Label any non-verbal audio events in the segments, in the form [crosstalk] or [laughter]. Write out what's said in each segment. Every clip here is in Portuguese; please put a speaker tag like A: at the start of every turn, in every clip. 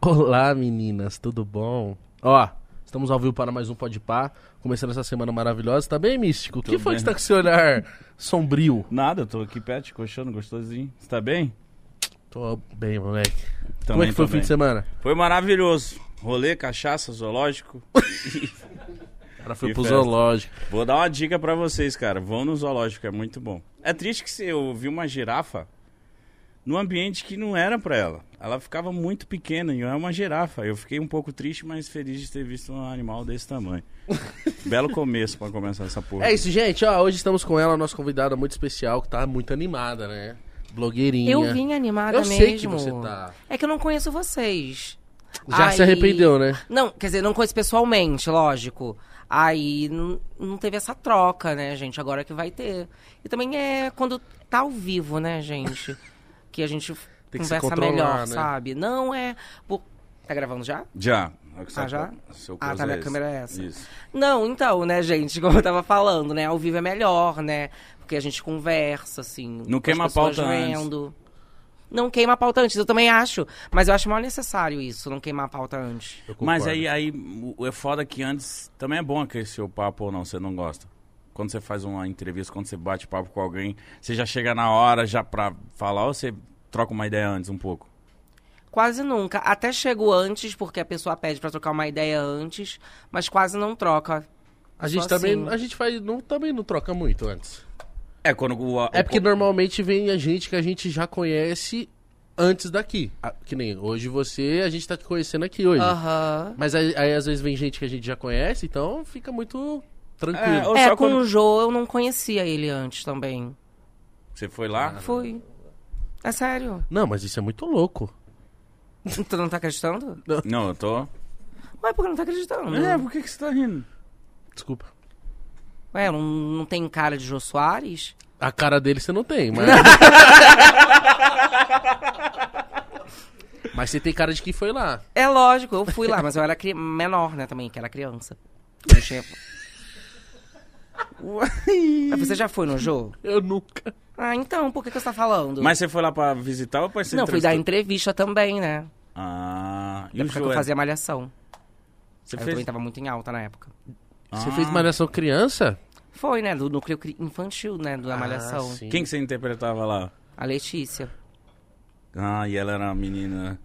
A: Olá, meninas, tudo bom? Ó, estamos ao vivo para mais um Pode Pá, começando essa semana maravilhosa. Tá bem, Místico? O que
B: Tô
A: foi que
B: bem.
A: está com esse olhar sombrio?
B: Nada, eu tô aqui perto, coxando, gostosinho. Você tá bem?
A: Tô bem, moleque.
B: Também
A: Como é que foi o
B: tô
A: fim
B: bem.
A: de semana?
B: Foi maravilhoso. Rolê, cachaça, zoológico.
A: O cara foi
B: Que
A: pro
B: festa.
A: zoológico.
B: Vou dar uma dica pra vocês, cara. Vão no zoológico, é muito bom. É triste que se- eu vi uma girafa num ambiente que não era pra ela. Ela ficava muito pequena e não é uma girafa. Eu fiquei um pouco triste, mas feliz de ter visto um animal desse
C: [laughs]
B: tamanho. Belo começo pra começar essa porra.
A: É isso, gente. Ó, hoje estamos com ela, nossa convidada muito especial, que tá muito animada, né? Blogueirinha.
C: Eu vim animada
A: Eu
C: mesmo.
A: sei que você tá.
C: É que eu não conheço vocês.
A: Já se
C: Aí-
A: arrependeu, né?
C: Não, quer dizer, não conheço pessoalmente, lógico. Aí não, não teve essa troca, né, gente? Agora que vai ter. E também é quando tá ao vivo,
A: [laughs]
C: né, gente? que a gente
A: Tem que se
C: conversa
A: controlar,
C: melhor,
A: né?
C: sabe? Não é. pô, Tá gravando já?
B: Já.
C: Ah, já?
B: Seu
C: Ah, tá,
B: coisa
C: minha
B: esse.
C: câmera é essa.
B: Isso.
C: Não, então, né, gente? [laughs] Como eu tava falando, né? Ao vivo é melhor, né? Porque a gente conversa, assim. com as
B: queima a
C: pessoas
B: pauta antes.
C: vendo. Não queima a pauta antes, eu também acho. Mas eu acho mal necessário isso, não queimar a pauta antes.
A: Eu concordo.
B: Mas aí, aí o- é foda que antes também é bom aquecer o papo ou não, você não gosta. Quando você faz uma entrevista, quando você bate papo com alguém, você já chega na hora já pra falar ou você troca uma ideia antes um pouco?
C: Quase nunca. Até chego antes, porque a pessoa pede pra trocar uma ideia antes, mas quase não troca.
A: A gente
C: Só
A: também.
C: assim.
A: A gente faz. Não, também não troca muito antes.
B: É quando o,
A: É porque normalmente vem a gente que a gente já conhece antes daqui. Ah, Que nem hoje você, a gente tá te conhecendo aqui hoje.
C: Aham.
A: Mas aí, aí às vezes vem gente que a gente já conhece, então fica muito
B: É,
A: tranquilo.
B: ou
C: É,
B: só
C: com
B: quando
C: o Jô eu não conhecia ele antes também.
B: você foi lá?
C: Fui. É
B: [laughs]
C: sério.
A: Não, mas isso é muito louco.
C: Tu não tá acreditando?
B: Não, eu tô.
C: Ué, por que não tá acreditando?
B: É, por que, que você tá rindo?
A: Desculpa.
C: Ué, não, não tem cara de Jô Soares?
A: A cara dele você não tem,
C: [laughs]
A: mas. mas você tem cara de que foi lá.
C: É lógico, eu fui lá, mas eu era cri- menor, né, também, que era criança. Eu tinha- Mas você já foi no Jô?
A: Eu nunca.
C: Ah, então, por que, que você tá falando?
B: Mas você foi lá pra visitar ou pra ser
C: não, fui dar
B: entrevistado?
C: entrevista também, né?
B: Ah, e
C: Na
B: o
C: época que
B: Joel?
C: eu fazia malhação.
B: Você
C: Aí Eu
B: fez...
C: também tava muito em alta na época.
A: Você
B: Ah.
A: fez malhação criança?
C: Foi, né? Do núcleo cri- infantil, né? Da malhação.
A: Ah, sim.
B: Quem que você interpretava lá?
C: A Letícia.
B: Ah, e ela era uma menina.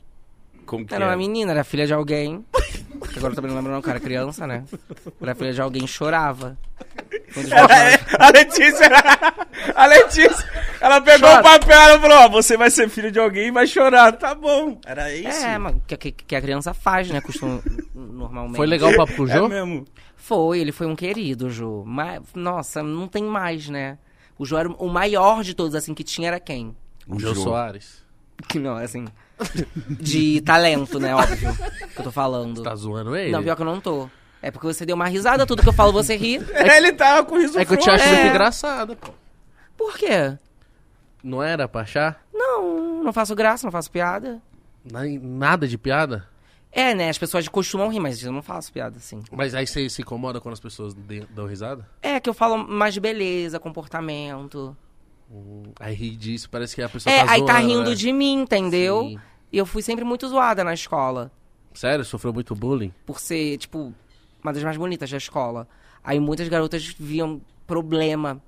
B: Como que é?
C: Era uma
B: era?
C: menina, era filha de alguém. Que Agora eu também não lembro não, cara, criança, né? Era filha de alguém, chorava. Quando os meus pais-
B: [laughs] A Letícia, a Letícia, ela pegou
C: Chora.
B: o papel e falou: Ó, você vai ser filho de alguém e vai chorar. Tá bom. Era isso?
C: É, mas que, que, que a criança faz, né? Costuma normalmente.
A: Foi legal o papo com o
B: É
A: Jô?
B: mesmo.
C: Foi, ele foi um querido, Jô. Mas, nossa, não tem mais, né? O Jô era o maior de todos, assim, que tinha era quem? [laughs]
A: O Jô Soares.
C: Que Não, assim. De talento, né? Óbvio. Que eu tô falando.
A: Tá zoando ele?
C: Não, pior que eu não tô. É porque você deu uma risada, tudo que eu falo você
B: [laughs]
C: ri.
B: Ele tava com riso
A: É que eu te
B: frouxo.
A: acho
C: É.
A: muito engraçado, pô.
C: Por quê?
A: Não era pra achar?
C: Não, não faço graça, não faço piada.
A: Na- Nada de piada?
C: É, né? As pessoas costumam rir, mas eu não faço piada assim.
A: Mas aí você se incomoda quando as pessoas de- dão risada?
C: É que eu falo mais de beleza, comportamento.
A: Hum, Aí ri disso, parece que a pessoa
C: É,
A: tá
C: aí
A: zoando,
C: tá rindo
A: né?
C: de mim, entendeu?
A: Sim.
C: E eu fui sempre muito zoada na escola.
A: Sério? Sofreu muito bullying?
C: Por ser, tipo, uma das mais bonitas da escola. Aí muitas garotas viam problema.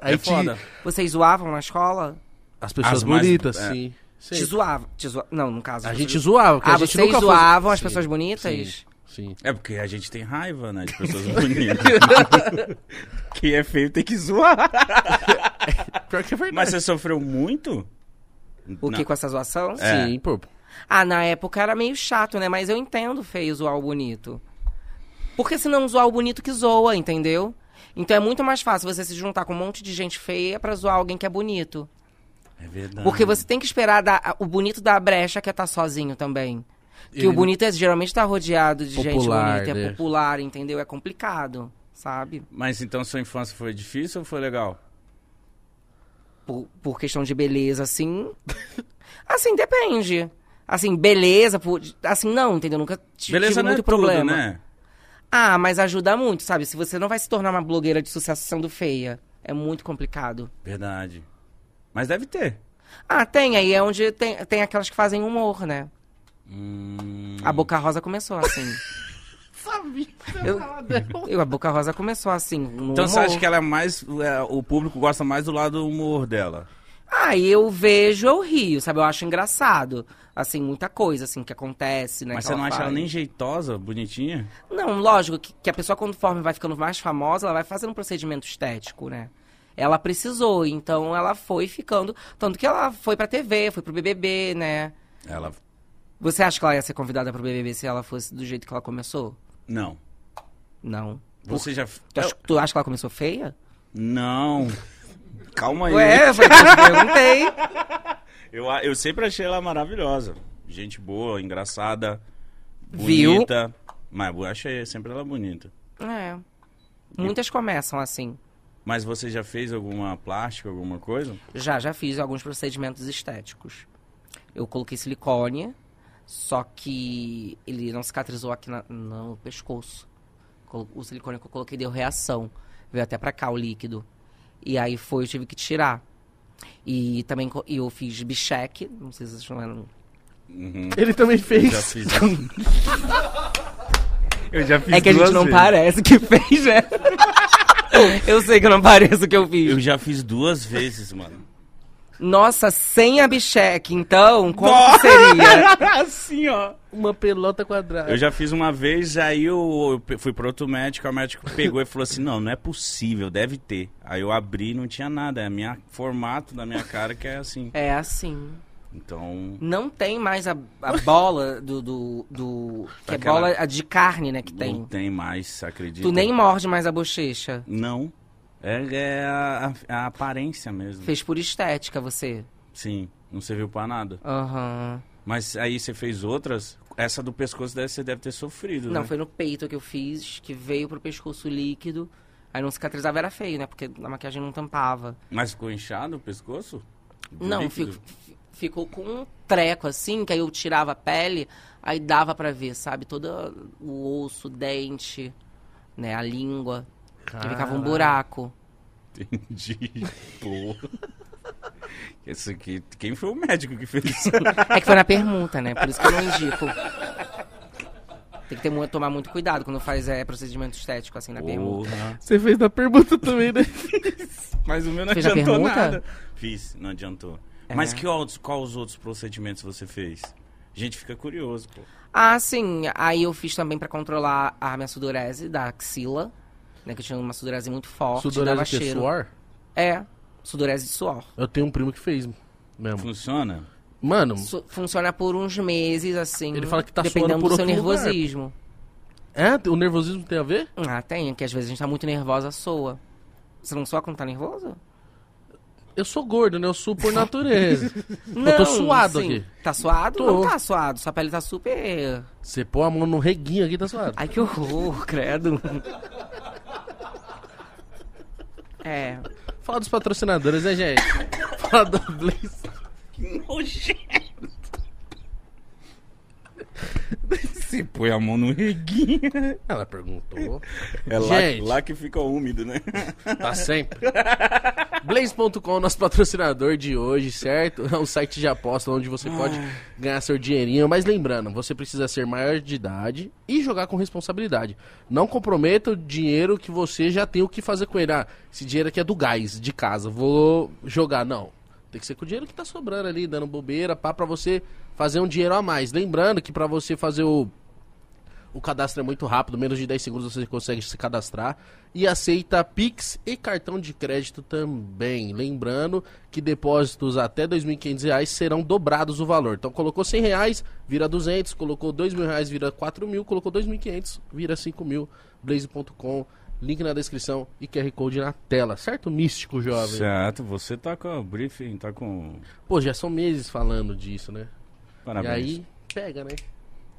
A: Aí
B: É
A: te-
B: foda.
C: Vocês zoavam na escola?
A: As pessoas
B: As mais-
A: bonitas,
B: é.
A: sim. Sim.
C: Te zoavam. Te zoa... Não, no caso.
A: A
C: vocês-
A: gente zoava, porque
C: Ah,
A: a gente
C: vocês
A: nunca foi-
C: zoavam as
A: Sim,
C: pessoas bonitas?
A: Sim. sim.
B: É porque a gente tem raiva, né? De
C: [laughs]
B: pessoas bonitas. Quem é feio tem que zoar.
A: Pior que é verdade.
B: Mas você sofreu muito?
C: O que
B: Não.
C: com essa zoação?
B: É.
A: Sim, pô.
C: Ah, na época era meio chato, né? Mas eu entendo feio zoar o bonito. Porque se não zoar o bonito que zoa, entendeu? Então é muito mais fácil você se juntar com um monte de gente feia pra zoar alguém que é bonito.
B: É verdade.
C: Porque você tem que esperar dar- o bonito da brecha que é estar sozinho também. Que
A: Ele-
C: o bonito é, geralmente tá rodeado de
A: Popular,
C: gente bonita,
A: né?
C: é popular, entendeu? É complicado, sabe?
B: Mas então sua infância foi difícil ou foi legal?
C: Por, por questão de beleza, assim. [laughs] assim, depende. Assim, beleza, por- assim, não, entendeu? Nunca t-
B: Beleza,
C: tive
B: não é
C: muito
B: tudo,
C: problema.
B: né?
C: Ah, mas ajuda muito, sabe? Se você não vai se tornar uma blogueira de sucesso sendo feia, é muito complicado.
B: Verdade. Mas deve ter.
C: Ah, tem, aí é onde tem, tem aquelas que fazem humor, né?
B: Hum,
C: A Boca Rosa começou assim. Eu- Eu, a Boca Rosa começou assim. no
B: então você
C: humor.
B: acha que ela é mais. é, o público gosta mais do lado do humor dela.
C: Aí eu vejo, eu rio, sabe? Eu acho engraçado. Assim, muita coisa, assim, que acontece, né?
B: Mas
C: que
B: você não acha
C: faz.
B: ela nem jeitosa, bonitinha?
C: Não, lógico que, que a pessoa, conforme vai ficando mais famosa, ela vai fazendo um procedimento estético, né? Ela precisou, então ela foi ficando. Tanto que ela foi pra TV, foi pro BBB, né?
B: Ela.
C: Você acha que ela ia ser convidada pro BBB se ela fosse do jeito que ela começou?
B: Não.
C: Não.
B: Você já.
C: Tu, acha, tu acha que ela começou feia? [laughs]
B: Não. Calma aí.
C: Ué, foi o que eu te perguntei.
B: Eu, a- eu sempre achei ela maravilhosa. Gente boa, engraçada,
C: Viu?
B: bonita. Mas eu achei sempre ela bonita.
C: É. Muitas começam assim.
B: Mas você já fez alguma plástica, alguma coisa?
C: Já, já fiz alguns procedimentos estéticos. Eu coloquei silicone, só que ele não cicatrizou aqui na- no pescoço. Colo- O silicone que eu coloquei deu reação. Veio até pra cá o líquido. E aí foi, eu tive que tirar. E também co- e eu fiz bicheque, não sei se vocês chamaram.
B: Uhum.
A: Ele também
B: Eu já
A: fez.
B: fiz. eu já fiz
C: É que a gente não parece que fez, né? [laughs] eu sei que eu não pareço que eu fiz.
B: Eu já fiz duas vezes,
C: [laughs]
B: mano.
C: Nossa, sem a bicheque, então, como que seria?
B: assim, ó.
A: Uma pelota quadrada.
B: Eu já fiz uma vez, aí eu, eu pe- fui pro outro médico, aí o médico pegou e falou assim, não, não é possível, deve ter. Aí eu abri e não tinha nada, é a minha formato da minha cara que é assim.
C: É assim.
B: Então,
C: Não tem mais a, a bola do. do, do- que é
B: Aquela-
C: bola a de carne, né? Que
B: não
C: tem.
B: tem mais, acredito.
C: Tu nem morde mais a bochecha.
B: Não. É, é a, a aparência mesmo.
C: Fez por estética você.
B: Sim, não serviu pra nada.
C: Aham.
B: Mas aí você fez outras, essa do pescoço deve, você deve ter sofrido,
C: Não,
B: né?
C: foi no peito que eu fiz, que veio pro pescoço líquido. Aí não cicatrizava, era feio, né? Porque a maquiagem não tampava.
B: Mas ficou inchado o pescoço? Do
C: Não,
B: líquido?
C: fico- fi- ficou com um treco assim, que aí eu tirava a pele, aí dava pra ver, sabe? Todo o osso, o dente, né? A língua.
A: Tá.
C: Que ficava um buraco. [laughs]
B: Entendi, porra. Esse aqui, quem foi o médico que fez isso?
C: É que foi na permuta, né? Por isso que eu não indico. Tem que ter, mu- tomar muito cuidado quando faz é, procedimento estético, assim, na permuta.
B: Porra.
A: Você fez na pergunta também, né?
B: Mas o meu não
C: Fez a
B: adiantou
C: permuta?
B: nada. Fiz, não adiantou.
C: É.
B: Mas que outros, qual os outros procedimentos você fez? A gente fica curioso, pô.
C: Ah, sim. Aí eu fiz também pra controlar a minha sudorese da axila, né? Que eu tinha uma sudorese muito forte,
A: Sudorese
C: dava
A: o quê?
C: cheiro.
A: Suor?
C: É, sudorese de suor.
A: Eu tenho um primo que fez mesmo.
B: Funciona?
A: Mano,
C: Su- funciona por uns meses, assim.
A: Ele fala que tá suando
C: dependendo
A: por
C: do seu
A: outro lugar.
C: nervosismo.
A: é? O nervosismo tem a ver?
C: Ah, tem, que às vezes a gente tá muito nervosa, soa. Você não soa quando tá nervoso?
A: Eu sou gordo, né? Eu sou por [laughs] natureza.
C: Não,
A: tô suado
C: sim.
A: aqui.
C: Tá suado?
A: Tô.
C: Não tá suado. Sua pele tá super.
A: Você pôr a mão no reguinho aqui, tá suado.
C: Ai, que horror, [laughs] credo. É.
A: Fala dos patrocinadores, né, [laughs] gente? Fala do Blaze.
B: Você põe a mão no reguinho.
A: Ela perguntou.
B: É lá,
A: Gente.
B: lá que fica úmido, né?
A: Tá sempre. Blaze.com, nosso patrocinador de hoje, certo? É um site de aposta onde você pode ganhar seu dinheirinho. Mas lembrando, você precisa ser maior de idade e jogar com responsabilidade. Não comprometa o dinheiro que você já tem o que fazer com ele. Ah, esse dinheiro aqui é do gás, de casa, vou jogar. Não. Tem que ser com o dinheiro que tá sobrando ali, dando bobeira, pá, pra você fazer um dinheiro a mais. Lembrando que pra você fazer o o cadastro é muito rápido, menos de 10 segundos você consegue se cadastrar. E aceita Pix e cartão de crédito também. Lembrando que depósitos até R$ 2.500 reais serão dobrados o valor. Então colocou R$ 100 reais, vira 200, colocou R$ 2.000 reais, vira 4.000, colocou R$ 2.500, vira 5.000, blaze.com, link na descrição e QR Code na tela. Certo, místico, jovem?
B: Certo, você tá com o briefing, tá com.
A: Pô, já são meses falando disso, né? e
B: Parabéns.
A: aí, pega, né?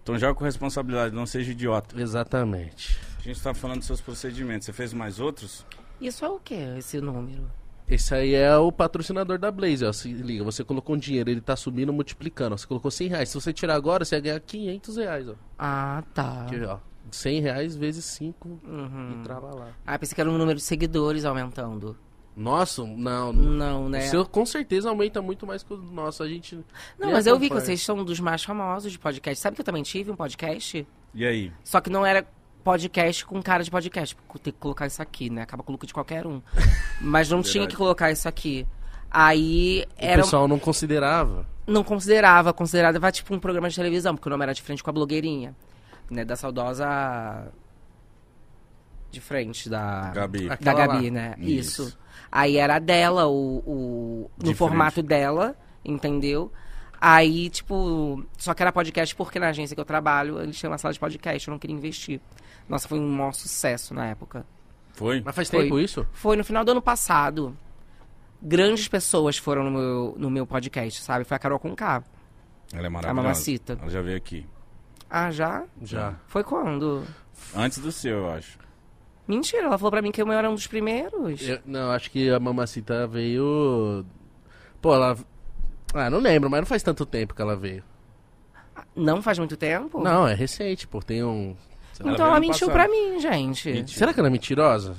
B: Então joga com responsabilidade, não seja idiota.
A: Exatamente.
B: A gente tá falando dos seus procedimentos. Você fez mais outros?
C: Isso é o que, esse número?
A: Esse aí é o patrocinador da Blaze, ó. Se liga, você colocou um dinheiro, ele tá subindo, multiplicando. ó. Você colocou 100 reais. Se você tirar agora, você ia ganhar 500 reais, ó.
C: Ah, tá.
A: Aqui, ó. 100 reais vezes 5
C: Uhum.
A: e trava lá.
C: um Ah, pensei que era o número de seguidores aumentando.
A: Nosso? Não.
C: Não, né?
A: O seu com certeza aumenta muito mais que o nosso. A gente.
C: Não,
A: nem
C: mas eu vi que
A: acompanha.
C: vocês são um dos mais famosos de podcast. Sabe que eu também tive um podcast?
B: E aí?
C: Só que não era podcast com cara de podcast. porque Tem que colocar isso aqui, né? Acaba com o look de qualquer um. Mas não tinha que colocar isso aqui. Aí
A: O
C: era. um
A: pessoal não considerava.
C: Não considerava, considerava tipo um programa de televisão, porque o nome era de frente com a blogueirinha. Né? Da saudosa. De frente, da.
B: Gabi.
C: Da
A: Aquela
C: Gabi,
A: lá.
C: né?
B: Isso.
C: Isso. Aí era dela, o, o- no
B: Diferente.
C: formato dela, entendeu? Aí, tipo, só que era podcast porque na agência que eu trabalho, eles tinham uma sala de podcast, eu não queria investir. Nossa, foi um maior sucesso na época.
B: Foi?
A: Mas faz
C: Foi.
A: tempo isso?
C: Foi no final do ano passado. Grandes pessoas foram no meu, no meu podcast, sabe? Foi a Carol Conká.
B: Ela é maravilhosa.
C: mamacita.
B: Ela já veio aqui.
C: Ah, já?
A: Já.
C: Foi quando?
B: Antes do seu, eu acho.
C: Mentira, ela falou pra mim que eu era um dos primeiros.
A: Eu- não, acho que a Mamacita veio. Pô, ela. Ah, não lembro, mas não faz tanto tempo que ela veio.
C: Não faz muito tempo?
A: Não, é recente, pô. Tem um. sei lá.
B: Ela
C: Então ela
B: veio no
C: mentiu
B: passado. [laughs]
C: pra mim, gente.
B: Mentira.
A: Será que ela é mentirosa?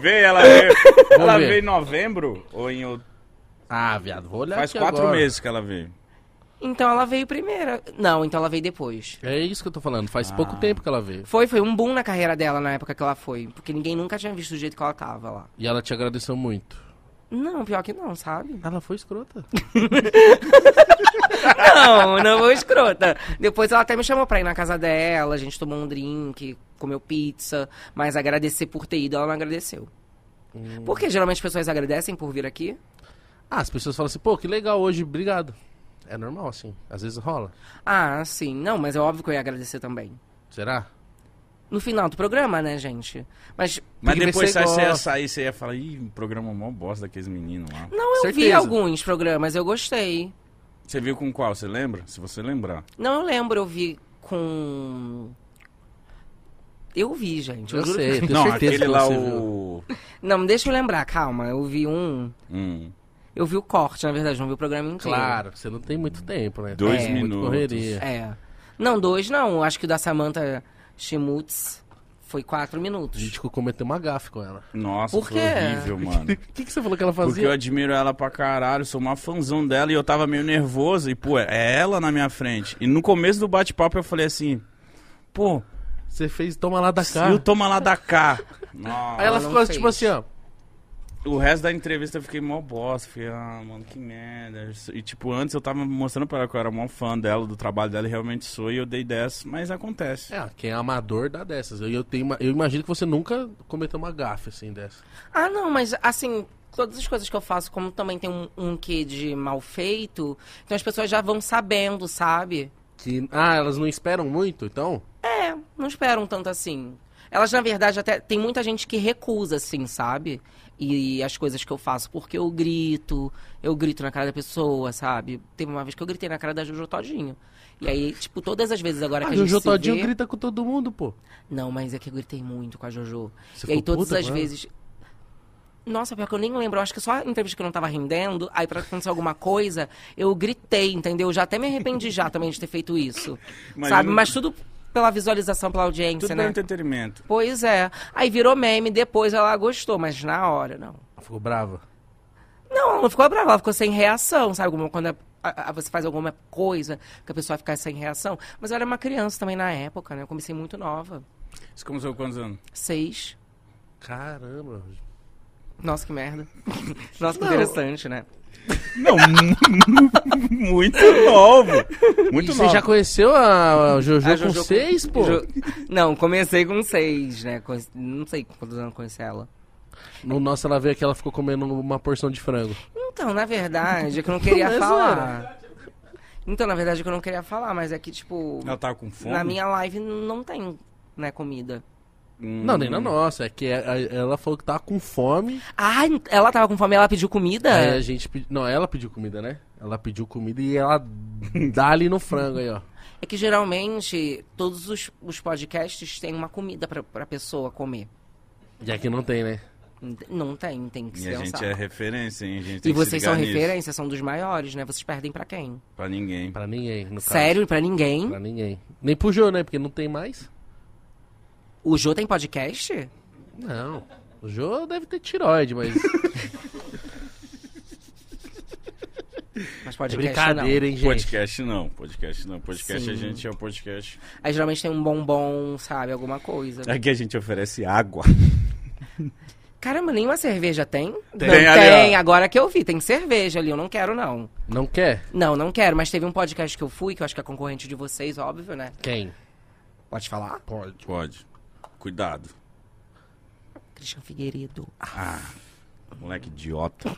B: Veio, ela veio. ela
A: ver.
B: veio em novembro ou em outubro?
A: Ah, viado, vou olhar
B: Faz
A: aqui
B: quatro
A: agora.
B: meses que ela veio.
C: Então ela veio primeira. Não, então ela veio depois.
A: É isso que eu tô falando. Faz pouco tempo que ela veio.
C: Foi, foi um boom na carreira dela na época que ela foi. Porque ninguém nunca tinha visto o jeito que ela tava lá.
A: E ela te agradeceu muito.
C: Não, pior que
B: [laughs]
C: não, sabe?
A: Ela foi escrota.
C: Não, não vou escrota. Depois ela até me chamou pra ir na casa dela, a gente tomou um drink, comeu pizza. Mas agradecer por ter ido, ela não agradeceu.
B: Hum.
C: Porque geralmente as pessoas agradecem por vir aqui.
A: [laughs] Ah, as pessoas falam assim, pô, que legal hoje, obrigado. É normal, assim. Às vezes rola.
C: Ah, sim. Não, mas é óbvio que eu ia agradecer também.
A: Será?
C: No final do programa, né, gente? Mas.
B: Mas
A: Porque você
B: depois sai, você ia
A: gosta.
B: sair, você ia falar, ih, um programa mó bosta daqueles meninos lá.
C: Não, eu vi
A: Certeza.
C: alguns programas, eu gostei.
B: Você viu com qual? Você lembra? Se você lembrar.
C: Não, eu lembro, eu vi com. Eu vi, gente. Eu,
A: Eu
C: juro
A: sei, eu tenho
B: não,
A: certeza
B: aquele
A: que
B: lá,
A: você viu.
B: o.
C: que- Não, deixa eu lembrar, calma. Eu vi um.
B: Hum,
C: Eu vi o corte, na verdade, não vi o programa inteiro.
A: Claro, você não tem muito tempo, né?
B: dois
A: É, muito
B: minutos.
A: correria.
C: É. Não, dois não. Acho que o da Samantha Schmutz foi quatro
A: A
C: minutos.
A: gente cometeu uma gafe com ela.
B: Nossa,
C: Por
B: foi
C: quê?
B: horrível, mano.
A: [laughs] O que, que você falou que ela
B: Porque eu
A: fazia?
B: admiro ela pra caralho, sou uma fãzão dela e eu tava meio nervoso. E, pô, é ela na minha frente. E no começo do bate-papo eu falei assim, pô,
A: Você fez toma lá da
B: se
A: cara.
B: eu toma lá
A: [laughs]
B: da cá. Nossa.
A: Aí ela
C: Ela não
A: ficou tipo
C: fez.
A: assim, ó.
B: O resto da entrevista eu fiquei mó bosta. Fiquei, ah, mano, que merda. E, tipo, antes eu tava mostrando pra ela que eu era mó fã dela, do trabalho dela, e realmente sou, e eu dei 10, mas acontece.
A: É, quem é amador dá dessas. Eu, eu, tenho uma- eu imagino que você nunca cometeu uma gafe assim dessa.
C: Ah, não, mas assim, todas as coisas que eu faço, como também tem um, um quê de mal feito, então as pessoas já vão sabendo, sabe?
A: Que, ah, elas não esperam muito, então?
C: É, não esperam tanto assim. Elas, na verdade, até. Tem muita gente que recusa, assim, sabe? E, as coisas que eu faço, porque eu grito, eu grito na cara da pessoa, sabe? Teve uma vez que eu gritei na cara da Jojo Todinho. E aí, tipo, todas as vezes agora que
A: Ah,
C: a gente.
A: Jojo
C: se
A: Todinho
C: vê-
A: grita com todo mundo, pô.
C: Não, mas é que eu gritei muito com a Jojo.
A: Você
C: e aí,
A: ficou
C: todas
A: puta
C: as
A: com ela?
C: vezes. Nossa, pior que eu nem lembro. Eu acho que só a entrevista que eu não tava rendendo, aí pra acontecer alguma coisa, eu gritei, entendeu? Eu já até me arrependi já também de ter feito isso.
B: Imagina-
C: Sabe? Mas tudo pela visualização, pela audiência,
B: Tudo pelo
A: é
C: né?
B: entretenimento.
C: Pois é. Aí virou meme, depois ela gostou, mas na hora, não.
A: Ela ficou brava.
C: Não, ela não ficou brava, ela ficou sem reação, sabe? Como quando a- a- a- você faz alguma coisa que a pessoa fica sem reação. Mas eu era uma criança também na época, né? Eu comecei muito nova.
B: Isso começou com quantos anos?
C: Seis.
A: Caramba.
C: Nossa, que merda. [laughs] Nossa, que
A: Não.
C: interessante, né?
B: Não, [laughs] muito novo. Muito
A: E
B: novo.
A: Você já conheceu a a Jojo,
C: A Jojo
A: com
C: com-
A: seis, pô?
C: Jo- Não, comecei com seis, né? Conhe- Não sei quantos anos eu conheci ela.
A: No nosso, ela veio aqui, ela ficou comendo uma porção de frango.
C: Então, na verdade, é que eu não queria
A: Mas,
C: falar. Então, na verdade, é que eu não queria falar, mas é que, tipo...
B: Ela tava com fome?
C: Na minha live não tem, né, comida.
B: Hum.
A: Não, nem na nossa. É que a- a- ela falou que tava com fome.
C: Ah, ela tava com fome, ela pediu comida?
A: Aí
B: É.
A: a gente pedi- Não, ela pediu comida, né? Ela pediu comida e ela dá ali no frango aí, ó.
C: É que geralmente todos os, os podcasts têm uma comida pra, pra pessoa comer.
A: Já que não tem, né?
C: Ent- Não tem, tem que
B: E
C: se
B: a
C: pensar.
B: gente é referência, hein? A gente tem que
C: E vocês
B: se
C: são
B: ligar nisso.
C: referência, são dos maiores, né? Vocês perdem pra quem?
B: Pra ninguém.
A: Pra ninguém, no caso.
C: Sério, e pra ninguém?
A: Pra ninguém. Nem pro Jô, né? Porque não tem mais.
C: O Jô tem podcast?
A: Não. O Jô deve ter tiroide,
C: [laughs]
A: mas.
C: Mas
A: É
C: pode
A: brincadeira, hein, gente?
B: Podcast não, podcast não. Podcast a
C: Sim.
B: gente é o podcast.
C: Aí geralmente tem um bombom, sabe? Alguma coisa.
B: Aqui a gente oferece água.
C: Caramba, nenhuma cerveja tem?
B: Tem
C: não,
B: ali, ó.
C: tem, agora que eu vi, tem cerveja ali, eu não quero não.
A: Não quer?
C: Não, não quero, mas teve um podcast que eu fui, que eu acho que é concorrente de vocês, óbvio, né?
A: Quem?
C: Pode falar?
A: Pode.
B: Pode. Cuidado.
C: Christian Figueiredo.
B: Ah, Moleque idiota.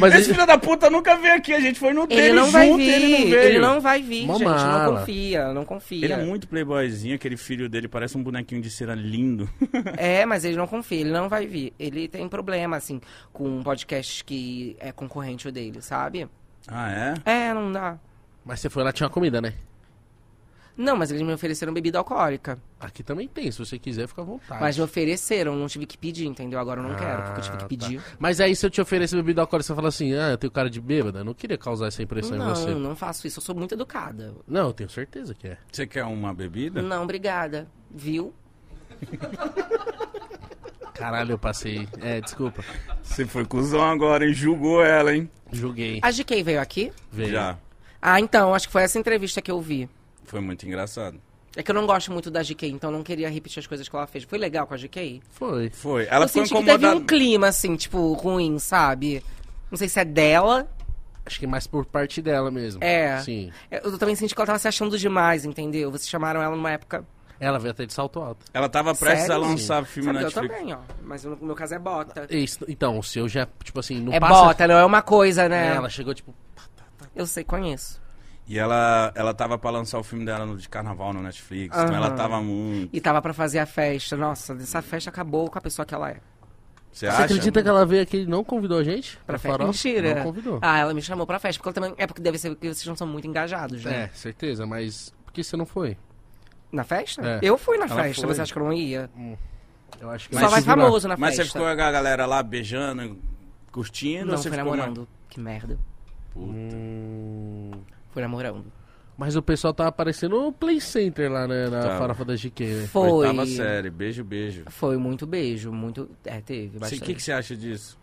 A: mas
B: Esse
A: ele-
B: filho da puta nunca veio aqui, a gente foi no
C: Ele,
B: dele
C: não
B: junto,
C: vai vir,
B: ele não
C: ele não,
B: veio.
C: vai vir,
A: Uma
C: gente, não
A: mala.
C: confia, não confia.
B: Ele é muito playboyzinho, aquele filho dele parece um bonequinho de cera lindo.
C: É, mas ele não confia, ele não vai vir. Ele tem problema, assim, com um podcast que é concorrente o dele, sabe?
B: Ah, é?
C: É, não dá.
A: Mas você foi lá, tinha uma comida, né?
C: Não, mas eles me ofereceram bebida alcoólica.
A: Aqui também tem, se você quiser, fica à
B: Tá.
A: vontade.
C: Mas me ofereceram, não tive que pedir, entendeu? Agora eu não quero, porque eu tive
A: Ah,
C: que
A: tá.
C: pedir.
A: Mas aí, se eu te oferecer bebida alcoólica, você fala assim, ah, eu tenho cara de bêbada. Eu não queria causar essa impressão em
C: Não,
A: você.
C: não faço isso, eu sou
B: [laughs]
C: muito educada.
A: Não, eu tenho certeza que é.
B: Você quer uma bebida?
C: Não, obrigada. Viu?
A: Caralho, eu passei. É, desculpa.
B: Você foi cuzão agora, hein? Julgou ela, hein?
A: Julguei.
C: A GK veio aqui?
A: Veio.
B: Já.
C: Ah, então, acho que foi essa entrevista que eu vi.
B: Foi muito engraçado.
C: É que eu não gosto muito da GK, então eu não queria repetir as coisas que ela fez. Foi legal com a GK?
A: Foi.
B: Foi. Ela
C: eu
B: ficou
C: senti que teve
B: incomodada.
C: um clima, assim, tipo, ruim, sabe? Não sei se é dela.
A: Acho que mais por parte dela mesmo.
C: É.
A: Sim.
C: Eu também senti que ela tava se achando demais, entendeu? Vocês chamaram ela numa época.
A: Ela veio até de salto alto.
B: Ela tava prestes
C: Sério?
B: a lançar filme
C: Sabe,
B: na
C: eu
B: Netflix.
C: também, ó. Mas no meu caso é bota.
A: Isso, então, o seu já, tipo assim, não
C: É
A: passa...
C: bota, não é uma coisa,
A: É,
C: né?
A: Ela chegou, tipo...
C: Eu sei, conheço.
B: E ela, ela tava pra lançar o filme dela no- de carnaval no Netflix. Então
C: Aham.
B: ela tava muito.
C: E tava pra fazer a festa. Nossa, essa festa acabou com a pessoa que ela é.
A: Você
B: Você acha?
A: acredita que ela veio aqui e não convidou a gente?
C: Pra festa.
A: farofa?
C: Mentira.
A: Não convidou.
C: Ah, ela me chamou pra festa. Porque ela também. É porque deve ser que vocês não são muito engajados, né?
A: É, certeza, mas... Por que você não foi?
C: Na festa?
A: É.
C: Eu fui na
B: Ela
C: festa,
B: foi.
C: você acha que eu não ia?
A: Eu acho que...
C: Só vai famoso na
B: Mas
C: festa.
B: você ficou com a galera lá beijando, curtindo? ou
C: Não,
B: você
C: fui
B: ficou
C: namorando. Que merda.
B: Puta.
A: Hum.
C: Fui namorando.
A: Mas o pessoal tá aparecendo no Play Center lá, né? Na
B: Tava.
A: farofa da GQ, né?
C: Foi.
B: Oitava série, beijo, beijo.
C: Foi muito beijo, muito. É, teve
B: O
C: bastante.
B: que, que você acha disso?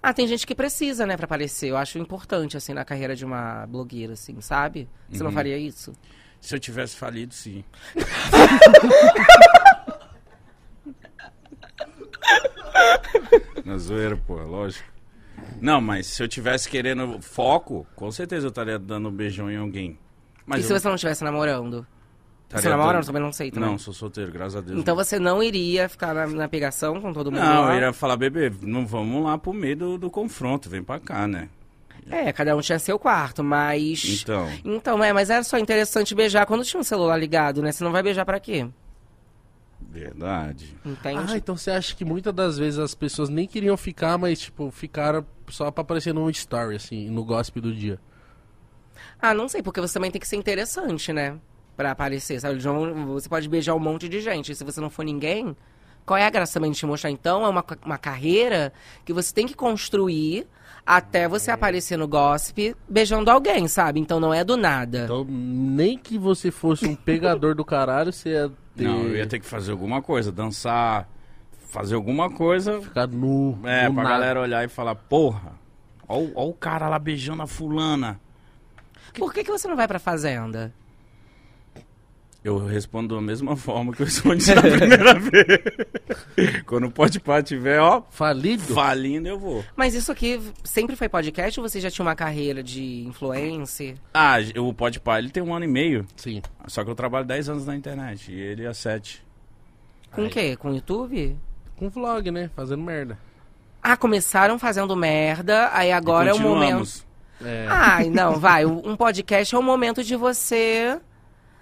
C: Ah, tem gente que precisa, né, pra aparecer. Eu acho importante, assim, na carreira de uma blogueira, assim, sabe? Você
B: Uhum.
C: não faria isso?
B: Se eu tivesse falido, sim.
C: [laughs]
B: Na zoeira, pô, lógico. Não, mas se eu tivesse querendo foco, com certeza eu estaria dando um beijão em alguém. Mas
C: e se
B: eu
C: você não estivesse namorando? Você
B: estaria
C: namora? Eu
B: dando-
C: também não sei também.
B: Tá Não, sou solteiro, graças a Deus.
C: Então você não iria ficar na, na pegação com todo mundo?
B: Não,
C: lá?
B: eu iria falar, bebê, não vamos lá pro meio do, do confronto, vem pra cá, né?
C: É, cada um tinha seu quarto, mas.
B: Então,
C: Então, é, mas era só interessante beijar quando tinha um celular ligado, né? Você não vai beijar pra quê?
B: verdade.
C: Entende?
A: Ah, então você acha que muitas das vezes as pessoas nem queriam ficar, mas, tipo, ficaram só pra aparecer num story, assim, no gossip do dia.
C: Ah, não sei, porque você também tem que ser interessante, né? Pra aparecer, sabe? Eles vão- Você pode beijar um monte de gente. Se você não for ninguém, qual é a graça também de te mostrar? Então, é uma, ca- uma carreira que você tem que construir até você aparecer no gossip beijando alguém, sabe? Então não é do nada.
A: Então, nem que você fosse um pegador do caralho, você ia ter...
B: Não, eu ia ter que fazer alguma coisa, dançar, fazer alguma coisa
A: Ficar nu,
B: É,
A: do
B: pra
A: nada.
B: galera olhar e falar, porra, ó, o- ó o cara lá beijando a fulana.
C: Por que, que você não vai pra fazenda?
B: Eu respondo da mesma [laughs] forma que eu respondi na primeira
C: [laughs]
B: vez. Quando o Podpah tiver, ó,
A: Falido?
B: falindo, eu vou.
C: Mas isso aqui sempre foi podcast ou você já tinha uma carreira de influencer?
B: Ah, j- o Podpah, ele tem um ano e meio,
A: Sim.
B: só que eu trabalho 10 anos na internet, e ele é 7.
C: Com o quê? Com o YouTube?
A: Com vlog, né? Fazendo merda.
C: Ah, começaram fazendo merda, aí agora é o momento.
A: É.
C: Ai, não, vai. Um podcast é o momento de você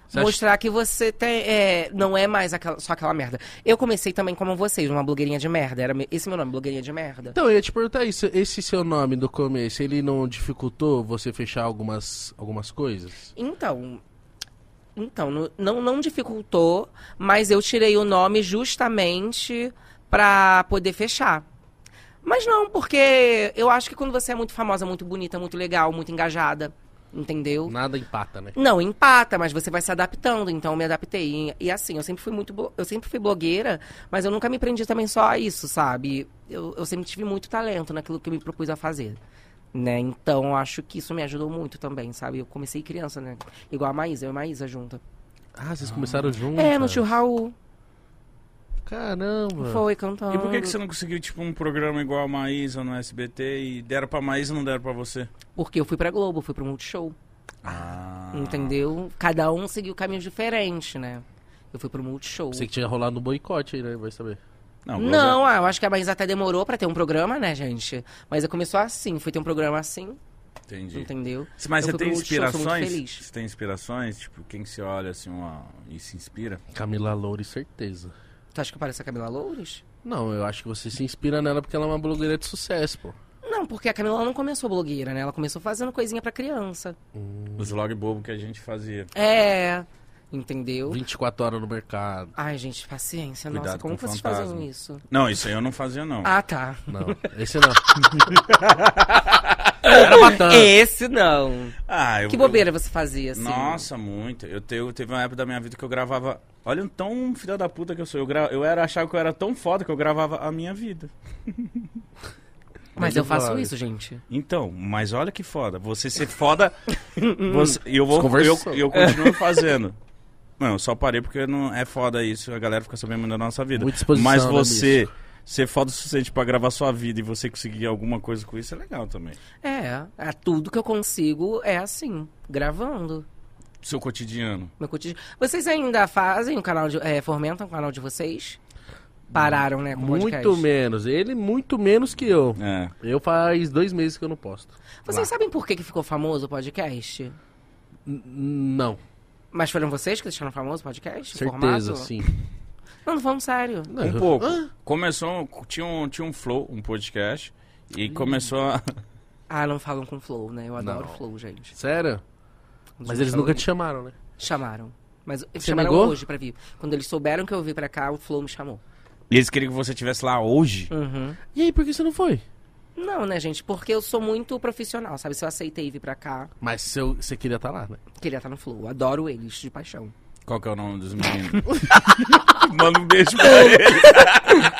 A: Você acha-
C: mostrar que você tem, é, não é mais aquela- só aquela merda. Eu comecei também como vocês, uma blogueirinha de merda. Era me- esse meu nome, blogueirinha de merda.
A: Então, eu ia te perguntar isso. Esse seu nome do começo, ele não dificultou você fechar algumas, algumas coisas?
C: Então, então no- não, não dificultou, mas eu tirei o nome justamente pra poder fechar. Mas não, porque eu acho que quando você é muito famosa, muito bonita, muito legal, muito engajada, entendeu?
A: Nada empata, né?
C: Não, empata, mas você vai se adaptando, então eu me adaptei. E, e assim, eu sempre fui muito. blo- Eu sempre fui blogueira, mas eu nunca me prendi também só a isso, sabe? Eu, eu sempre tive muito talento naquilo que eu me propus a fazer. Né? Então, eu acho que isso me ajudou muito também, sabe? Eu comecei criança, né? Igual a Maísa, eu e a Maísa junta.
A: Ah, vocês começaram juntos?
C: É, no tio Raul.
A: Caramba.
C: Foi cantando.
B: Ah. E por que, que você não conseguiu, tipo, um programa igual a Maísa no SBT e deram pra Maísa e não deram pra você?
C: Porque eu fui pra Globo, fui pro Multishow.
B: Ah.
C: Entendeu? Cada um seguiu caminhos diferentes, né? Eu fui pro Multishow.
A: Pensei que tinha rolado um boicote aí, né? Vai saber.
B: Não, Globo
C: Não, ah, eu acho que a Maísa até demorou pra ter um programa, né, gente? Mas começou assim, foi ter um programa assim,
B: é- Entendi.
C: entendeu?
B: Mas você
C: Eu fui
B: tem
C: pro Multishow, sou muito
B: inspirações?
C: feliz.
B: Você tem inspirações? Tipo, quem que você olha assim uma... e se inspira?
A: Camila Loure, certeza.
C: Tu acha que eu pareço a Camila Loures?
A: Não, eu acho que você se inspira nela porque ela é uma blogueira de sucesso, pô.
C: Não, porque a Camila não começou blogueira, né? Ela começou fazendo coisinha pra criança.
B: Os vlog bobo que a gente fazia.
C: É, entendeu?
A: 24 horas no mercado.
C: Ai, gente, paciência.
B: Cuidado
C: Nossa, como
B: com
C: vocês
B: fantasma. É.
C: faziam isso?
B: Não, isso aí eu não fazia, não.
C: Ah, tá.
A: Não, esse [laughs] não. Era batata.
C: Esse não.
B: Ah, eu,
C: Que bobeira você fazia,
B: eu-
C: assim?
B: Nossa, muito. Eu, te, eu teve uma época da minha vida que eu gravava. Olha o tão filho da puta que eu sou. Eu, gra... eu era achava que eu era tão foda que eu gravava a minha vida.
C: Mas eu faço
A: Claro.
C: isso, gente.
B: Então, mas olha que foda. Você
A: [laughs]
B: ser foda. você- e eu vou. Eu,
A: Desconversou.
B: eu continuo fazendo. Não, eu só parei porque não é foda isso. A galera fica sabendo da nossa vida.
A: Muita exposição,
B: mas
A: né,
B: você ser foda o suficiente pra gravar sua vida e você conseguir alguma coisa com isso é legal também.
C: É, é, tudo que eu consigo é assim, gravando.
B: Seu cotidiano.
C: meu cotidiano. Vocês ainda fazem o canal de. eh, fomentam o canal de vocês? Pararam,
A: É.
C: né? Com o podcast.
A: Muito menos. Ele muito menos que eu.
B: É.
A: Eu faz dois meses que eu não posto.
C: Vocês
A: Ah.
C: sabem por que, que ficou famoso o podcast?
A: N- Não,
C: Mas foram vocês que deixaram famoso o podcast? o
A: certeza,
C: formato?
A: sim.
C: Não, não falando sério.
A: Não,
B: Um
A: eu-
B: pouco.
A: Hã?
B: Começou. Tinha um, tinha um flow, um podcast. E começou a. [laughs]
C: Ah, não falam com flow, né? Eu adoro
A: Não.
C: flow, gente.
A: Sério?
C: Os
A: Mas
C: meus
A: eles nunca te
C: favoritos.
A: chamaram, né?
C: Chamaram. Mas eles
A: Você
C: chamaram
A: negou?
C: hoje pra vir. Quando eles souberam que eu vim pra cá, o Flow me chamou.
B: E eles queriam que você estivesse lá hoje.
C: Uhum.
A: E aí, por que você não foi?
C: Não, né, gente? Porque eu sou muito profissional, sabe? Se eu aceitei vir pra cá,
A: Mas seu- você queria estar lá, né?
C: queria estar no Flow. Adoro eles, de paixão.
B: Qual que é o nome
A: [laughs]
B: dos meninos? Manda um beijo pra eles.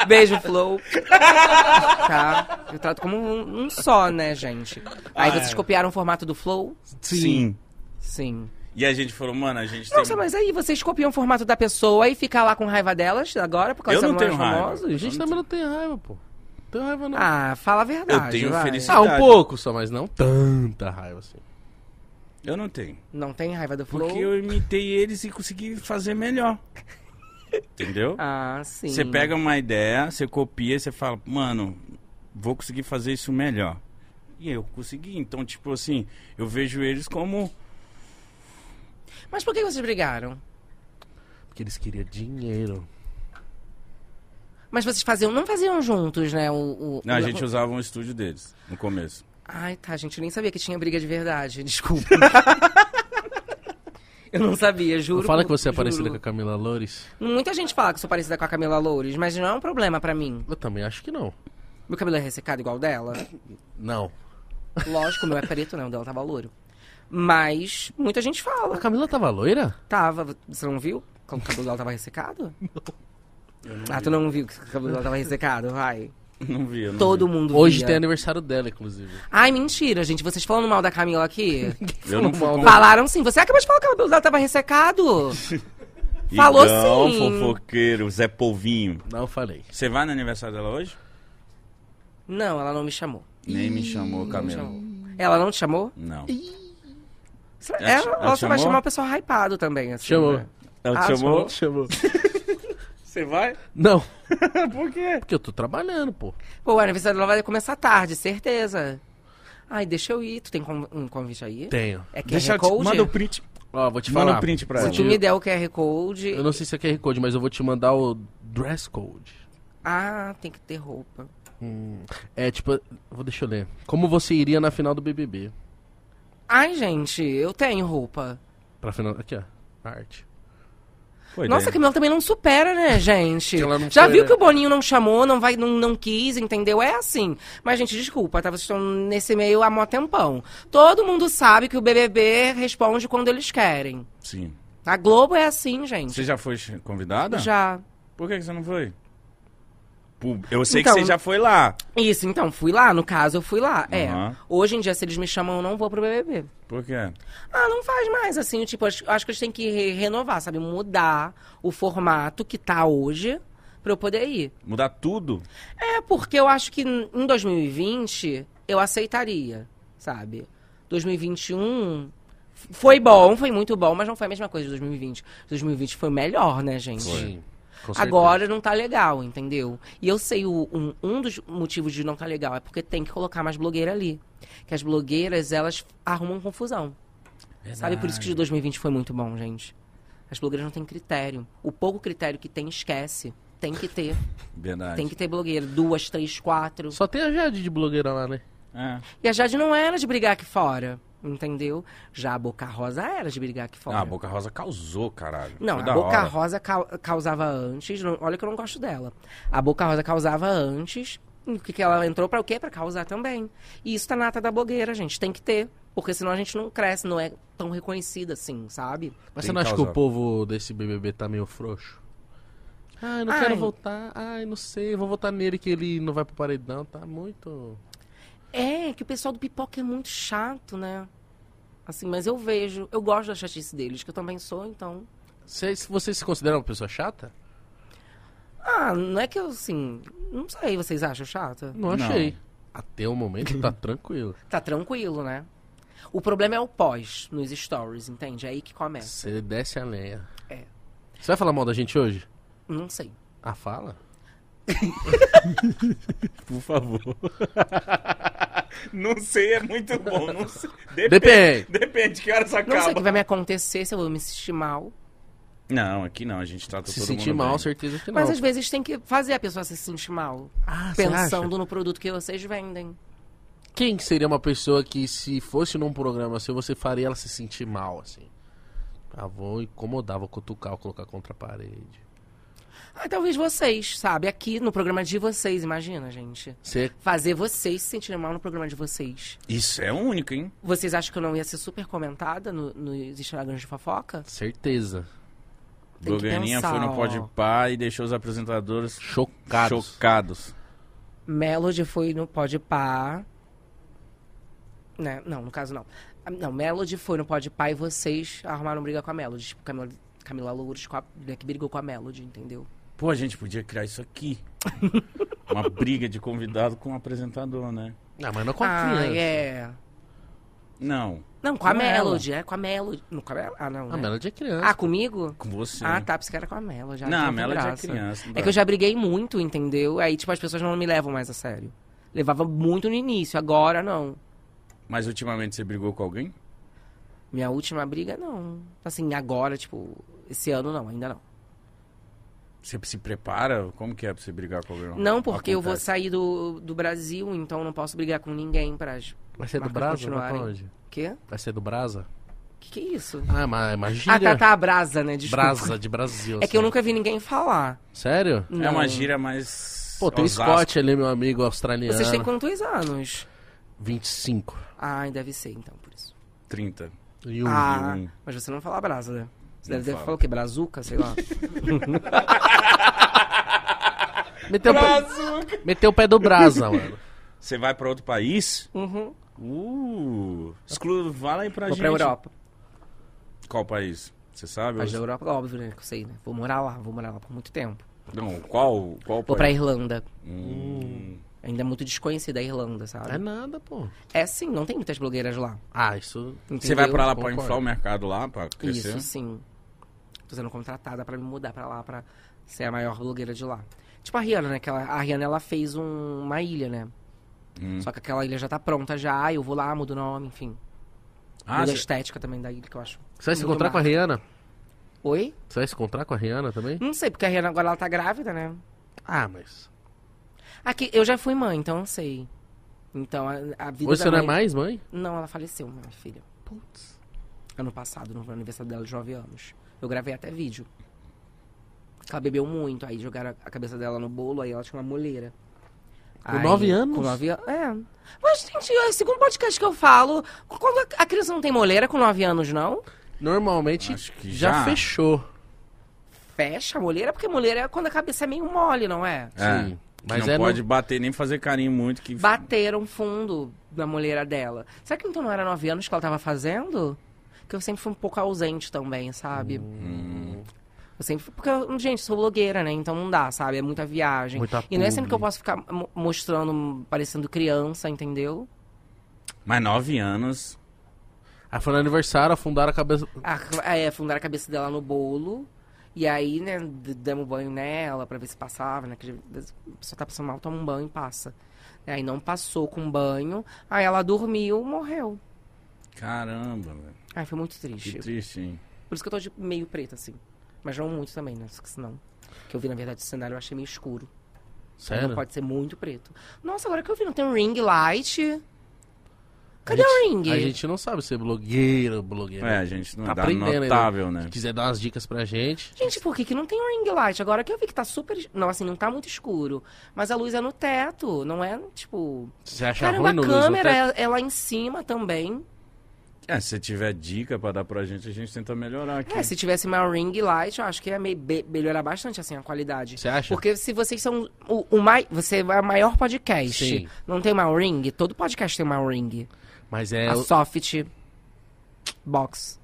C: Beijo, Flow. tá? Eu trato como um, um só, né, gente?
B: Ah,
C: Aí vocês copiaram o formato do Flow?
B: é. Sim.
C: Sim.
B: E a gente falou, mano, a gente
C: Nossa,
B: tem.
C: mas aí vocês copiam o formato da pessoa e ficam lá com raiva delas agora, porque
B: Eu
C: elas
B: não
C: são
B: tenho
C: mais
B: raiva.
C: famosas?
A: A gente também não tem raiva, pô. Não tem raiva, não. Ah,
C: Ah, fala a verdade.
B: Eu tenho
C: vai.
B: felicidade.
A: um pouco só, mas não tanta raiva assim.
B: Eu não tenho.
C: Não tem raiva do Flow?
B: Porque eu imitei eles e consegui fazer melhor. Entendeu?
C: Ah, sim.
B: Você pega uma ideia, você copia, você fala, mano, vou conseguir fazer isso melhor. E eu consegui. Então, tipo assim, eu vejo eles como.
C: Mas por que vocês brigaram?
A: Porque eles queriam dinheiro.
C: Mas vocês faziam, não faziam juntos, né? O, o-
B: Não, a
C: o-
B: gente usava um estúdio deles no começo.
C: Ai, tá, gente, eu nem sabia que tinha briga de verdade, [laughs] desculpa. eu não sabia,
A: Não
C: juro.
A: fala
C: por-
A: que você é parecida com
C: juro.
A: a Camila Loures?
C: Muita gente fala que sou parecida com a Camila Loures, mas não é um problema pra mim.
A: Eu também acho que não.
C: Meu cabelo é ressecado igual o dela.
A: Não.
C: Lógico, o meu é preto, não, o dela tava louro. Mas muita gente
A: A
C: fala.
A: Camila tava loira?
C: Tava, você não viu? Como o cabelo dela tava ressecado? Ah, tu não viu que o cabelo dela tava ressecado, vai.
B: Não vi, eu não
C: Todo mundo
A: Hoje
C: via.
A: tem aniversário dela, inclusive.
C: Ai, mentira, gente. Vocês falando mal da Camila aqui?
B: vi. Eu não fui com-
C: Falaram sim. Você acabou de falar que o cabelo dela tava ressecado. Falou
B: Igão,
C: sim.
B: fofoqueiro, Zé Polvinho.
A: Não falei.
B: Você vai no aniversário dela hoje?
C: Não, ela não me chamou.
B: Nem me chamou,
C: Não me
B: Camila.
C: chamou. Ela não te chamou?
B: Não.
C: Será-
B: Ela te-
C: Ela,
B: ela
C: ela
B: te
C: só
B: chamou?
C: vai chamar o pessoal hypado também, assim.
A: Chamou.
C: né?
B: Ela
C: Ah,
B: te
A: [laughs]
B: chamou?
A: Chamou.
B: Você vai?
A: Não,
B: Por quê?
A: porque eu tô trabalhando, pô.
C: Pô, o aniversário dela vai começar tarde, certeza. Ai, deixa eu ir. Tu tem com- um convite aí?
A: Tenho.
C: É QR
B: Deixa eu te...
C: Code?
B: Manda o print.
A: Ó, vou te
B: Manda
A: falar.
B: um print pra
C: Se
B: ela.
C: tu me der o QR Code...
A: Eu não sei se é QR Code, mas eu vou te mandar o dress code.
C: Ah, tem que ter roupa.
A: É tipo, vou deixa eu ler. Como você iria na final do BBB?
C: Ai, gente, eu tenho roupa.
A: Pra final, aqui ó, a arte.
D: Foi
C: Nossa, a
B: é.
D: daí.
C: Camila também não supera, né, gente?
A: Ela não
C: Já
A: foi,
C: viu
A: né?
C: que o Boninho não chamou, não vai, não, não quis, entendeu? É assim. Mas, gente, desculpa, tá? Vocês estão nesse meio há mó tempão. Todo mundo sabe que o BBB responde quando eles querem.
D: Sim.
C: A Globo é assim, gente.
D: Você já foi ch- convidada?
C: Já.
D: Por que que você não foi? Pô, Eu sei
C: Então-
D: que você já foi lá.
C: Isso, então, fui lá, no caso, eu fui lá.
D: Uhum.
C: É. Hoje em dia, se eles me chamam, eu não vou pro BBB.
D: Por quê?
C: Ah, não faz mais, assim, tipo, acho, acho que eles têm que re- renovar, sabe? Mudar o formato que tá hoje pra eu poder ir.
D: Mudar tudo?
C: É, porque eu acho que n- em 2020 eu aceitaria, sabe? 2021 f- foi bom, foi muito bom, mas não foi a mesma coisa de 2020. 2020 foi melhor, né, gente?
A: Sim, com certeza.
C: Agora não tá legal, entendeu? E eu sei, o- um, um dos motivos de não tá legal é porque tem que colocar mais blogueira ali. Que as blogueiras, elas arrumam confusão. Sabe? Por isso que de 2020 foi muito bom, gente. As blogueiras não têm critério. O pouco critério que tem, esquece. Tem que ter.
D: Verdade.
C: Tem que ter blogueira. Duas, três, quatro.
A: Só tem a Jade de blogueira lá, né?
D: É.
C: E a Jade não era de brigar aqui fora, entendeu? Já a Boca Rosa era de brigar aqui fora.
D: Ah, a Boca Rosa causou, caralho.
C: Não,
D: Foi
C: a
D: da
C: Boca
D: hora.
C: Rosa cau- causava antes. não- olha que eu não gosto dela. A Boca Rosa causava antes. e O que, que ela entrou pra o quê? Pra causar também. E isso tá nata da blogueira, gente. Tem que ter. Porque senão a gente não cresce, não é tão reconhecida assim, sabe?
A: Mas
D: Tem
A: você não acha que
D: causa.
A: o povo desse BBB tá meio frouxo? Ai, não
C: Ai.
A: quero votar. Ai, não sei. Vou votar nele que ele não vai pro paredão. Tá muito...
C: É, que o pessoal do pipoca é muito chato, né? Assim, mas eu vejo, eu gosto da chatice deles, que eu também sou, então.
A: Você, você se considera uma pessoa chata?
C: Ah, não é que eu, assim. Não sei, vocês acham chata?
A: Não
D: Não.
A: achei. Até o momento tá tranquilo.
C: Tá tranquilo, né? O problema é o pós nos stories, entende? É aí que começa.
A: Você desce a lenha.
C: É.
A: Você vai falar mal da gente hoje?
C: Não sei.
A: Ah, fala.
D: Por favor. [laughs] não sei, é muito bom. Não sei.
A: Depende.
D: Depende, que horas
C: Não sei o
D: acaba.
C: que vai me acontecer, se eu vou me sentir mal.
D: Não, aqui não, a gente trata
A: Se
D: todo
A: sentir
D: mundo
A: mal,
D: bem.
A: certeza que não.
C: Mas às vezes tem que fazer a pessoa se sentir mal.
A: Ah, você acha?
C: pensando no produto que vocês vendem.
A: Quem que seria uma pessoa que, se fosse num programa seu, você faria ela se sentir mal, assim? Ah, vou incomodar, vou cutucar, vou colocar contra a parede.
C: Ah, talvez vocês, sabe? Aqui no programa de vocês, imagina, gente.
A: Você... é
C: Fazer vocês se sentirem mal no programa de vocês.
D: Isso é único, hein?
C: Vocês acham que eu não ia ser super comentada no, nos Instagrams de fofoca?
A: Certeza.
C: Tem que
D: Blogueirinha
C: pensar,
D: foi no
C: ó.
D: Podpah e deixou os apresentadores
A: Chocados.
D: chocados.
C: Melody foi no Podpah. Né? Não, no caso não. Ah, Não, Melody foi no Podpah e vocês arrumaram briga com a Melody. Tipo, Camila, Camila Loures com a- né, que brigou com a Melody, entendeu?
D: Pô, a gente podia criar isso
C: [laughs]
D: aqui. Uma briga de convidado com o apresentador, né?
A: Ah, mas não com a
C: Ah,
A: criança.
C: é.
D: Não,
C: Não, com a
D: Com ela.
C: Melody, é, com a Melody. Não, com a Mel- Ah, não.
A: A
C: né?
A: Melody é criança.
C: Ah, comigo?
D: com você.
C: Ah, tá, pensei que era com a Melody. já
D: não, a
C: tem
D: Melody é
C: graça.
D: criança.
C: É que eu já briguei muito, entendeu? Aí, tipo, as pessoas não me levam mais a sério. Levava muito no início, agora não.
D: Mas ultimamente você brigou com alguém?
C: Minha última briga, não. Assim, agora, tipo, esse ano não, ainda não.
D: Você se prepara? Como que é pra você brigar com alguém?
C: Não, porque eu vou
D: Acontece.
C: sair do, do Brasil, então não posso brigar com ninguém pra. as-
A: Vai ser do
C: marcas
A: Brasa? Vai pra
C: continuarem.
A: onde?
C: Quê?
A: Vai ser do Brasa?
C: Que que é isso?
A: Ah, mas imagina.
C: Ah, tá, tá, a brasa, né? Desculpa.
A: Brasa de Brasil.
C: É que eu
A: assim.
C: nunca vi ninguém falar.
A: Sério?
D: É
C: Não.
D: uma gíria mais.
A: Pô, tem o
D: Osasco.
A: Scott ali, meu amigo australiano.
C: Vocês têm quantos anos?
A: 25.
C: Ai, deve ser, então, por isso.
D: 30.
A: E um.
C: ah,
D: um.
C: mas você não fala brasa, né? Você
D: Não
C: deve, deve
D: falo.
C: falar o quê? Brazuca,
D: [laughs]
C: sei lá.
A: Meteu, o pé... Meteu o pé do Brasa, mano.
D: Você vai pra outro país?
C: uhum.
D: Uh! Exclu... Fala aí pra
C: Vou
D: gente.
C: pra Europa.
D: Qual país? Você sabe?
C: Mas da Europa, óbvio, né? Que eu sei, né? Vou morar lá, vou morar lá por muito tempo.
D: Não, qual, qual
C: Vou pra
D: país?
C: Irlanda.
D: Hum.
C: Ainda é muito desconhecida a Irlanda,
A: É
C: sabe?
A: nada, pô.
C: É sim, não tem muitas blogueiras lá.
A: Ah, isso.
D: Você vai pra lá pra
A: Concordo.
D: inflar o mercado lá, pra crescer?
C: Isso, sim. Tô sendo contratada pra me mudar pra lá, pra ser a maior blogueira de lá. Tipo a Rihanna, né? Que ela- a Rihanna, ela fez um- uma ilha, né?
D: Hum.
C: Só que aquela ilha já tá pronta já, eu vou lá, mudo o nome, enfim.
D: Ah,
C: Muda a
D: cê-
C: estética também da ilha, que eu acho.
A: Você vai se
C: muito
A: encontrar com a
C: massa.
A: Rihanna?
C: Oi?
A: Você vai se encontrar com a Rihanna também?
C: Não sei, porque a Rihanna agora ela tá grávida, né?
A: Ah, mas.
C: Aqui, eu já fui mãe, então eu sei. Então, a, a vida
A: Hoje
C: da
A: você não é
C: mãe-
A: mais, mãe?
C: Não, ela faleceu, minha filha. Putz. Ano passado, no aniversário dela de 9 anos. Eu gravei até vídeo. Ela bebeu muito, aí jogaram a- a cabeça dela no bolo, aí ela tinha uma moleira.
A: Com nove anos?
C: Com nove anos. É. Mas, gente, é o segundo podcast que eu falo, quando a- a criança não tem moleira com nove anos, não?
A: Normalmente
B: Acho que
A: já.
B: já.
A: fechou.
C: Fecha a moleira, porque moleira é quando a cabeça é meio mole, não é?
B: É.
A: Sim.
B: Que
A: Mas
B: não
A: é no-
B: pode bater nem fazer carinho muito que
C: Bateram fundo na moleira dela. Será que então não era nove anos que ela tava fazendo? Que eu sempre fui um pouco ausente também, sabe? Eu sempre. Porque, eu- gente, sou blogueira, né? Então não dá, sabe? É muita viagem.
A: Muita
C: e não é
A: publi.
C: sempre que eu posso ficar mo- mostrando, parecendo criança, entendeu?
B: Mas nove anos.
A: Aí Ah, foi no aniversário, afundaram a cabeça.
C: A, é, fundaram a cabeça dela no bolo. E aí, né, d- demos banho nela pra ver se passava, né? Que a pessoa tá passando mal, toma um banho e passa. Aí não passou com banho. Aí ela dormiu, morreu.
B: Caramba, velho.
C: Ai, foi muito triste.
B: Que triste, hein?
C: Por isso que eu tô de meio preta, assim. Mas não muito também, né? Porque senão. Que eu vi, na verdade, o cenário eu achei meio escuro.
A: Sério?
C: Não pode ser muito preto. Nossa, agora que eu vi, não tem um ring light. Cadê
A: a
C: o
A: gente,
C: ring?
A: A gente não sabe ser blogueiro, blogueiro.
B: É, a gente não
A: Tá
B: dá
A: aprendendo ainda.
B: notável,
A: Se
B: né?
A: quiser dar umas dicas pra gente.
C: Gente, por que, que não tem um ring light? Agora que eu vi que tá super. Não, assim, não tá muito escuro. Mas a luz é no teto, não é, tipo.
A: Você acha
C: Caramba,
A: Tá ruim no
C: a
A: luz no
C: câmera
A: teto?
C: é, é lá em cima também.
B: É, se tiver dica pra dar pra gente, a gente tenta melhorar aqui.
A: Tá.
C: É, se tivesse mais ring light, eu acho que ia me- be- melhorar bastante, assim, a qualidade.
A: Você acha?
C: Porque se vocês são o, o mai, você é o maior podcast,
A: Sim.
C: não tem uma ring? Todo podcast tem uma ring.
A: Mas é.
C: A Soft Box.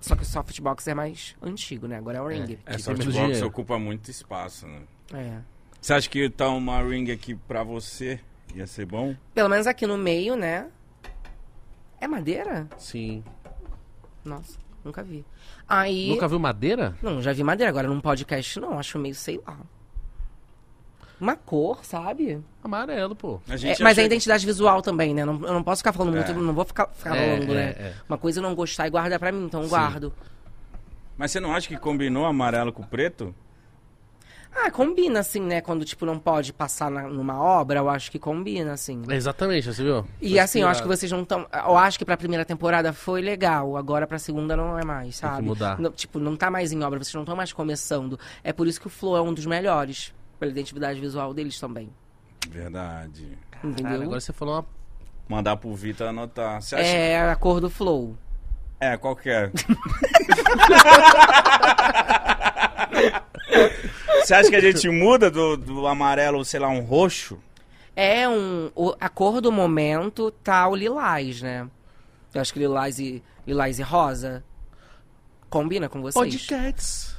C: Só que o Softbox é mais antigo, né? Agora é o ring.
B: É,
A: Que
B: só
A: tem menos
B: que
A: dinheiro.
B: ocupa muito espaço, né?
C: É.
B: Você acha que tá uma ring aqui pra você ia ser bom?
C: Pelo menos aqui no meio, né? É madeira?
A: Sim.
C: Nossa, nunca vi. Aí.
A: Nunca viu madeira?
C: Não, já vi madeira. Agora num podcast, não. Acho meio, sei lá. Uma cor, sabe?
A: Amarelo, pô.
B: A
C: É,
B: gente
C: mas
B: acha-
C: é identidade visual também, né? Não- eu não posso ficar falando
B: É.
C: muito, não vou ficar, ficar
A: É,
C: falando,
A: é,
C: né?
A: é.
C: Uma coisa eu não gostar e guardar pra mim, então eu guardo.
B: Mas você não acha que combinou amarelo com preto?
C: Ah, combina assim, né? Quando, tipo, não pode passar na- numa obra, eu acho que combina, assim.
A: É, Exatamente, você viu?
C: E assim, eu acho que vocês não estão. Eu acho que pra primeira temporada foi legal, agora pra segunda não é mais,
A: que
C: sabe?
A: mudar.
C: Não- tipo, não tá mais em obra, vocês não estão mais começando. É por isso que o Flow é um dos melhores, pela identidade visual deles também.
B: Verdade.
A: Caralho,
C: Entendeu?
A: agora você falou uma.
B: Mandar pro Vitor anotar. Você acha...
C: É a cor do Flow.
B: É, qualquer. Você acha que a gente muda do, do amarelo, sei lá, um roxo?
C: É um. o- a cor do momento tá o lilás, né? Eu acho que lilás e, lilás e rosa. Combina com vocês?
A: Podcasts.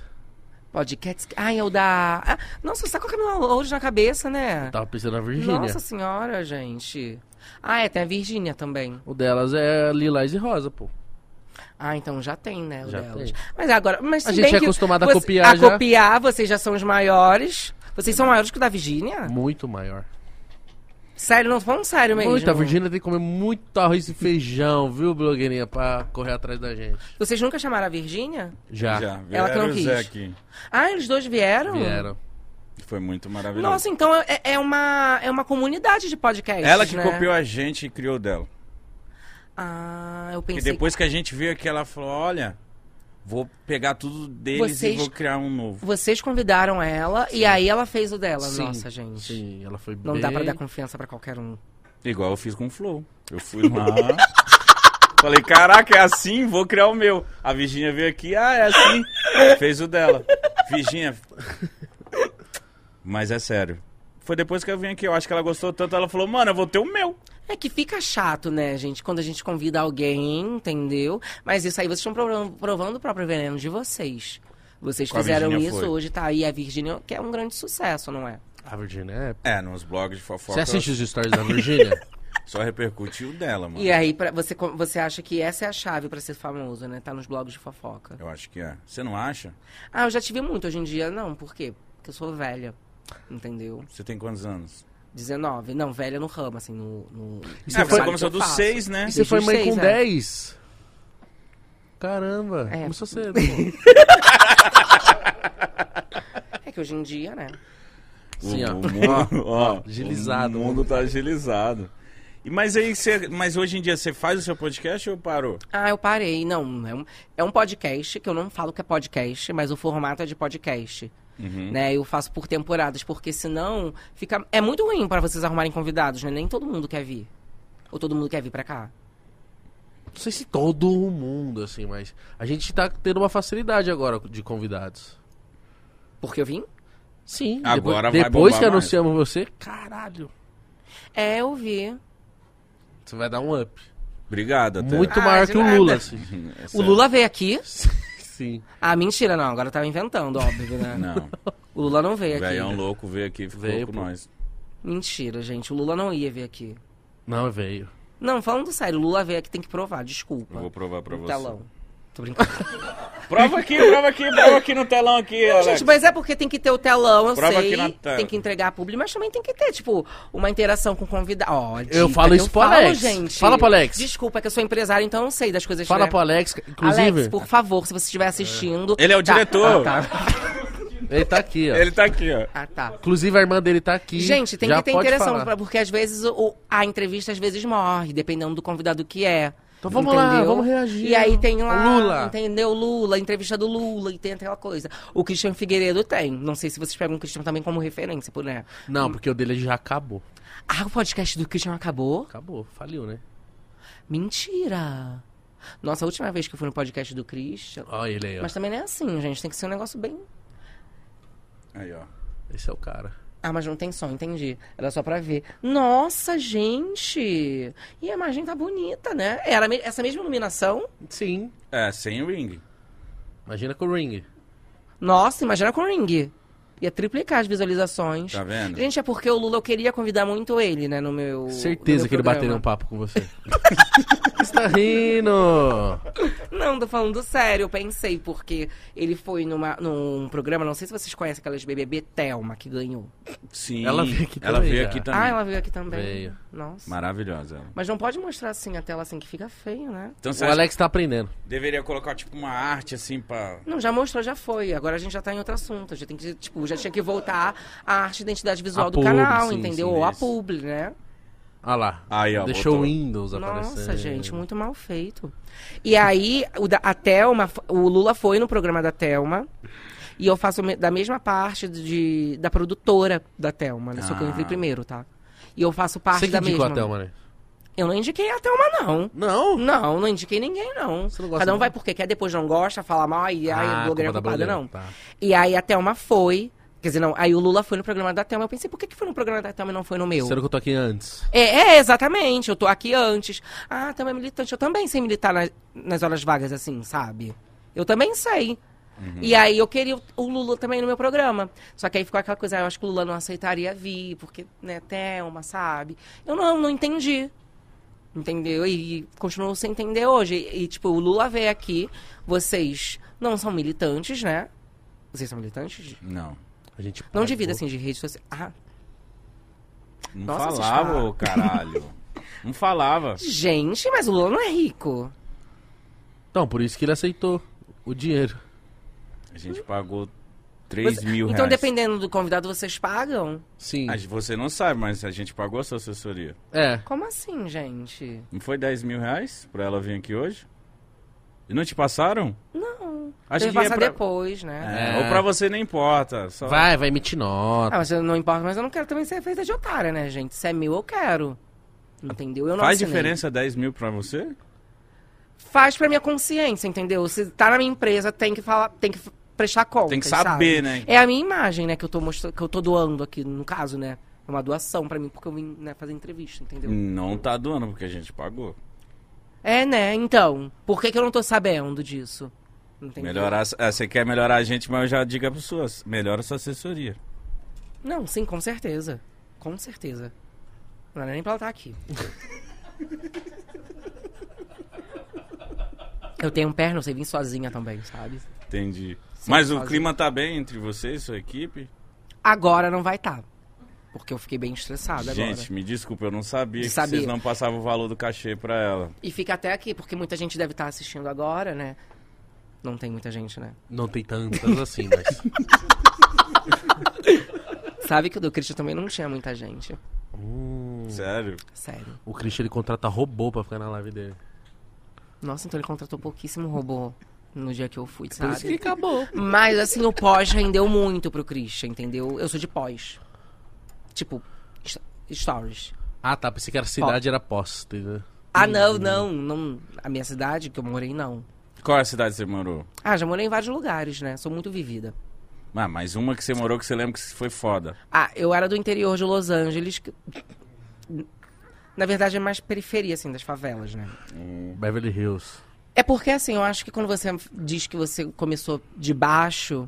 C: Podcast. Ai, é o da. Ah, nossa, você tá com a Camila Loures na cabeça, né?
A: Tava pensando na Virgínia.
C: Nossa senhora, gente. Ah, é, tem a Virgínia também.
A: O delas é lilás e rosa, pô.
C: Ah, então já tem, né? O
A: Já
C: delas.
A: tem.
C: Mas agora. Mas
A: A
C: se
A: gente
C: bem
A: é
C: que
A: acostumado a
C: você-
A: copiar já.
C: A copiar, vocês já são os maiores. Vocês são maiores que o da Virgínia?
A: Muito maior.
C: Sério, não tô falando sério mesmo.
A: Muito, a Virgínia tem que comer muito arroz e feijão, viu, blogueirinha, pra correr atrás da gente.
C: Vocês nunca chamaram a Virgínia?
A: Já.
B: Já,
C: Ela um que não
B: vieram o Zé
C: quis.
B: aqui.
C: Ah, eles dois vieram?
A: Vieram.
B: Foi muito maravilhoso.
C: Nossa, então é, é uma, é uma comunidade de podcast.
B: ela que
C: né?
B: copiou a gente e criou dela.
C: Ah, eu
B: E
C: pensei.
B: depois que a gente veio aqui, ela falou: olha, vou pegar tudo deles
C: Vocês-
B: e vou criar um novo.
C: Vocês convidaram ela e aí ela fez o dela.
A: Sim,
C: Nossa, gente.
A: Sim, ela foi
C: Não
A: bem...
C: dá pra dar confiança pra qualquer um.
B: Igual eu fiz com o Flow. Eu fui lá. [laughs] Falei, caraca, é assim? Vou criar o meu. A Virginia veio aqui, ah, é assim. Fez o dela. Virginia. Mas é sério. Foi depois que eu vim aqui. Eu acho que ela gostou tanto. Ela falou, mano, eu vou ter o meu.
C: É que fica chato, né, gente? Quando a gente convida alguém, entendeu? Mas isso aí vocês estão provando, provando o próprio veneno de vocês. Vocês
B: Com a
C: fizeram
B: Virgínia
C: isso
B: foi.
C: hoje, tá aí a Virgínia, que é um grande sucesso, não é?
A: A Virgínia é...
B: É, nos blogs de
A: Você
B: fofoca.
A: assiste os stories [laughs] da Virgínia?
B: Só repercutiu dela, mano.
C: E
A: é.
C: aí pra, você, co- você acha que essa é a chave pra ser famoso, né? Tá nos blogs de fofoca.
B: Eu acho que é. Você não acha?
C: Ah, eu já tive muito hoje em dia, não, por quê? Porque eu sou velha. Entendeu?
B: Você tem quantos anos?
C: 19. Não, velha no ramo, assim, no. no
B: É,
C: trabalho
B: você
C: que
B: começou
C: eu
B: dos
C: faço.
B: seis, né?
A: E você foi mãe com
C: 16, é.
A: 10? Caramba,
C: É.
A: começou cedo. pô.
C: É que hoje em dia, né?
A: Sim, ó.
B: mundo, ó,
A: Agilizado. né?
B: O mundo tá agilizado. E Mas aí você. Mas hoje em dia você faz o seu podcast ou parou?
C: Ah, eu parei. Não, é um, é um podcast, que eu não falo que é podcast, mas o formato é de podcast.
B: Uhum.
C: Né? Eu faço por temporadas, porque senão fica. É muito ruim pra vocês arrumarem convidados, né? Nem todo mundo quer vir. Ou todo mundo quer vir pra cá.
A: Não sei se todo mundo, assim, mas a gente tá tendo uma facilidade agora de convidados.
C: Porque eu vim?
A: Sim.
B: Agora
A: depois,
B: vai
A: Depois
B: bombar
A: que
B: mais.
A: anunciamos você, caralho.
C: É, eu vi.
A: Você vai dar um up.
B: Obrigado, até.
A: Muito
C: Ah,
A: maior
C: de
A: que o
C: nada.
A: Lula, assim. [laughs]
B: É
C: O Lula veio aqui.
A: Sim.
C: Ah, mentira, não. Agora eu tava inventando, óbvio, né?
B: Não.
C: O Lula não veio
B: O velhão
C: aqui.
B: louco veio aqui e ficou
A: Veio,
B: com
A: pô.
B: nós.
C: Mentira, gente. O Lula não ia vir aqui.
A: Não, veio.
C: Não, falando sério, o Lula veio aqui, tem que provar, desculpa.
B: Eu vou provar pra você.
C: Telão. Tô brincando.
B: Prova aqui, prova aqui, prova aqui no telão aqui, Alex.
C: Gente, mas é porque tem que ter o telão, eu
B: Prova
C: sei.
B: aqui na tela.
C: Tem que entregar a público, mas também tem que ter, tipo, uma interação com o convidado. Ó, a dica
A: falo
C: que
A: isso pro Alex.
C: gente.
A: Fala pro Alex.
C: Desculpa, é que eu sou empresário, então eu não sei das coisas.
A: Fala
C: né?
A: pro Alex, inclusive.
C: Alex, por favor, se você estiver assistindo.
B: Ele é o
C: Tá,
B: diretor.
C: Ah, tá.
A: Ele tá aqui, ó.
B: Ele tá aqui, ó.
C: Ah, tá.
A: Inclusive a irmã dele tá aqui.
C: Gente, tem
A: já
C: que ter
A: pode
C: interação,
A: falar.
C: pra- porque às vezes o- a entrevista às vezes morre, dependendo do convidado que é.
A: Então vamos lá, vamos reagir.
C: E aí tem lá,
A: Lula.
C: entendeu? Lula, entrevista do Lula, e tem aquela coisa. O Christian Figueiredo tem. Não sei se vocês pegam o Christian também como referência, por né?
A: Não, porque o dele já acabou.
C: Ah, o podcast do Christian acabou?
A: Acabou, faliu, né?
C: Mentira! Nossa, a última vez que eu fui no podcast do Christian.
A: Olha ele aí, ó.
C: Mas também não é assim, gente. Tem que ser um negócio bem.
B: Aí, ó.
A: Esse é o cara.
C: Ah, mas não tem som, entendi. Era só pra ver. Nossa, gente! E a imagem tá bonita, né? Era me- essa mesma iluminação?
A: Sim.
B: É, sem ring.
A: Imagina com o Ring.
C: Nossa, imagina com o Ring. Ia triplicar as visualizações.
B: Tá vendo?
C: Gente, é porque o Lula eu queria convidar muito ele, né, no meu.
A: Certeza
C: no meu
A: que ele
C: programa.
A: bateria um papo com você. [laughs] você tá rindo.
C: Não, tô falando sério, eu pensei, porque ele foi numa, num programa, não sei se vocês conhecem aquelas BBB Thelma que ganhou.
B: Sim.
A: Ela veio aqui
B: Ela
A: também,
B: veio
A: já.
B: aqui também.
C: Ah, ela veio aqui também.
A: Veio.
C: Nossa.
B: Maravilhosa ela.
C: Mas não pode mostrar assim a tela assim que fica feio, né?
B: Então você
A: O
B: acha
A: Alex tá aprendendo.
B: que deveria colocar, tipo, uma arte, assim, pra...
C: Não, já mostrou, já foi. Agora a gente já tá em outro assunto. Já tem que, tipo, já tinha que voltar à arte e identidade visual
A: A
C: do
A: publi,
C: canal,
A: sim,
C: entendeu?
A: sim,
C: Ou a
A: isso.
C: publi, né?
A: Ah lá.
B: Aí, ó,
A: Deixou o
B: botou.
A: Windows aparecendo.
C: Nossa, gente, muito mal feito. E aí, o da, a Thelma, o Lula foi no programa da Thelma. E eu faço me- da mesma parte de, da produtora da Thelma, né? Só que eu entrei
B: Ah.
C: primeiro, tá? E eu faço parte
A: Você que
C: da
A: indicou
C: mesma.
A: a Thelma, né?
C: Eu não indiquei a Thelma, não.
A: Não.
C: Não, não indiquei ninguém, não.
A: Você não gosta
C: Cada um
A: não?
C: vai porque quer, depois não gosta, fala mal, e aí
A: Ah,
C: a blogueira é
A: culpa da
C: culpada,
A: blogueira,
C: não.
A: tá.
C: E aí a Thelma foi. Quer dizer, não, aí o Lula foi no programa da Thelma. Eu pensei, por que, que foi no programa da Thelma e não foi no meu?
A: Será que eu tô aqui antes?
C: É, é, exatamente. Eu tô aqui antes. Ah, também é militante. Eu também sei militar na- nas horas vagas, assim, sabe? Eu também sei. E aí eu queria o- o Lula também no meu programa. Só que aí ficou aquela coisa, ah, eu acho que o Lula não aceitaria vir, porque, né, Thelma, sabe? Eu não, não entendi. Entendeu? E, e continuo sem entender hoje. E, e, tipo, o Lula veio aqui, vocês não são militantes, né? Vocês são militantes?
B: Não.
A: A gente
C: Não
A: pagou.
C: de vida, assim, de rede social. Ah,
B: Não
C: Nossa, vocês
B: falava,
C: falam.
B: ô caralho. Não falava.
C: gente, mas o Lula não é rico.
A: Então, por isso que ele aceitou o dinheiro.
B: A gente pagou 3 mil
C: então,
B: reais.
C: dependendo do convidado, vocês pagam?
A: Sim.
B: Mas Você não sabe, mas a gente pagou a sua assessoria.
A: É.
C: Como assim, gente?
B: Não foi 10 mil reais pra ela vir aqui hoje? E não te passaram?
C: Não.
B: Acho que
C: Deve
B: ia
C: passar
B: pra-
C: depois, né?
B: É,
A: É.
B: Ou pra você nem importa. Só...
A: Vai, vai emitir nota.
C: Ah, mas eu não importa, mas eu não quero também ser feita de otária, né, gente? Se é meu, eu quero. Entendeu? Eu não
B: Faz
C: assinei.
B: diferença 10 mil pra você?
C: Faz pra minha consciência, entendeu? Se tá na minha empresa, tem que falar, tem que f- prestar conta.
B: Tem que saber, né?
C: É a minha imagem, né, que eu tô mostrando, que eu tô doando aqui, no caso, né? É uma doação pra mim, porque eu vim né, fazer entrevista, entendeu?
B: Não tá doando, porque a gente pagou.
C: É, né? Então, por que, que eu não tô sabendo disso? Entendeu?
B: Melhorar, ah, você quer melhorar a gente, mas eu já digo a pessoas, melhora a sua assessoria.
C: Não, sim, com certeza. Com certeza. Não era nem pra ela
A: [laughs]
C: estar aqui. Eu tenho um perna, eu sei vir sozinha também, sabe?
B: Entendi. mas o
C: fazer.
B: clima tá bem entre você e sua equipe?
C: Agora não vai estar. porque eu fiquei bem estressada
B: gente,
C: agora.
B: me desculpa, eu não sabia
C: De
B: que
C: saber.
B: vocês não passavam o valor do cachê pra ela.
C: E fica até aqui, porque muita gente deve estar assistindo agora, né? Não tem muita gente, né?
A: [laughs] Não tem tantas assim, mas.
C: Sabe que o do Christian também não tinha muita gente.
A: Hum,
B: Sério?
C: Sério.
A: O Christian ele contrata robô pra ficar na live dele.
C: Nossa, então ele contratou pouquíssimo robô no dia que eu fui,
A: Por isso que
C: sabe?
A: acabou.
C: Mas assim, o pós rendeu muito pro Christian, entendeu? Eu sou de pós. Tipo, st- stories.
A: Ah, tá. Pensei que era cidade, era né? pós, entendeu?
C: Ah, não, não, não. A minha cidade que eu morei, não.
B: Qual é a cidade que você morou?
C: Ah, já morei em vários lugares, né? Sou muito vivida.
B: Ah, mas uma que você morou que você lembra que foi foda.
C: Ah, eu era do interior de Los Angeles. que- Na verdade, é mais periferia, assim, das favelas, né?
A: Beverly Hills.
C: É porque, assim, eu acho que quando você diz que você começou de baixo,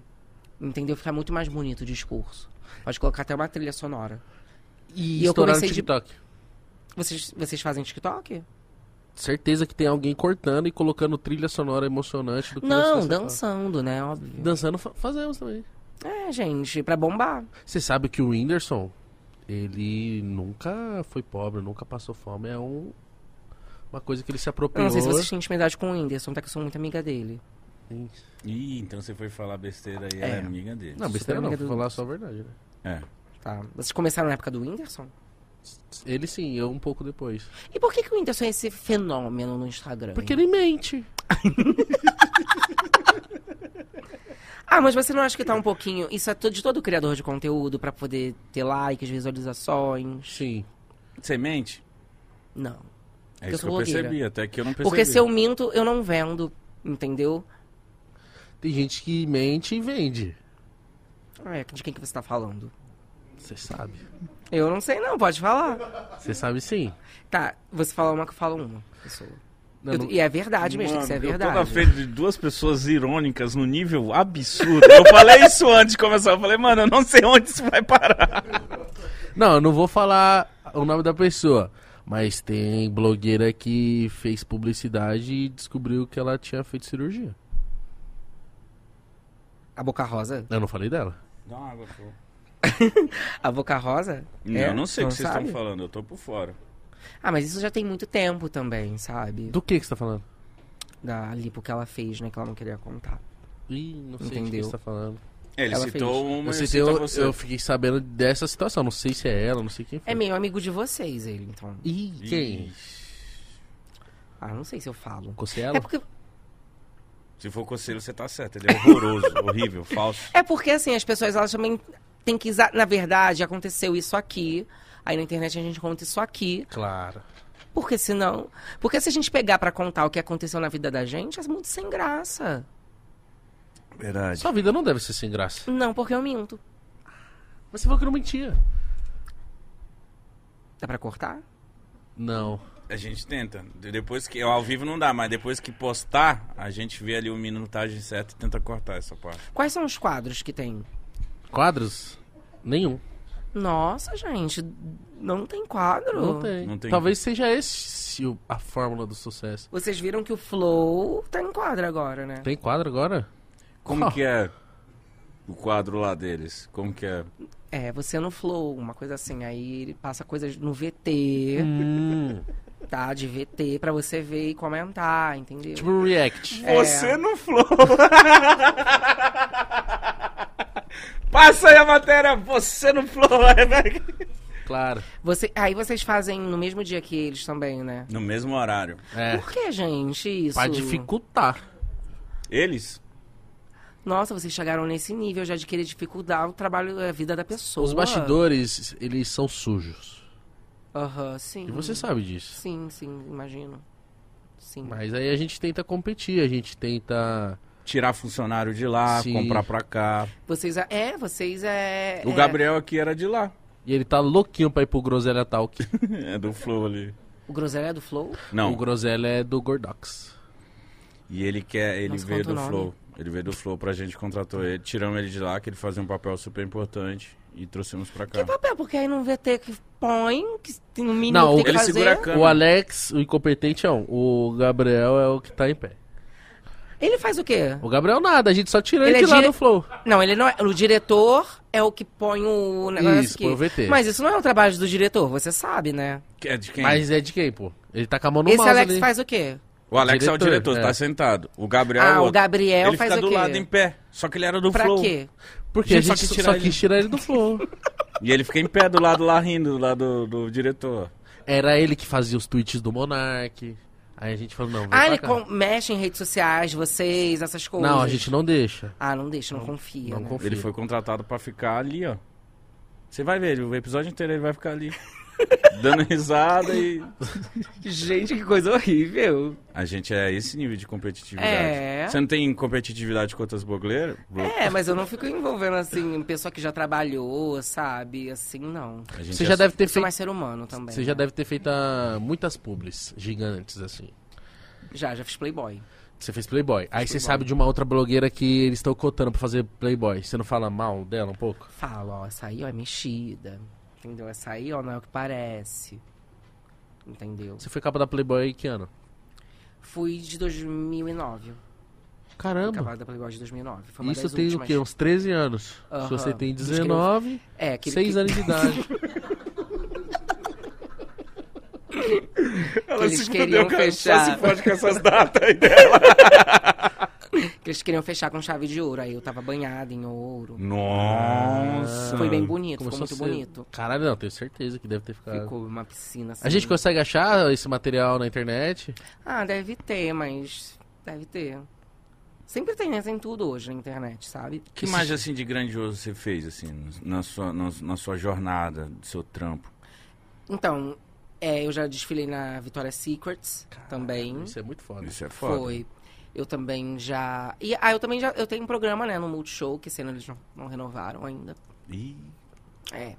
C: entendeu? Fica muito mais bonito o discurso. Pode colocar até uma trilha sonora.
A: E,
C: E eu
A: estouraram o
C: comecei de-
A: TikTok.
C: Vocês, vocês fazem TikTok?
A: Certeza que tem alguém cortando e colocando trilha sonora emocionante do que
C: Não,
A: você tá
C: dançando, né?
A: falando.
C: Óbvio.
A: Dançando fa- fazemos também.
C: É, gente, pra bombar.
A: Você sabe que o Whindersson, ele nunca foi pobre, nunca passou fome. É um... uma coisa que ele se
C: Eu
A: apropriou.
C: não sei se vocês têm intimidade com o Whindersson, até que eu sou muito amiga dele.
B: Ih, então você foi falar besteira e
C: É.
B: ela é amiga dele.
A: Não, besteira não,
C: amiga
A: vou
C: do-
A: falar só a verdade, né?
B: É.
C: Tá. Vocês começaram na época do Whindersson?
A: Ele sim, eu um pouco depois.
C: E por que, que o Whindersson é esse fenômeno no Instagram?
A: Porque ele mente.
C: Ah, mas você não acha que tá um pouquinho. Isso é to- de todo criador de conteúdo pra poder ter likes, visualizações?
A: Sim.
B: Você mente?
C: Não.
B: É isso
C: Eu
B: que
C: sou
B: eu
C: blogueira.
B: percebi, até que eu não percebi.
C: né? Porque se eu minto, eu não vendo, entendeu?
A: Tem gente que mente e vende.
C: Ah, é de quem que você tá falando?
A: Você sabe.
C: Eu não sei, não, pode falar.
A: Você sabe sim.
C: Tá, você fala uma que eu falo uma. pessoa.
A: Não,
C: Eu-
A: não-
C: E é verdade mesmo, tem que ser
B: Mano, Eu tô na
C: verdade. né?
B: frente de duas pessoas irônicas no nível absurdo. Eu falei isso antes de começar. Eu falei, mano, eu não sei onde isso vai parar.
A: Não, eu não vou falar o nome da pessoa. Mas tem blogueira que fez publicidade e descobriu que ela tinha feito cirurgia.
C: A boca rosa?
A: Eu não falei dela.
B: Dá uma água, pô.
C: A boca rosa? É,
B: eu não sei o que vocês
C: sabe?
B: estão falando, eu tô por fora.
C: Ah, mas isso já tem muito tempo também, sabe?
A: Do que, que você tá falando?
C: Da lipo que ela fez, né? Que ela não queria contar.
A: Ih, não sei o que
C: Entendeu.
A: você tá falando.
B: Ele
C: Ela
B: citou
C: fez.
B: uma
A: Eu,
B: e
A: sei, que
B: citou
A: eu,
B: você. tá
A: eu fiquei sabendo dessa situação. Não sei se é ela, não sei quem foi.
C: É meio amigo de vocês, ele, então.
A: Ih, quem?
C: Ah, não sei se eu falo.
A: Você
C: É
A: ela?
C: porque,
B: Se for conselho, você tá certo. Ele é horroroso, [laughs] horrível, falso.
C: é porque, assim, as pessoas, elas também têm que... exa- Na verdade, aconteceu isso aqui. Aí na internet a gente conta isso aqui.
A: Claro.
C: Porque senão... Porque se a gente pegar pra contar o que aconteceu na vida da gente, é muito sem graça.
B: Verdade.
A: Sua vida não deve ser sem graça.
C: Não, porque eu minto.
A: Mas você falou que não mentia.
C: Dá pra cortar?
A: Não.
B: A gente tenta. De- Depois que. Ao vivo não dá, mas depois que postar, a gente vê ali o minutagem certa e tenta cortar essa parte.
C: Quais são os quadros que tem?
A: Quadros? Nenhum.
C: Nossa, gente, não tem quadro.
A: Não tem.
B: Não tem.
A: Talvez seja esse o- a fórmula do sucesso.
C: Vocês viram que o Flow tá em quadro agora, né?
A: Tem quadro agora?
B: Como
A: Qual?
B: que é o quadro lá deles? Como que é?
C: É, você no Flow, uma coisa assim. Aí ele passa coisas no VT,
A: Hum,
C: tá? De VT, pra você ver e comentar, entendeu?
A: tipo um react.
B: Você no flow. [laughs] Passa aí a matéria, você no flow. é, né?
A: Claro.
C: Você, aí vocês fazem no mesmo dia que eles também, né?
B: No mesmo horário.
A: É.
C: Por que, gente, isso?
A: Pra dificultar.
B: Eles?
C: Nossa, vocês chegaram nesse nível já de querer dificultar o trabalho, a vida da pessoa.
A: Os bastidores, eles são sujos.
C: Aham, sim.
A: E você sabe disso.
C: Sim, sim, imagino. Sim.
A: Mas aí a gente tenta competir, a gente tenta.
B: Tirar funcionário de lá,
A: Sim.
B: comprar pra cá.
C: Vocês é- é, vocês é.
B: O
C: é-
B: Gabriel aqui era de lá. [laughs]
A: E ele tá louquinho pra ir pro Groselha Talk.
B: É do flow ali.
C: O Groselha é do Flow?
A: O
B: Não.
A: Groselha é do Gordox.
B: E ele quer, ele
C: Nossa,
B: veio
C: quanto
B: do
C: nome.
B: Flow. Ele veio do Flow pra gente, contratou ele, tiramos ele de lá, que ele fazia um papel super importante e trouxemos pra cá.
C: Que papel, porque aí não VT que põe, que tem no mínimo
A: Não,
C: que tem
B: ele
C: que fazer.
B: segura a câmera.
A: O Alex, o incompetente é um. O Gabriel é o que tá em pé.
C: Ele faz o quê?
A: O Gabriel nada, a gente só tira ele,
C: Ele é
A: de lá
C: dire-
A: do Flow.
C: Não, ele não é. O diretor é o que põe o negócio
A: Isso,
C: aqui.
A: põe o VT.
C: Mas isso não é o trabalho do diretor, você sabe, né?
B: Que é de quem?
A: Mas é de quem, pô? Ele tá com a mão no
C: Esse
A: mouse
C: Alex
A: ali.
C: faz o quê?
B: O Alex é o
A: Diretor,
B: diretor,
A: é.
B: tá sentado. O Gabriel é
C: ah,
B: o
C: o
B: outro.
C: Gabriel
B: ele
C: faz
B: fica
C: o
B: do
C: quê?
B: lado em pé, só que ele era do
C: pra
B: Flow.
C: quê?
A: Porque a
B: Gente, só
A: gente
B: quis
A: só,
B: [laughs] tirar ele.
A: quis tirar ele do Flow.
B: E ele fica em pé do lado lá rindo, do lado do, do diretor.
A: Era ele que fazia os tweets do Monark. Aí a gente falou, não, vem
C: Ah,
A: pra
C: ele
A: cá.
C: com- mexe em redes sociais, vocês, essas coisas.
A: Não, a gente não deixa.
C: Ah, não deixa, não confia.
A: Não
C: né?
A: confia.
B: Ele foi contratado pra ficar ali, ó. Você vai ver, o episódio inteiro ele vai ficar
C: [laughs]
B: ali. dando risada e.
C: Gente, que coisa horrível.
B: A gente é esse nível de competitividade.
C: É.
B: Você não tem competitividade com outras blogueiras? Blo-
C: É, mas eu não fico envolvendo, assim, pessoa que já trabalhou, sabe? Assim, não.
B: A gente
A: Você
B: é
A: já
B: só-
A: deve ter
C: Eu sou
A: feito.
C: mais ser humano também.
A: Você já
C: né?
A: deve ter feito ah, muitas publis gigantes, assim.
C: Já, já fiz Playboy.
A: Você fez Playboy. Aí você sabe de uma outra blogueira que eles estão cotando pra fazer Playboy. Você não fala mal dela um pouco?
C: Falo, ó, essa aí, ó, é mexida. Entendeu? Essa aí, ó, não é o que parece. Entendeu?
A: Você foi capa da Playboy em que ano?
C: Fui de 2009.
A: Caramba.
C: Acabada da Playboy de 2009. Foi
A: Tá
C: uma
A: Isso
C: das
A: tem o
C: últimas.
A: quê? Um Uns 13 anos.
C: Aham.
A: Se você tem
C: Diz que eu-
A: 19,
C: É, aquele
A: 6
C: que...
A: anos
C: [laughs]
A: de idade.
B: Ela
C: que eles queriam
B: cara,
C: fechar.
B: Só se pode com essas datas aí.
C: que eles queriam fechar com chave de ouro. Aí eu tava banhada em ouro.
B: Nossa.
C: Foi bem bonito,
A: Ah, Começou
C: ficou muito
A: cedo.
C: bonito.
A: Caralho, não, tenho certeza que deve ter ficado.
C: Ficou uma piscina assim.
A: A gente consegue achar esse material na internet?
C: Ah, deve ter, mas. Deve ter. Sempre tem, né? Tem tudo hoje na internet, sabe?
B: Que imagem assim de grandioso você fez, assim, no- na sua, na, na sua jornada, do seu trampo?
C: Então, é, eu já desfilei na Victoria's Secrets também.
A: Isso é muito foda.
B: Isso é foda.
C: Foi. Eu também já. E, ah, eu também já. Eu tenho um programa, né, no Multishow, que esse ano eles não, não renovaram ainda.
B: Ih,
C: É.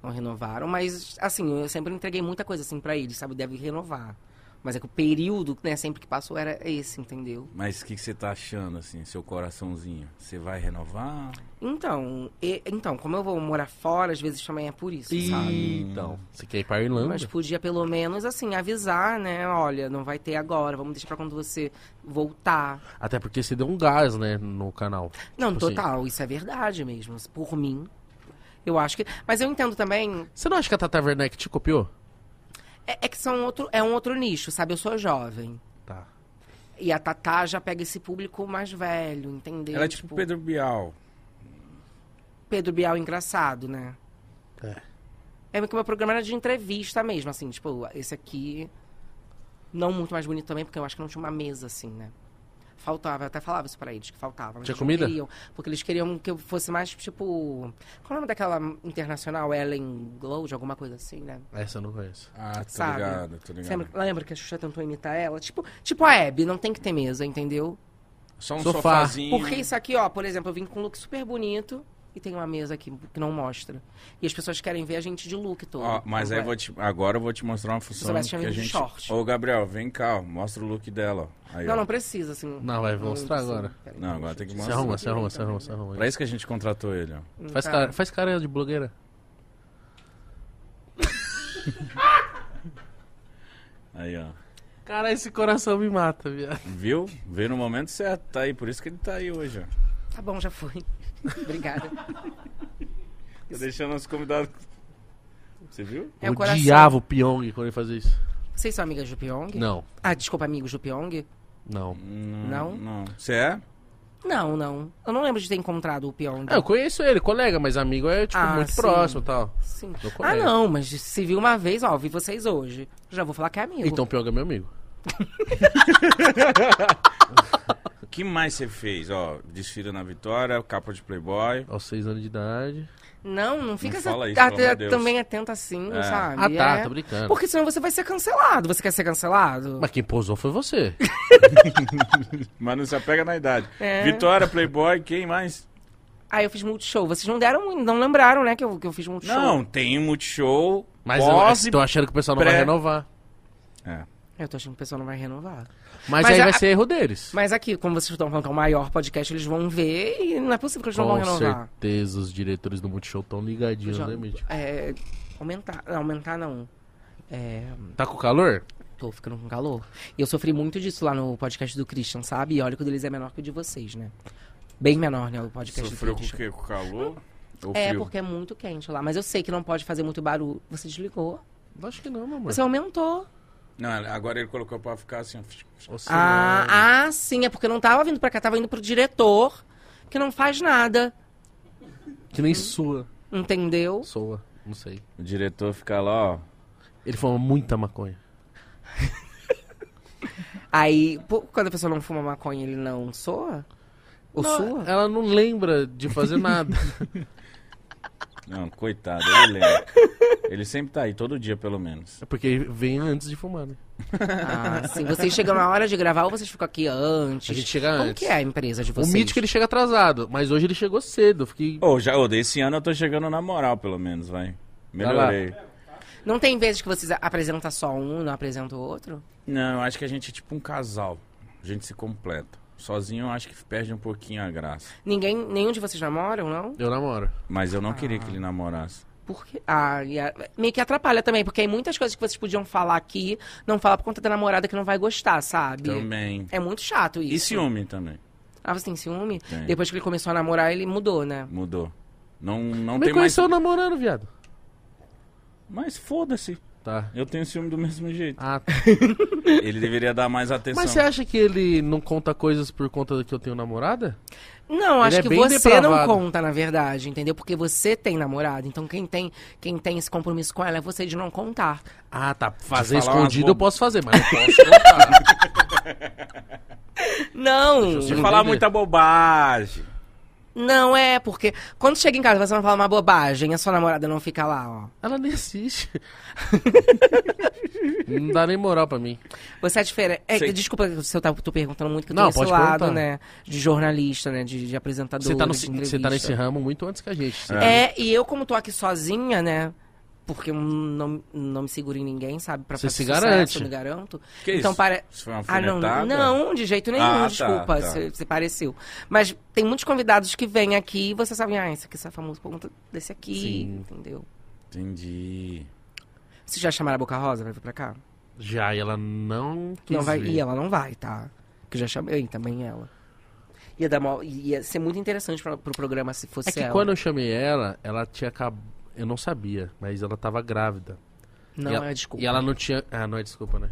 C: Não renovaram, mas assim, eu sempre entreguei muita coisa assim pra eles, sabe? Deve renovar. Mas é que o período, né, sempre que passou era esse, entendeu?
B: mas o que, que você tá achando, assim, seu coraçãozinho? Você vai renovar?
C: Então, e- então, como eu vou morar fora, às vezes também é por isso, sabe?
A: Ih, Então, você quer ir pra Irlanda?
C: Mas podia pelo menos, assim, avisar, né? Olha, não vai ter agora, vamos deixar pra quando você voltar.
A: Até porque você deu um gás, né, no canal.
C: Não,
A: Tipo assim,
C: total, isso é verdade mesmo. Por mim, eu acho que. Mas eu entendo também.
A: Você não acha que a Tata Werneck te copiou?
C: É, é que são outro, é um outro nicho, sabe? Eu sou jovem.
A: Tá.
C: E a Tatá já pega esse público mais velho, entendeu?
B: Ela é tipo Pedro Bial.
C: Pedro Bial engraçado, né?
A: É.
C: É porque o meu programa era de entrevista mesmo, assim, tipo, esse aqui. Não muito mais bonito também, porque eu acho que não tinha uma mesa, assim, né? Faltava, eu até falava isso pra eles, que faltava. mas
A: Tinha
C: eles não
A: comida?
C: queriam, porque eles queriam que eu fosse mais, tipo. Qual é o nome daquela internacional? Ellen Glow, de alguma coisa assim, né?
A: Essa eu não conheço.
B: Ah, tô
C: Sabe?
B: ligado, tô ligado.
C: Lembra, lembra que a Xuxa tentou imitar ela? Tipo, tipo a Hebe, não tem que ter mesa, entendeu?
B: Só um
A: Sofá.
B: sofazinho.
C: Porque isso aqui, ó, por exemplo, eu vim com um look super bonito e tem uma mesa aqui que não mostra. E as pessoas querem ver a gente de look todo.
B: Ó, mas aí eu
C: Não
B: vou te- agora eu vou te mostrar uma função
C: vai
B: que
C: assistir
B: a
C: um vídeo
B: gente...
C: short.
B: Ô, Gabriel, vem cá, ó, mostra o look dela. ó. Aí,
C: Não,
B: ó.
C: não precisa, assim.
A: Não, vai mostrar
C: precisa.
A: agora.
C: Peraí,
B: Não, agora
C: deixa
B: tem que
C: eu-
A: Você
B: Nossa,
A: arruma,
B: que
A: você arruma, você arruma, você arruma.
B: Pra isso que a gente contratou ele, ó.
A: Faz,
C: Tá.
A: cara, faz cara de blogueira.
B: Aí, ó.
A: Cara, esse coração me mata, viado.
B: Viu? Veio no momento certo, tá aí. Por isso que ele tá aí hoje, ó.
C: Tá bom, já foi. [laughs] Obrigada.
B: Tá deixando nosso convidado... Você viu?
C: É o coração.
A: Odiava o Pyong quando ele fazia isso.
C: Vocês são amigas do Pyong?
A: Não,
C: Ah, desculpa, amigos do Pyong?
A: não.
B: Hum.
C: Não?
B: Não. Você é?
C: Não, não. Eu não lembro de ter encontrado o Pyong.
A: Ah, eu conheço ele, colega, mas amigo é, tipo,
C: Ah,
A: muito
C: sim.
A: próximo e tal.
C: Sim.
A: Meu
C: Ah,
A: colega.
C: não, mas se viu uma vez, ó, vi vocês hoje. Já vou falar que é amigo.
A: Então o Pyong é meu amigo.
B: O que mais você fez? Ó, desfile na Vitória, capa de Playboy.
A: Aos seis anos de idade.
C: Não, não fica essa-
B: fala isso,
C: ah,
B: pelo amor de
C: ah,
B: Deus.
C: também atenta assim,
B: É.
A: Ah,
C: sabe?
A: tá,
C: É.
A: tô brincando.
C: Porque senão você vai ser cancelado. Você quer ser cancelado?
A: Mas quem posou foi você.
B: Mas não se apega na idade.
C: É.
B: Vitória, Playboy, quem mais?
C: Ah, eu fiz multishow. Vocês não deram, não lembraram, né, que eu, que eu fiz multishow.
B: Não, tem
D: um
B: Multishow.
A: Mas
B: pós
A: eu
C: é
B: e-
A: tô achando que o pessoal não
B: pré-
A: vai renovar.
B: É.
C: Eu tô achando que o pessoal não vai renovar.
A: Mas,
C: Mas
A: aí
C: a-
A: vai ser erro deles.
C: Mas aqui, como vocês estão falando que é o maior podcast, eles vão ver e não é possível que eles não vão
A: Com
C: renovar.
A: certeza os diretores do Multishow estão ligadinhos, né, Mídia?
C: É, aumentar. Não, aumentar não. É,
A: Tá com calor?
C: tô ficando com calor. E eu sofri muito disso lá no podcast do Christian, sabe? E olha que o deles é menor que o de vocês, né? Bem menor, né, o podcast
B: Sofreu
C: do
B: com o
C: Christian.
B: quê? Com o calor? Ou
C: É,
B: frio?
C: porque é muito quente lá. Mas eu sei que não pode fazer muito barulho. Você desligou.
A: Acho que não, meu amor.
C: Você aumentou.
B: Não, agora ele colocou pra ficar assim. ó.
A: Ou se não-
C: Ah, ah, sim. É porque não tava vindo pra cá. Tava indo pro diretor, que não faz nada.
A: Que nem sua.
C: Entendeu?
A: Soa, não sei.
D: O diretor fica lá, ó.
A: Ele fuma muita maconha.
C: Aí, pô, quando a pessoa não fuma maconha, ele não soa? Ou
A: Não, [laughs]
C: sua?
A: Ela não lembra de fazer nada. [laughs]
D: Não, coitado, ele
C: [laughs]
D: lembra. Ele sempre tá aí, todo dia pelo menos.
A: É porque vem antes de fumar, né?
C: Ah, sim. Vocês chegam na hora de gravar ou vocês ficam aqui antes?
A: A gente chega
C: Como
A: antes.
C: que é a empresa de vocês?
A: O mítico ele chega atrasado, mas hoje ele chegou cedo. eu Fiquei.
D: Ô, já, ô, desse ano eu tô chegando na moral, pelo menos, vai. Melhorei.
C: Não tem vezes que vocês apresentam só um, não apresentam o outro?
D: Não, eu acho que a gente é tipo um casal. A gente se completa. Sozinho eu acho que perde um pouquinho a graça.
C: Ninguém, nenhum de vocês namoram, não?
A: Eu namoro.
D: Mas eu não queria que ele
A: Ah.
D: namorasse.
C: Por quê? Ah, e a- meio que atrapalha também, porque tem muitas coisas que vocês podiam falar aqui, não fala por conta da namorada que não vai gostar, sabe?
A: Então,
D: Também.
C: É muito chato isso.
D: E ciúme também.
C: Ah, você tem ciúme?
A: É.
D: Tem.
C: Depois que ele começou a namorar, ele mudou, né?
D: Mudou. Não, não
A: Me
D: tem mais.
A: conheceu namorando, viado.
D: Mas foda-se.
A: Tá.
D: Eu tenho ciúme do mesmo
A: [laughs]
D: jeito.
A: Ah, tá.
D: Ele deveria dar mais atenção.
A: mas você acha que ele não conta coisas por conta do que eu tenho namorada?
C: Não, acho
A: é
C: que
A: bem
C: você não
A: depravado.
C: conta, na verdade, entendeu? Porque você tem namorado. Então quem tem, quem tem esse compromisso com ela é você de não contar.
A: Ah, tá. Fazer
D: falar umas
A: escondido
D: bo-
A: eu posso fazer, mas não posso contar.
C: Não!
A: eu
D: De
A: Não
D: falar
A: entendi.
D: muita bobagem.
C: Não é, porque quando chega em casa você não fala uma bobagem, a sua namorada não fica lá, ó.
A: [laughs] Ela nem [laughs] assiste. não dá nem moral pra mim.
C: Você é diferente. é,
D: Sei.
C: desculpa se eu tá- tô perguntando muito, que eu
A: Não,
C: tô
A: pode
C: nesse lado,
A: perguntar.
C: né? De jornalista, né? De, de apresentador.
A: Você tá, no,
C: de
A: você tá nesse
C: entrevista.
A: ramo muito antes que a gente.
C: É, e eu, como tô aqui sozinha, né? Porque eu não, não me seguro em ninguém, sabe? Pra
A: Você
C: fazer
A: se
C: sucesso,
A: garante.
C: eu me garanto.
D: Que
C: então,
D: isso?
C: para.
D: Isso foi uma
C: Ah, não,
D: alfinetada?
C: não, de jeito nenhum,
D: Ah, tá,
C: desculpa,
D: tá.
C: você pareceu. Mas tem muitos convidados que vêm aqui e você sabe, ah, esse aqui é famoso por conta desse aqui,
A: Sim.
C: entendeu?
D: Entendi.
C: Vocês já chamaram a Boca Rosa pra vir pra cá?
A: Já, e ela não quis
C: não vai,
A: ver.
C: e ela não vai, tá? Que eu já chamei também ela. Ia, dar mó- ia ser muito interessante pra, pro programa se fosse
A: É que
C: ela.
A: quando eu chamei ela, ela tinha acabado... Eu não sabia, mas ela tava grávida.
C: Não,
A: e
C: é desculpa.
A: E ela não tinha. Ah, não é desculpa, né?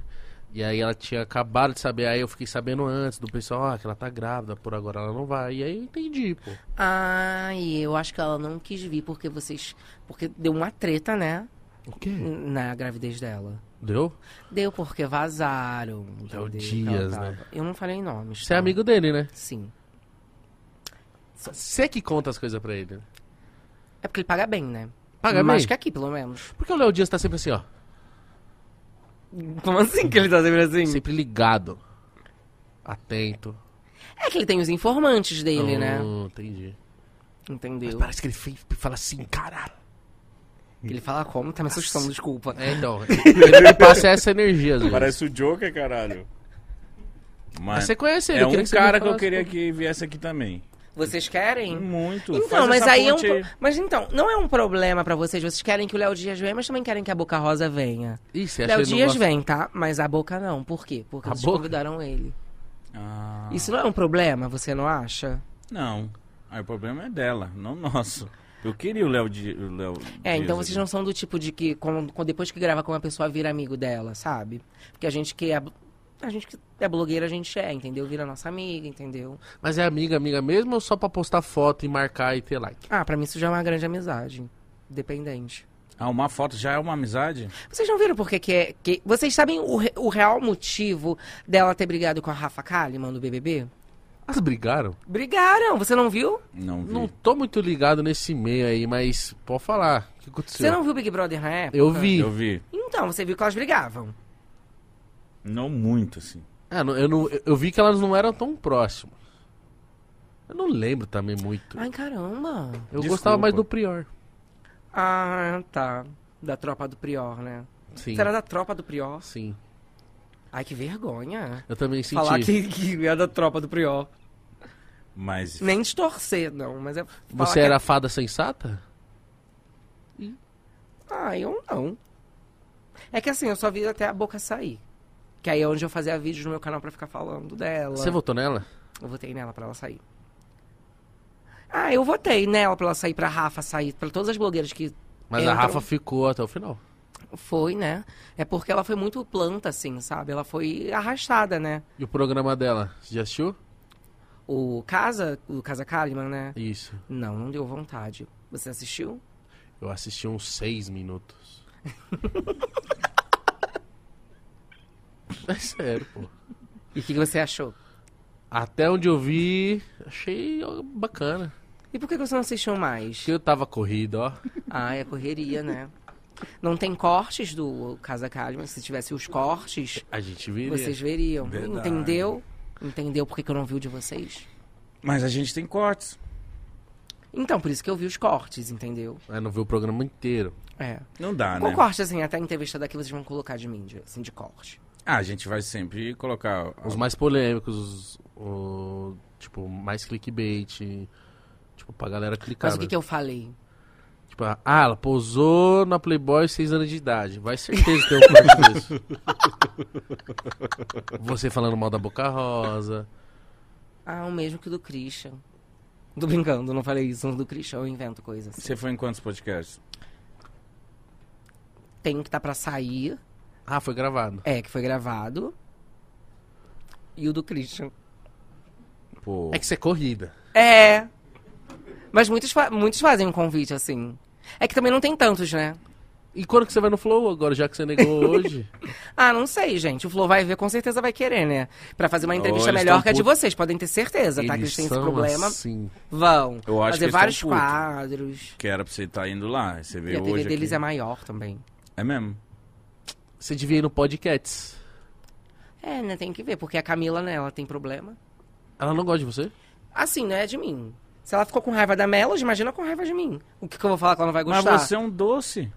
A: E aí ela tinha acabado de saber, aí eu fiquei sabendo antes do pessoal, ah, que ela tá grávida, por agora ela não vai. E aí eu entendi, pô.
C: Ai, eu acho que ela não quis vir porque vocês. Porque deu uma treta, né?
A: O quê?
C: Na gravidez dela.
A: Deu?
C: Deu porque vazaram.
A: É o
C: entendeu?
A: Dias,
C: Ela tava-
A: né?
C: Eu não falei nomes.
A: Você é
C: tá?
A: amigo dele, né?
C: Sim.
A: Você que conta as coisas pra ele. né?
C: É porque ele paga bem, né?
A: Paga
C: Mais
A: bem?
C: que aqui, pelo menos.
A: Porque o Léo Dias tá sempre assim, ó.
C: Como assim que ele tá sempre assim?
A: Sempre ligado. Atento.
C: É que ele tem os informantes dele, né?
A: Hum, Entendi.
C: Entendeu?
A: Parece que ele fe- fala assim, caralho.
C: Ele fala como? Tá me assustando, desculpa.
A: É, então. [laughs] Ele me passa é essa energia, às vezes.
D: Parece o Joker, caralho.
A: Mas
D: Mas
A: você conhece ele,
D: é
A: eu queria
D: um
A: que você me
D: cara que eu
A: falasse,
D: queria
A: pô.
D: que viesse aqui também.
C: Vocês querem?
D: Muito.
C: Então,
D: Faz
C: mas
D: essa
C: aí é um.
D: ponte
C: pro- Mas então, não é um problema pra vocês. Vocês querem que o Léo Dias venha, mas também querem que a Boca Rosa venha.
A: Ih, você acha
C: Léo
A: que ele não
C: Dias
A: gosta?
C: vem, tá? Mas a boca não. Por quê? Porque
A: A
C: vocês
A: boca?
C: convidaram ele.
D: Ah,
C: Isso não é um problema, você não acha?
D: não. Aí o problema é dela, não nosso. Eu queria o Léo de o Léo
C: É,
D: Dias
C: então vocês
D: aqui.
C: não são do tipo de que quando- quando- depois que grava com uma pessoa vira amigo dela, sabe? Porque a gente que é bl- a gente que é blogueira, a gente é, entendeu? Vira nossa amiga, entendeu?
A: Mas é amiga, amiga mesmo ou só pra postar foto e marcar e ter like?
C: Ah, pra mim isso já é uma grande amizade, dependente.
D: Ah, uma foto já é uma amizade?
C: Vocês não viram por que que é que vocês sabem o, re- o real motivo dela ter brigado com a Rafa Kalimann do BBB?
A: Elas brigaram?
C: Brigaram, você não viu?
D: Não vi.
A: Não tô muito ligado nesse meio aí, mas pode falar. O que aconteceu?
C: Você não viu Big Brother na época?
A: Eu vi.
D: Eu vi.
C: Então, você viu que elas brigavam.
D: Não muito, assim.
A: Ah, não, eu, não, eu vi que elas não eram tão próximas. Eu não lembro também muito.
C: Ai, caramba.
A: Eu
D: Desculpa.
A: gostava mais do Prior.
C: Ah, tá. Da tropa do Prior, né?
A: Sim.
C: Será da tropa do Prior?
A: Sim.
C: Ai, que vergonha.
A: Eu também senti.
C: Falar que, que é da tropa do Prior.
D: Mas
C: Nem de torcer, não, mas é. falar
A: Você
C: que é-
A: era a fada sensata?
C: Ah, eu não. É que assim, eu só vi até a boca sair. Que aí é onde eu fazia vídeo no meu canal pra ficar falando dela.
A: Você votou nela?
C: Eu votei nela pra ela sair. Ah, eu votei nela pra ela sair, pra Rafa sair, pra todas as blogueiras que
A: Mas a
C: Entram.
A: Rafa ficou até o final.
C: Foi, né? É porque ela foi muito planta, assim, sabe? Ela foi arrastada, né?
A: E o programa dela? Você já assistiu?
C: O Casa, o Casa Kalimann, né?
A: Isso.
C: Não, não deu vontade. Você assistiu?
A: Eu assisti uns seis minutos. é sério, pô.
C: E o que, que você achou?
A: Até onde eu vi, achei ó, bacana.
C: E por que que você não assistiu mais?
A: Acho que eu tava corrido, ó.
C: Ah, é correria, né? Não tem cortes do Casa Kalman. Se tivesse os cortes,
A: A gente viria.
C: vocês veriam.
D: Verdade.
C: Entendeu? Entendeu por que que eu não vi o de vocês?
D: Mas a gente tem cortes.
C: Então, por isso que eu vi os cortes, entendeu?
A: Ah, não viu o programa inteiro.
C: É.
D: Não dá,
C: Qual
D: né?
C: corte, assim, até a entrevista daqui vocês vão colocar de mídia, assim, de corte?
D: Ah, a gente vai sempre colocar.
A: Os mais polêmicos, os, o- tipo, mais clickbait. Tipo, pra galera clicar.
C: Mas o que,
A: né?
C: que é? eu falei?
A: Tipo, ah, ela posou na Playboy 6 anos de idade. Vai certeza ter um corte
C: [laughs]
A: disso. Você falando mal da Boca Rosa.
C: Ah, o mesmo que o do Christian. Tô brincando, não falei isso. O do Christian eu invento coisas.
D: Você foi em quantos podcasts?
C: Tem um que tá pra sair,
A: Ah, foi gravado.
C: é, que foi gravado. E o do Christian.
D: Pô.
A: É que você é corrida.
C: É. Mas muitos, fa- muitos fazem um convite, assim. É que também não tem tantos, né?
A: E quando que você vai no Flow agora, já que você
C: [laughs]
A: negou hoje?
C: Ah, não sei, gente. O Flo vai ver, com certeza vai querer, né? Pra fazer uma entrevista
D: Oh, eles
C: melhor
D: tão
C: que a de
D: puto.
C: vocês, podem ter certeza, tá? Que eles têm esse
A: são
C: problema.
A: Assim.
C: Vão.
D: Eu acho que
C: fazer
D: eles tão
C: vários
D: puto.
C: quadros.
D: Que era pra você estar indo lá. Você
C: E
D: veio
C: a TV
D: hoje.
C: deles
D: aqui.
C: é maior também.
D: É mesmo?
A: Você devia ir no podcast.
C: É, né? Tem que ver, porque a Camila, né, ela tem problema.
A: Ela não gosta de você?
C: Assim, não é de mim. Se ela ficou com raiva da Melos, imagina com raiva de mim. O que, que eu vou falar que ela não vai
D: Mas
C: gostar?
D: você é um doce.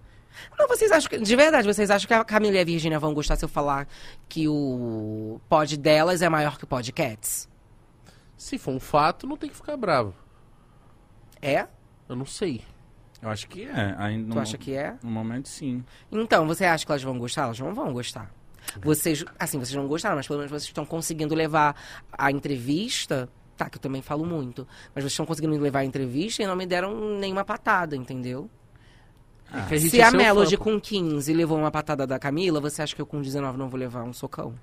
C: Não, vocês acham que. De verdade, vocês acham que a Camila e a Virgínia vão gostar se eu falar que o pod delas é maior que o pod Cats?
A: Se for um fato, não tem que ficar bravo.
C: É?
A: Eu não sei.
D: Eu acho que é. Ainda
C: Tu
D: no-
C: acha que é?
D: No momento, sim.
C: Então, você acha que elas vão gostar? Elas não vão gostar. Vocês, assim, vocês não gostaram, mas pelo menos vocês estão conseguindo levar a entrevista. Tá, que eu também falo muito. Mas vocês estão conseguindo levar a entrevista e não me deram nenhuma patada, entendeu?
A: É que a gente
C: Se
A: é
C: a
A: seu
C: Melody
A: fã, pô.
C: com 15 levou uma patada da Camila, você acha que eu com 19 não vou levar um socão?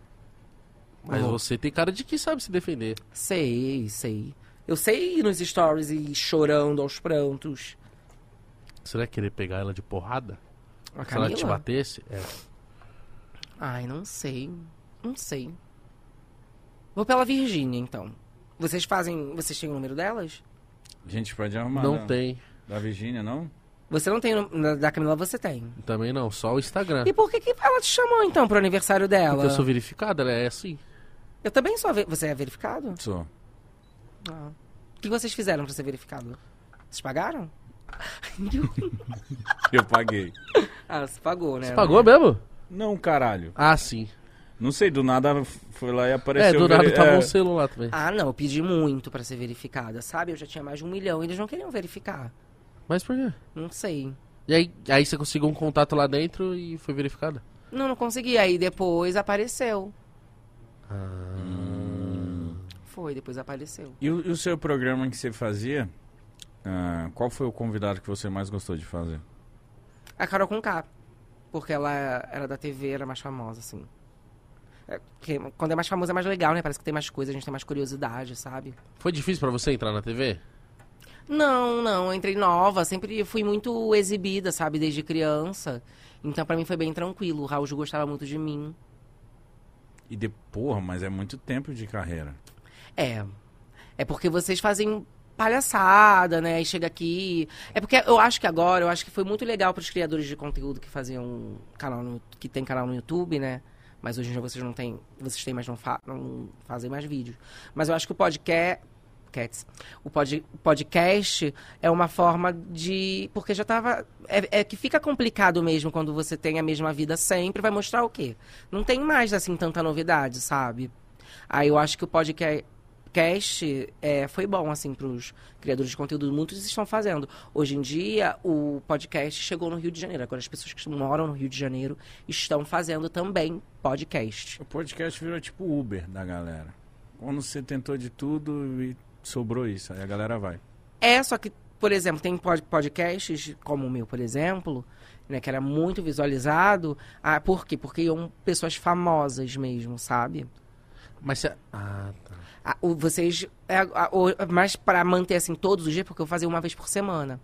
A: Mas você tem cara de que sabe se defender.
C: Sei, sei. Eu sei ir nos stories e ir chorando aos prantos.
A: Você vai querer pegar ela de porrada?
C: A
A: Se ela te
C: Camila?
A: batesse? É.
C: Ai, não sei. Não sei. Vou pela Virgínia, então. Vocês fazem. Vocês têm o número delas?
D: A gente pode arrumar.
A: Não
D: né?
A: tem.
D: Da Virgínia, não?
C: Você não tem. o nu- na- Da Camila você tem.
A: Também não, só o Instagram.
C: E por que, que ela te chamou, então, pro aniversário dela?
A: Tá. Porque eu sou verificado, ela é assim.
C: Eu também sou. ve- Você é verificado?
D: Sou.
C: Ah. O que vocês fizeram pra ser verificado? Vocês pagaram?
D: Eu paguei.
C: ah, você pagou, né?
A: Você pagou mesmo?
D: Não, caralho.
A: Ah, sim.
D: Não sei, do nada foi lá e
A: É,
D: apareceu.
A: do nada
D: vere-
A: tava
D: é.
A: um celular também.
C: Ah, não, eu pedi muito pra ser verificada, sabe? Eu já tinha mais de um milhão, eles não queriam verificar.
A: Mas por quê?
C: Não sei.
A: E aí, aí você conseguiu um contato lá dentro e foi verificada?
C: Não, não consegui. Aí depois apareceu.
A: Ah.
C: Foi, depois apareceu.
D: E o, e o seu programa que você fazia? ah, qual foi o convidado que você mais gostou de fazer?
C: A Carol com K. Porque ela era da TV, era mais famosa, assim. É, porque quando é mais famosa é mais legal, né? Parece que tem mais coisa, a gente tem mais curiosidade, sabe?
A: Foi difícil pra você entrar na TV?
C: Não, não, eu entrei nova, sempre fui muito exibida, sabe, desde criança. Então pra mim foi bem tranquilo. O Raul Gil gostava muito de mim.
D: E de porra, mas é muito tempo de carreira.
C: É. É porque vocês fazem palhaçada, né? E chega aqui. É porque eu acho que agora, eu acho que foi muito legal pros criadores de conteúdo que faziam canal no, que tem canal no YouTube, né? Mas hoje em dia vocês não têm, vocês têm, mas não, fa- não fazem mais vídeos. Mas eu acho que o podcast Cats. O pod- podcast é uma forma de. Porque já tava. É, é que fica complicado mesmo quando você tem a mesma vida sempre. Vai mostrar o quê? Não tem mais, assim, tanta novidade, sabe? Aí eu acho que o podcast é, foi bom, assim, pros criadores de conteúdo. Muitos estão fazendo. Hoje em dia, o podcast chegou no Rio de Janeiro. Agora, as pessoas que moram no Rio de Janeiro estão fazendo também podcast.
D: O podcast virou tipo Uber da galera. Quando você tentou de tudo e sobrou isso, aí a galera vai.
C: É, só que, por exemplo, tem pod- podcasts, como o meu, por exemplo, né, que era muito visualizado. Ah, por quê? Porque iam pessoas famosas mesmo, sabe?
A: Mas você... Ah, tá.
C: Ah, o- vocês. É, a- o- mas para manter assim todos os dias, porque eu fazia uma vez por semana.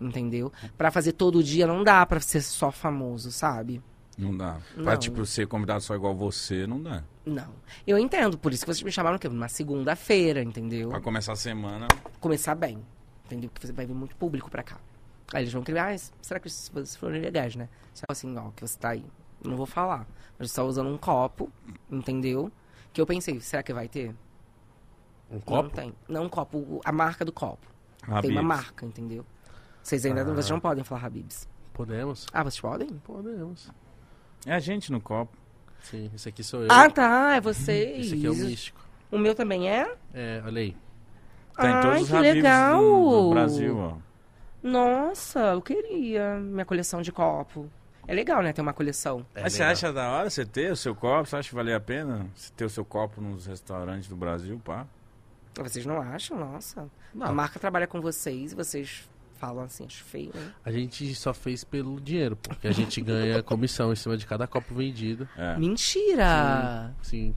C: entendeu? Pra fazer todo dia não dá pra ser só famoso, sabe?
B: Não dá. Pra,
C: Não.
B: tipo, ser convidado só igual você, não dá.
C: Não. Eu entendo, por isso que vocês me chamaram que uma segunda-feira, entendeu?
B: Pra começar a semana.
C: Começar bem, entendeu? Porque você vai vir muito público pra cá. Aí eles vão criar, ah, será que isso- vocês foram ilegais, né? Só assim, ó, que você tá aí. Eu não vou falar. Mas você tá usando um copo, entendeu? Que eu pensei, será que vai ter?
A: Um
C: Não
A: copo?
C: tem. Não um copo, o- a marca do copo. tem
B: Habib's.
C: uma marca, entendeu? Vocês ainda não, vocês não podem falar Habibs.
A: Podemos?
C: Ah, vocês podem?
A: Podemos.
D: É a gente no copo.
A: Sim, esse aqui sou eu.
C: Ah, tá, é vocês.
A: esse aqui é o místico.
C: O meu também é?
A: É, olha aí.
D: Tá em todos
C: Ai,
D: os
C: que
D: Habib's
C: legal!
D: do, do Brasil, ó.
C: Nossa, eu queria minha coleção de copo. É legal, né, ter uma coleção.
A: É
B: Mas você
A: legal.
B: acha da hora você ter o seu copo? Você acha que valia a pena você ter o seu copo nos restaurantes do Brasil, pá?
C: Vocês não acham? Nossa.
A: Não.
C: A marca trabalha com vocês e vocês falam assim, acho feio, né?
A: A gente só fez pelo dinheiro, porque a gente
C: [laughs]
A: ganha comissão em cima de cada copo vendido. assim.
B: É.
C: Mentira!
A: Sim.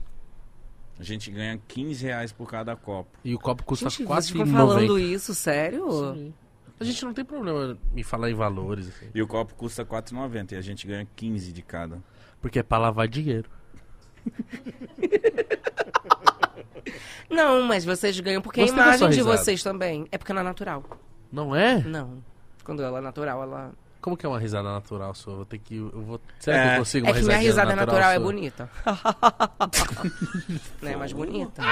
B: A gente ganha 15 reais por cada copo.
A: E o copo custa
C: Gente, vocês
A: quase
C: ficam
A: 90.
C: falando isso, sério?
A: Sim. A gente não tem problema em falar em valores, assim,
B: E o copo custa 4,90 e a gente ganha 15 de cada.
A: porque é pra lavar dinheiro.
C: Não, mas vocês ganham porque
A: Gostei da
C: a imagem
A: sua
C: de
A: risada.
C: vocês também. É porque não é natural.
A: Não é?
C: Não. Quando ela é natural, ela.
A: Como que é uma risada natural sua? Vou ter que. Eu vou... Será que
B: É.
A: eu consigo
C: é
A: uma
C: que minha risada natural, é
A: sua?
C: bonita. né? Mais bonita. [laughs]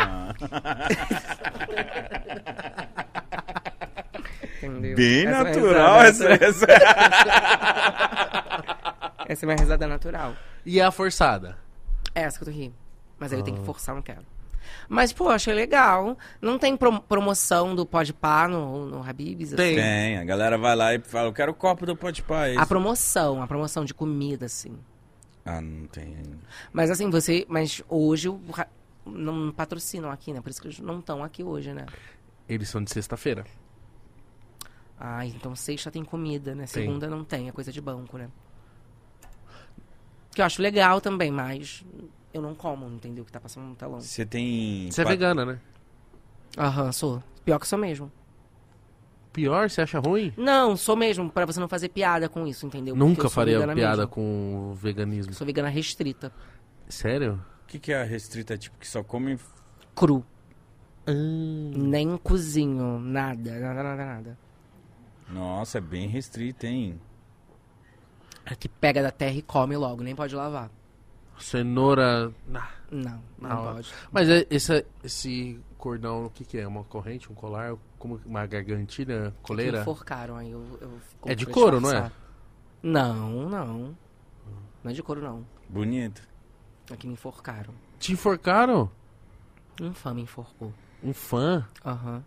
C: Entendeu?
B: Bem
C: Essa é a
B: natural essa,
C: risada-
B: essa.
C: Essa é minha risada natural.
A: E a forçada?
C: É essa que eu tô rindo. Mas aí eu tenho que forçar, não quero. Mas, pô, achei legal. Não tem prom- promoção do Pode Pá no, no Habibs? assim?
A: Tem.
B: [laughs] Tem, a galera vai lá e fala, eu quero o copo do Pode Pá. é
C: A promoção, a promoção de comida, assim.
B: Ah, não tem ainda.
C: Mas assim, você. Mas hoje o ra- não patrocinam aqui, né? Por isso que eles não estão aqui hoje, né?
A: Eles são de sexta-feira.
C: Ah, então sexta tem comida, né?
A: Tem.
C: Segunda não tem, é coisa de banco, né? Que eu acho legal também, mas eu não como, não entendeu? O que tá passando no telão.
B: Você tem...
A: Você é
B: pat-
A: vegana, né?
C: Aham, sou. Pior que sou mesmo.
A: Pior, você acha ruim?
C: Não, sou mesmo, pra você não fazer piada com isso, entendeu? Porque eu
A: Nunca
C: sou
A: faria
C: vegana
A: piada
C: mesmo.
A: com o veganismo.
C: Sou vegana restrita.
A: Sério?
B: O que, que é a restrita, tipo, que só come...
C: Cru.
A: Hum.
C: Nem cozinho, nada, nada, nada, nada.
B: Nossa, é bem restrita, hein?
C: É que pega da terra e come logo, nem pode lavar.
A: Cenoura. Ah.
C: Não, não,
A: Não.
C: pode.
A: Mas é- esse, esse cordão, o que, que é? Uma corrente, um colar, como uma gargantilha,
C: Me
A: coleira?
C: enforcaram aí. Eu, eu
A: É de
C: pra
A: couro, não é?
C: disfarçar. Não, não. Não é de couro, não.
B: Bonito.
C: É que me enforcaram.
A: Te enforcaram?
C: Um fã me enforcou.
A: Um fã?
C: Aham.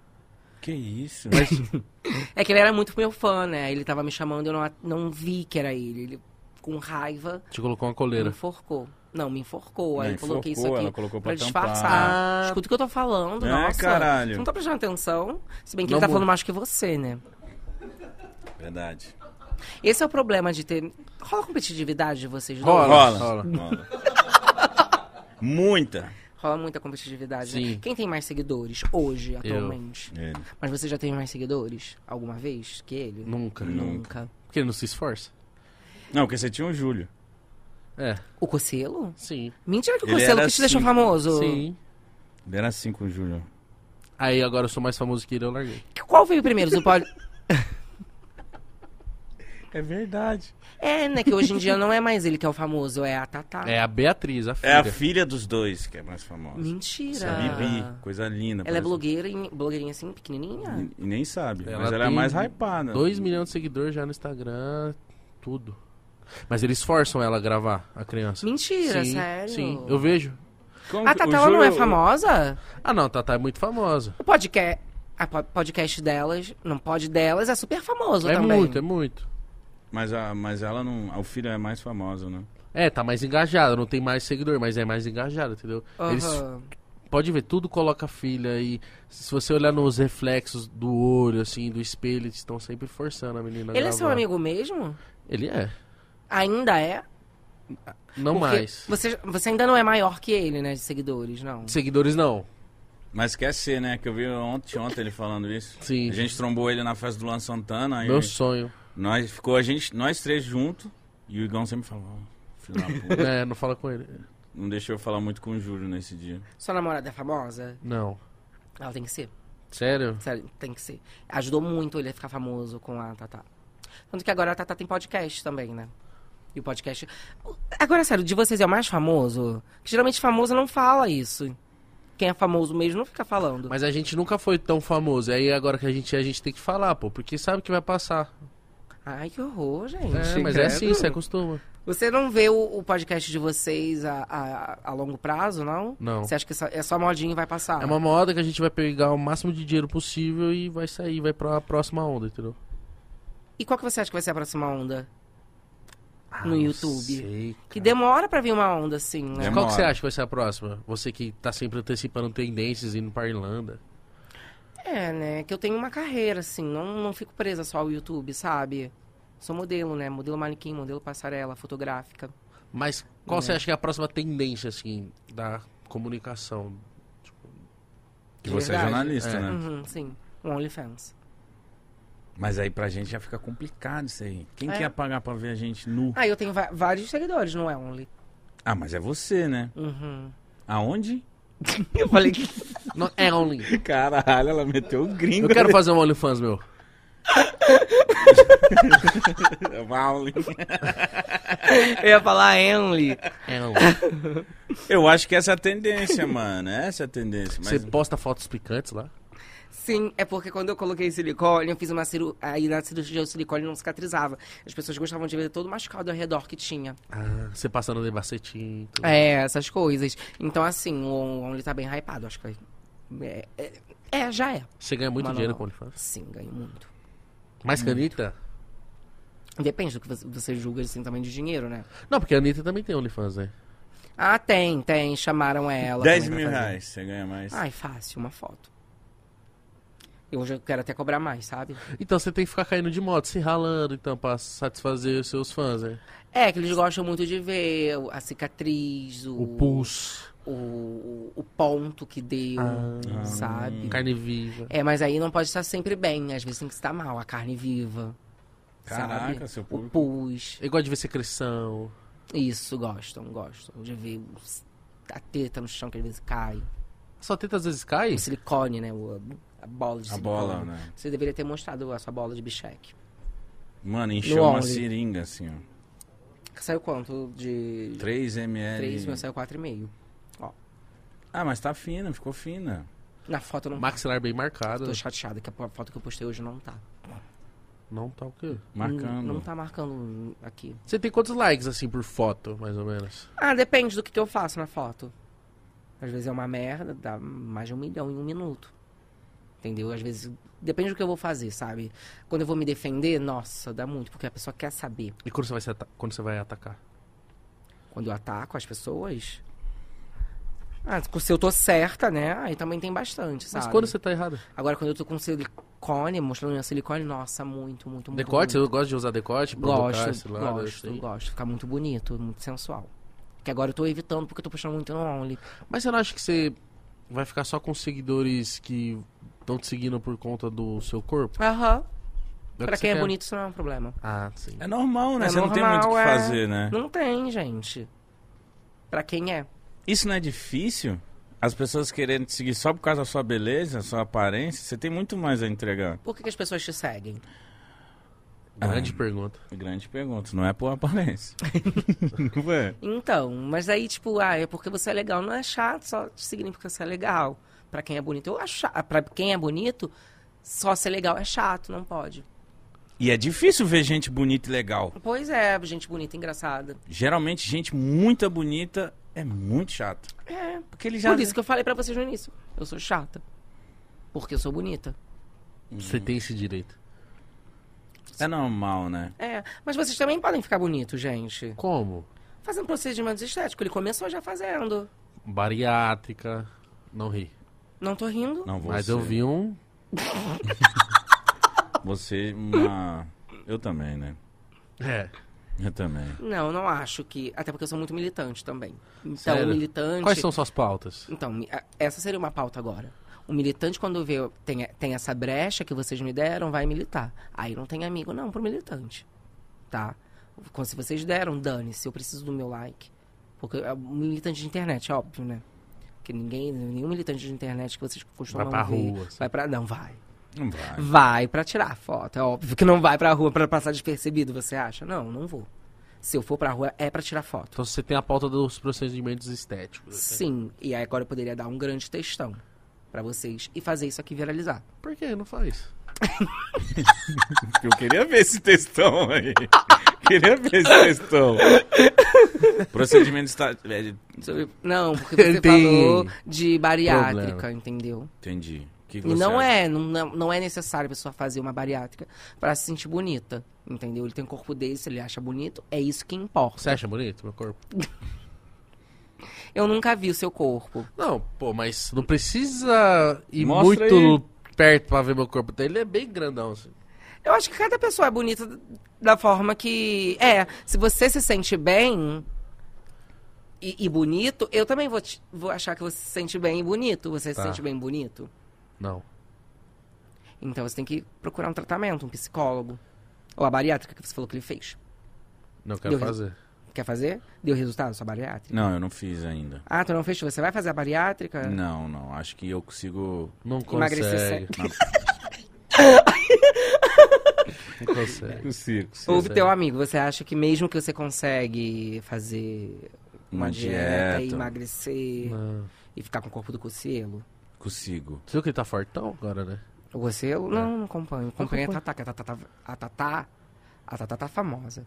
B: Que isso?
C: É que ele era muito meu fã, né? Ele tava me chamando e eu não, a- não vi que era ele. Ele, com raiva,
A: Te colocou uma
C: me
A: coleira.
C: enforcou. Não, me enforcou. Aí
B: Não,
C: eu coloquei isso
B: enforcou,
C: aqui
B: ela colocou
C: pra
B: pra
C: disfarçar.
B: tampar.
C: Escuta o que eu tô falando,
B: É,
C: nossa.
B: caralho.
C: Você não tá prestando atenção? Se bem que
A: Não,
C: ele tá
A: amor.
C: falando mais que você, né?
B: Verdade.
C: Esse é o problema de ter... Rola a competitividade de vocês dois?
A: Rola.
B: Rola. [laughs] rola. Muita.
C: Rola muita competitividade. né?
A: Sim.
C: Quem tem mais seguidores hoje, atualmente?
B: Ele.
C: Mas você já teve mais seguidores alguma vez que ele?
A: Nunca.
C: Nunca.
A: Porque ele não se esforça.
B: Não, porque você tinha o Júlio.
A: É,
C: O Cocelo?
A: sim.
C: Mentira que o
B: Ele
C: Cocelo
B: era
C: que te deixou
B: assim.
C: famoso.
A: Sim.
B: Ele era assim com o Júlio.
A: Aí agora eu sou mais famoso que ele, eu larguei.
C: Qual veio primeiro? Você pode...
B: É verdade.
C: [laughs] É, né? Que hoje em dia não é mais ele que é o famoso, é a Tatá.
A: É a Beatriz, a
B: É
A: filha.
B: a filha dos dois que é mais famosa.
C: Mentira.
B: A Bibi, coisa linda.
C: Ela é
B: parece-
C: blogueira, em- blogueirinha assim, pequenininha?
B: E e nem sabe,
A: Ela
B: mas ela é a
A: tem
B: mais hypada.
A: 2 milhões de seguidores já no Instagram, tudo. Mas eles forçam ela a gravar, a criança.
C: Mentira,
A: sim,
C: sério?
A: Sim, eu um vejo.
B: Como
C: A
B: que- o
C: Tatá, ela não é
B: Júlio-
C: famosa?
A: Ah não, a Tatá é muito famosa.
C: O podcast... A po- podcast delas, não pode delas, é super famoso
A: é
C: também.
A: muito, é muito.
B: Mas, a, mas ela não. O filho é mais famoso, né?
A: É, tá mais engajada, não tem mais seguidor, mas é mais engajada, entendeu? Eles
C: Aham.
A: pode ver, tudo coloca filha e se você olhar nos reflexos do olho, assim, do espelho, eles estão sempre forçando a menina a
C: Ele é
A: gravar.
C: seu amigo mesmo?
A: Ele é.
C: Ainda é?
A: Não
C: Porque
A: mais.
C: Você, você ainda não é maior que ele, né? De seguidores, não.
A: Seguidores não.
B: Mas quer ser, né? Que eu vi ontem, ontem ele falando isso.
A: Sim.
B: A gente trombou ele na festa do Luan Santana. aí
A: Meu sonho.
B: nós ficou a gente, nós três juntos. E o Igão sempre falava, "Ó, filho da
A: [laughs]
B: puta.
A: É, não fala com ele.
B: Não deixou eu falar muito com o Júlio nesse dia.
C: Sua namorada é famosa?
A: Não.
C: Ela tem que ser.
A: Sério?
C: Sério, tem que ser. Ajudou muito ele a ficar famoso com a Tatá. Tanto que agora a Tatá tem podcast também, né? E o podcast. Agora, sério, de vocês é o mais famoso? Porque geralmente famoso não fala isso. Quem é famoso mesmo não fica falando.
A: Mas a gente nunca foi tão famoso. Aí agora que a gente é, a gente tem que falar, pô. Porque sabe que vai passar.
C: Ai, que horror, gente.
A: É, mas é assim,
C: Credo.
A: você acostuma.
C: Você não vê o, o podcast de vocês a, a, a longo prazo, não?
A: Não.
C: Você acha que é só, é só modinha e vai passar?
A: É uma moda que a gente vai pegar o máximo de dinheiro possível e vai sair, vai pra próxima onda, entendeu?
C: E qual que você acha que vai ser a próxima onda? No
A: não
C: YouTube.
A: sei,
C: Que demora pra vir uma onda assim,
A: Qual
C: né?
A: que
B: Demora.
A: você acha que vai ser a próxima? Você que tá sempre antecipando tendências, indo pra Irlanda.
C: É, né? Que eu tenho uma carreira, assim, não, não fico presa só ao YouTube, sabe? Sou modelo, né? Modelo manequim, modelo passarela, fotográfica.
A: Mas qual você acha que é a próxima tendência, assim, da comunicação?
B: Que você é
C: Verdade.
B: jornalista,
A: É.
B: né?
C: Uhum, sim. Um OnlyFans.
B: Mas aí pra gente já fica complicado isso aí. Quem
C: É.
B: quer pagar pra ver a gente nu?
C: Ah, eu tenho va- vários seguidores, não é Only.
B: Ah, mas é você, né?
C: Uhum.
B: Aonde?
C: Eu falei que.
A: Não, é only.
B: [laughs] Caralho, ela meteu o gringo.
A: Eu quero fazer um OnlyFans, meu.
C: [laughs]
B: É
C: Eu ia falar Only.
A: É only.
B: [laughs] Eu acho que essa é a tendência, mano. Essa é a tendência.
A: Você
B: Mas...
A: posta fotos picantes lá?
C: Sim, é porque quando eu coloquei silicone, eu fiz uma cirurgia. Aí na cirurgia o silicone não cicatrizava. As pessoas gostavam de ver todo o machucado ao redor que tinha.
A: Ah, você passando de bacetinho. e tudo.
C: É, essas coisas. Então, assim, o Only tá bem hypado, acho que vai. É, é- é, já é.
A: Você ganha muito
C: Mas não,
A: dinheiro
C: não.
A: com OnlyFans.
C: Sim, ganho muito.
A: Mais que a Anitta?
C: Depende do que você- você julga, assim, também de dinheiro, né?
A: Não, porque a Anitta também tem OnlyFans, né?
C: Ah, tem, tem. Chamaram ela.
B: 10
C: também pra
B: mil
C: fazer.
B: reais, você ganha mais.
C: Ai, fácil, uma foto. Eu hoje eu quero até cobrar mais, sabe?
A: Então você tem que ficar caindo de moto, se ralando, então, pra satisfazer os seus fãs, né?
C: É, que eles gostam muito de ver o- a cicatriz, o,
A: O pulso,
C: o, o, ponto que deu,
A: Ah.
C: sabe?
B: Hum.
A: carne viva.
C: É, mas aí não pode estar sempre bem. Às vezes tem que estar mal, a carne viva.
B: Caraca,
C: sabe?
B: seu
C: O
B: público.
C: pus.
A: Eu gosto É de ver secreção.
C: Isso, gostam, gostam. De ver os- a teta no chão que às vezes cai.
A: Só tenta às vezes cai?
C: O silicone, né? O, a bola de
B: A
C: silicone.
B: bola, né?
C: Você deveria ter mostrado a sua bola de bicheque.
B: Mano, encheu
C: No
B: uma
C: Only.
B: seringa, assim, ó.
C: Saiu quanto? De
B: 3 ml.
C: 3, meu saiu 4,5.
B: Ah, mas tá fina, ficou fina.
C: Na foto não
A: Maxilar bem marcado.
C: Tô chateada que a foto que eu postei hoje não tá.
A: Não tá o quê?
B: Marcando.
C: Não, não tá marcando aqui.
A: Você tem quantos likes, assim, por foto, mais ou menos?
C: Ah, depende do que, que eu faço na foto. Às vezes é uma merda, dá mais de um milhão em um minuto. Entendeu? Às vezes. Depende do que eu vou fazer, sabe? Quando eu vou me defender, nossa, dá muito, porque a pessoa quer saber.
A: E quando você vai, se ata- quando você vai atacar?
C: Quando eu ataco as pessoas. Ah, se eu tô certa, né? Aí também tem bastante, sabe?
A: Mas quando você tá errado?
C: Agora, quando eu tô com silicone, mostrando minha silicone, nossa, muito, muito, muito.
A: Decote?
C: muito.
A: Você gosta de usar decote? Provocar esse
C: Gosto,
A: lado,
C: gosto,
A: assim?
C: gosto. Fica muito bonito, muito sensual. Que agora eu tô evitando, porque eu tô postando muito no Only.
A: Mas você não acha que você vai ficar só com seguidores que estão te seguindo por conta do seu corpo?
C: Aham.
A: É o
C: Pra
A: que você
C: quem é
A: quer.
C: bonito, isso não é um problema.
A: Ah, sim.
B: É normal, né?
C: É
B: você não tem
C: normal,
B: muito o que
C: é.
B: fazer, né?
C: Não tem, gente. Pra quem é.
B: Isso não é difícil? As pessoas querendo te seguir só por causa da sua beleza, sua aparência, você tem muito mais a entregar.
C: Por que, que as pessoas te seguem?
A: É, Grande pergunta.
B: Grande pergunta, não é por
D: [laughs]
B: aparência. não é.
C: Então, mas aí, tipo, ah, é porque você é legal. Não é chato só te seguirem porque você é legal. Pra quem é bonito. Eu acho chato. Pra quem é bonito, só ser legal é chato, não pode.
B: E é difícil ver gente bonita e legal.
C: Pois é, gente bonita, engraçada.
B: Geralmente, gente muito bonita é muito chata.
C: É.
B: Porque ele já.
C: Por isso que eu falei pra vocês no início. Eu sou chata. Porque eu sou bonita. Uhum.
A: Você tem esse direito.
B: É normal, né?
C: É, mas vocês também podem ficar bonitos, gente.
A: Como?
C: Fazendo procedimentos estéticos. Ele começou já fazendo.
A: Bariátrica. Não ri.
C: Não tô rindo.
B: Não, você,
A: Mas eu vi um.
B: Você, uma. Eu também, né?
A: É.
B: Eu também.
C: Não, não acho que. Até porque eu sou muito militante também. Então,
A: Sério?
C: militante.
A: Quais são suas pautas?
C: Então, mi- a- essa seria uma pauta agora. O militante, quando vê, tem, tem essa brecha que vocês me deram, vai militar. Aí não tem amigo, não, pro militante. Tá? Como se vocês deram, dane-se, eu preciso do meu like. Porque é um militante de internet, é óbvio, né? Que ninguém, nenhum militante de internet que vocês costumam
A: pra
C: ver.
A: rua, assim.
C: Vai pra. Não, vai.
B: Não vai.
C: Vai pra tirar foto. É óbvio que não vai pra rua pra passar despercebido, você acha? Não, não vou. Se eu for pra rua, é pra tirar foto.
A: Então você tem a pauta dos procedimentos estéticos. assim.
C: Sim. E aí agora eu poderia dar um grande textão pra vocês e fazer isso aqui viralizar.
A: Por que não faz?
D: Eu queria ver esse textão aí. [laughs] Queria ver esse textão.
B: Procedimento está. é,
C: Sobre- Não, porque você
A: Ele tem
C: falou de bariátrica,
A: problema.
C: entendeu?
B: Entendi. O que que
C: E
B: você
C: não
B: acha?
C: é, não- não, não é necessário a pessoa fazer uma bariátrica pra se sentir bonita, entendeu? Ele tem um corpo desse, ele acha bonito, é isso que importa.
A: Você acha bonito meu corpo?
C: Eu nunca vi o seu corpo.
A: Não, pô, mas não precisa ir
D: Mostra
A: muito perto pra ver meu corpo. Ele é bem grandão, assim.
C: Eu acho que cada pessoa é bonita da forma que. É, se você se sente bem e, e bonito, eu também vou, te- vou achar que você se sente bem e bonito. Você
A: Tá.
C: se sente bem e bonito?
A: Não.
C: Então você tem que procurar um tratamento, um psicólogo. Ou a bariátrica que você falou que ele fez.
A: Não quero
C: Eu-
A: fazer.
C: Quer fazer? Deu resultado sua bariátrica?
B: Não, eu não fiz ainda.
C: Ah, tu não fez? Você vai fazer a bariátrica?
B: Não, não. Acho que eu consigo.
A: Não
C: Emagrecer
A: consegue. [laughs] Não consegue.
D: O circo. sim.
C: Ouve teu amigo, você acha que mesmo que você consegue fazer uma,
B: Uma
C: dieta, e
B: dieta.
C: emagrecer
A: Não.
C: e ficar com o corpo do cocielo?
B: Consigo.
A: Você viu que ele tá fortão agora, né?
C: O Gocelo? Não, não acompanho. Acompanho a
A: acompanho.
C: Tatá, que a Tatá, tá- a Tatá, a Tatá tá famosa.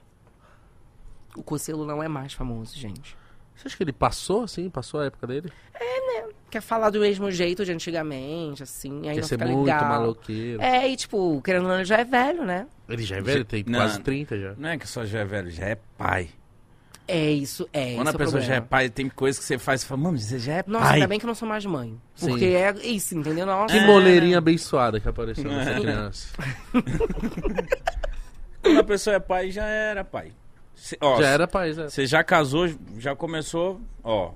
C: O Cocelo não é mais famoso, gente.
A: Você acha que ele passou, assim? Passou a época dele?
C: Quer falar do mesmo jeito de antigamente, assim, aí
A: Quer
C: não
A: ser
C: fica
A: muito
C: legal.
A: maloqueiro.
C: É, e tipo, querendo ou não, ele já é velho, né?
A: Ele já é velho, tem
B: Não.
A: quase 30 já.
B: Não é que só já é velho, já é pai.
C: É isso, é
B: Quando a
C: esse é o
B: pessoa já é
C: problema.
B: pai, tem coisa que você faz e fala, mano, você já é
C: Nossa,
B: pai.
C: ainda bem que eu não sou mais mãe.
A: Sim.
C: Porque é isso, entendeu? Nossa,
A: Que moleirinha abençoada que apareceu nessa criança.
B: Quando a pessoa é pai, já era pai. Cê- ó,
A: Já era pai, já.
B: Você já casou, já começou, ó.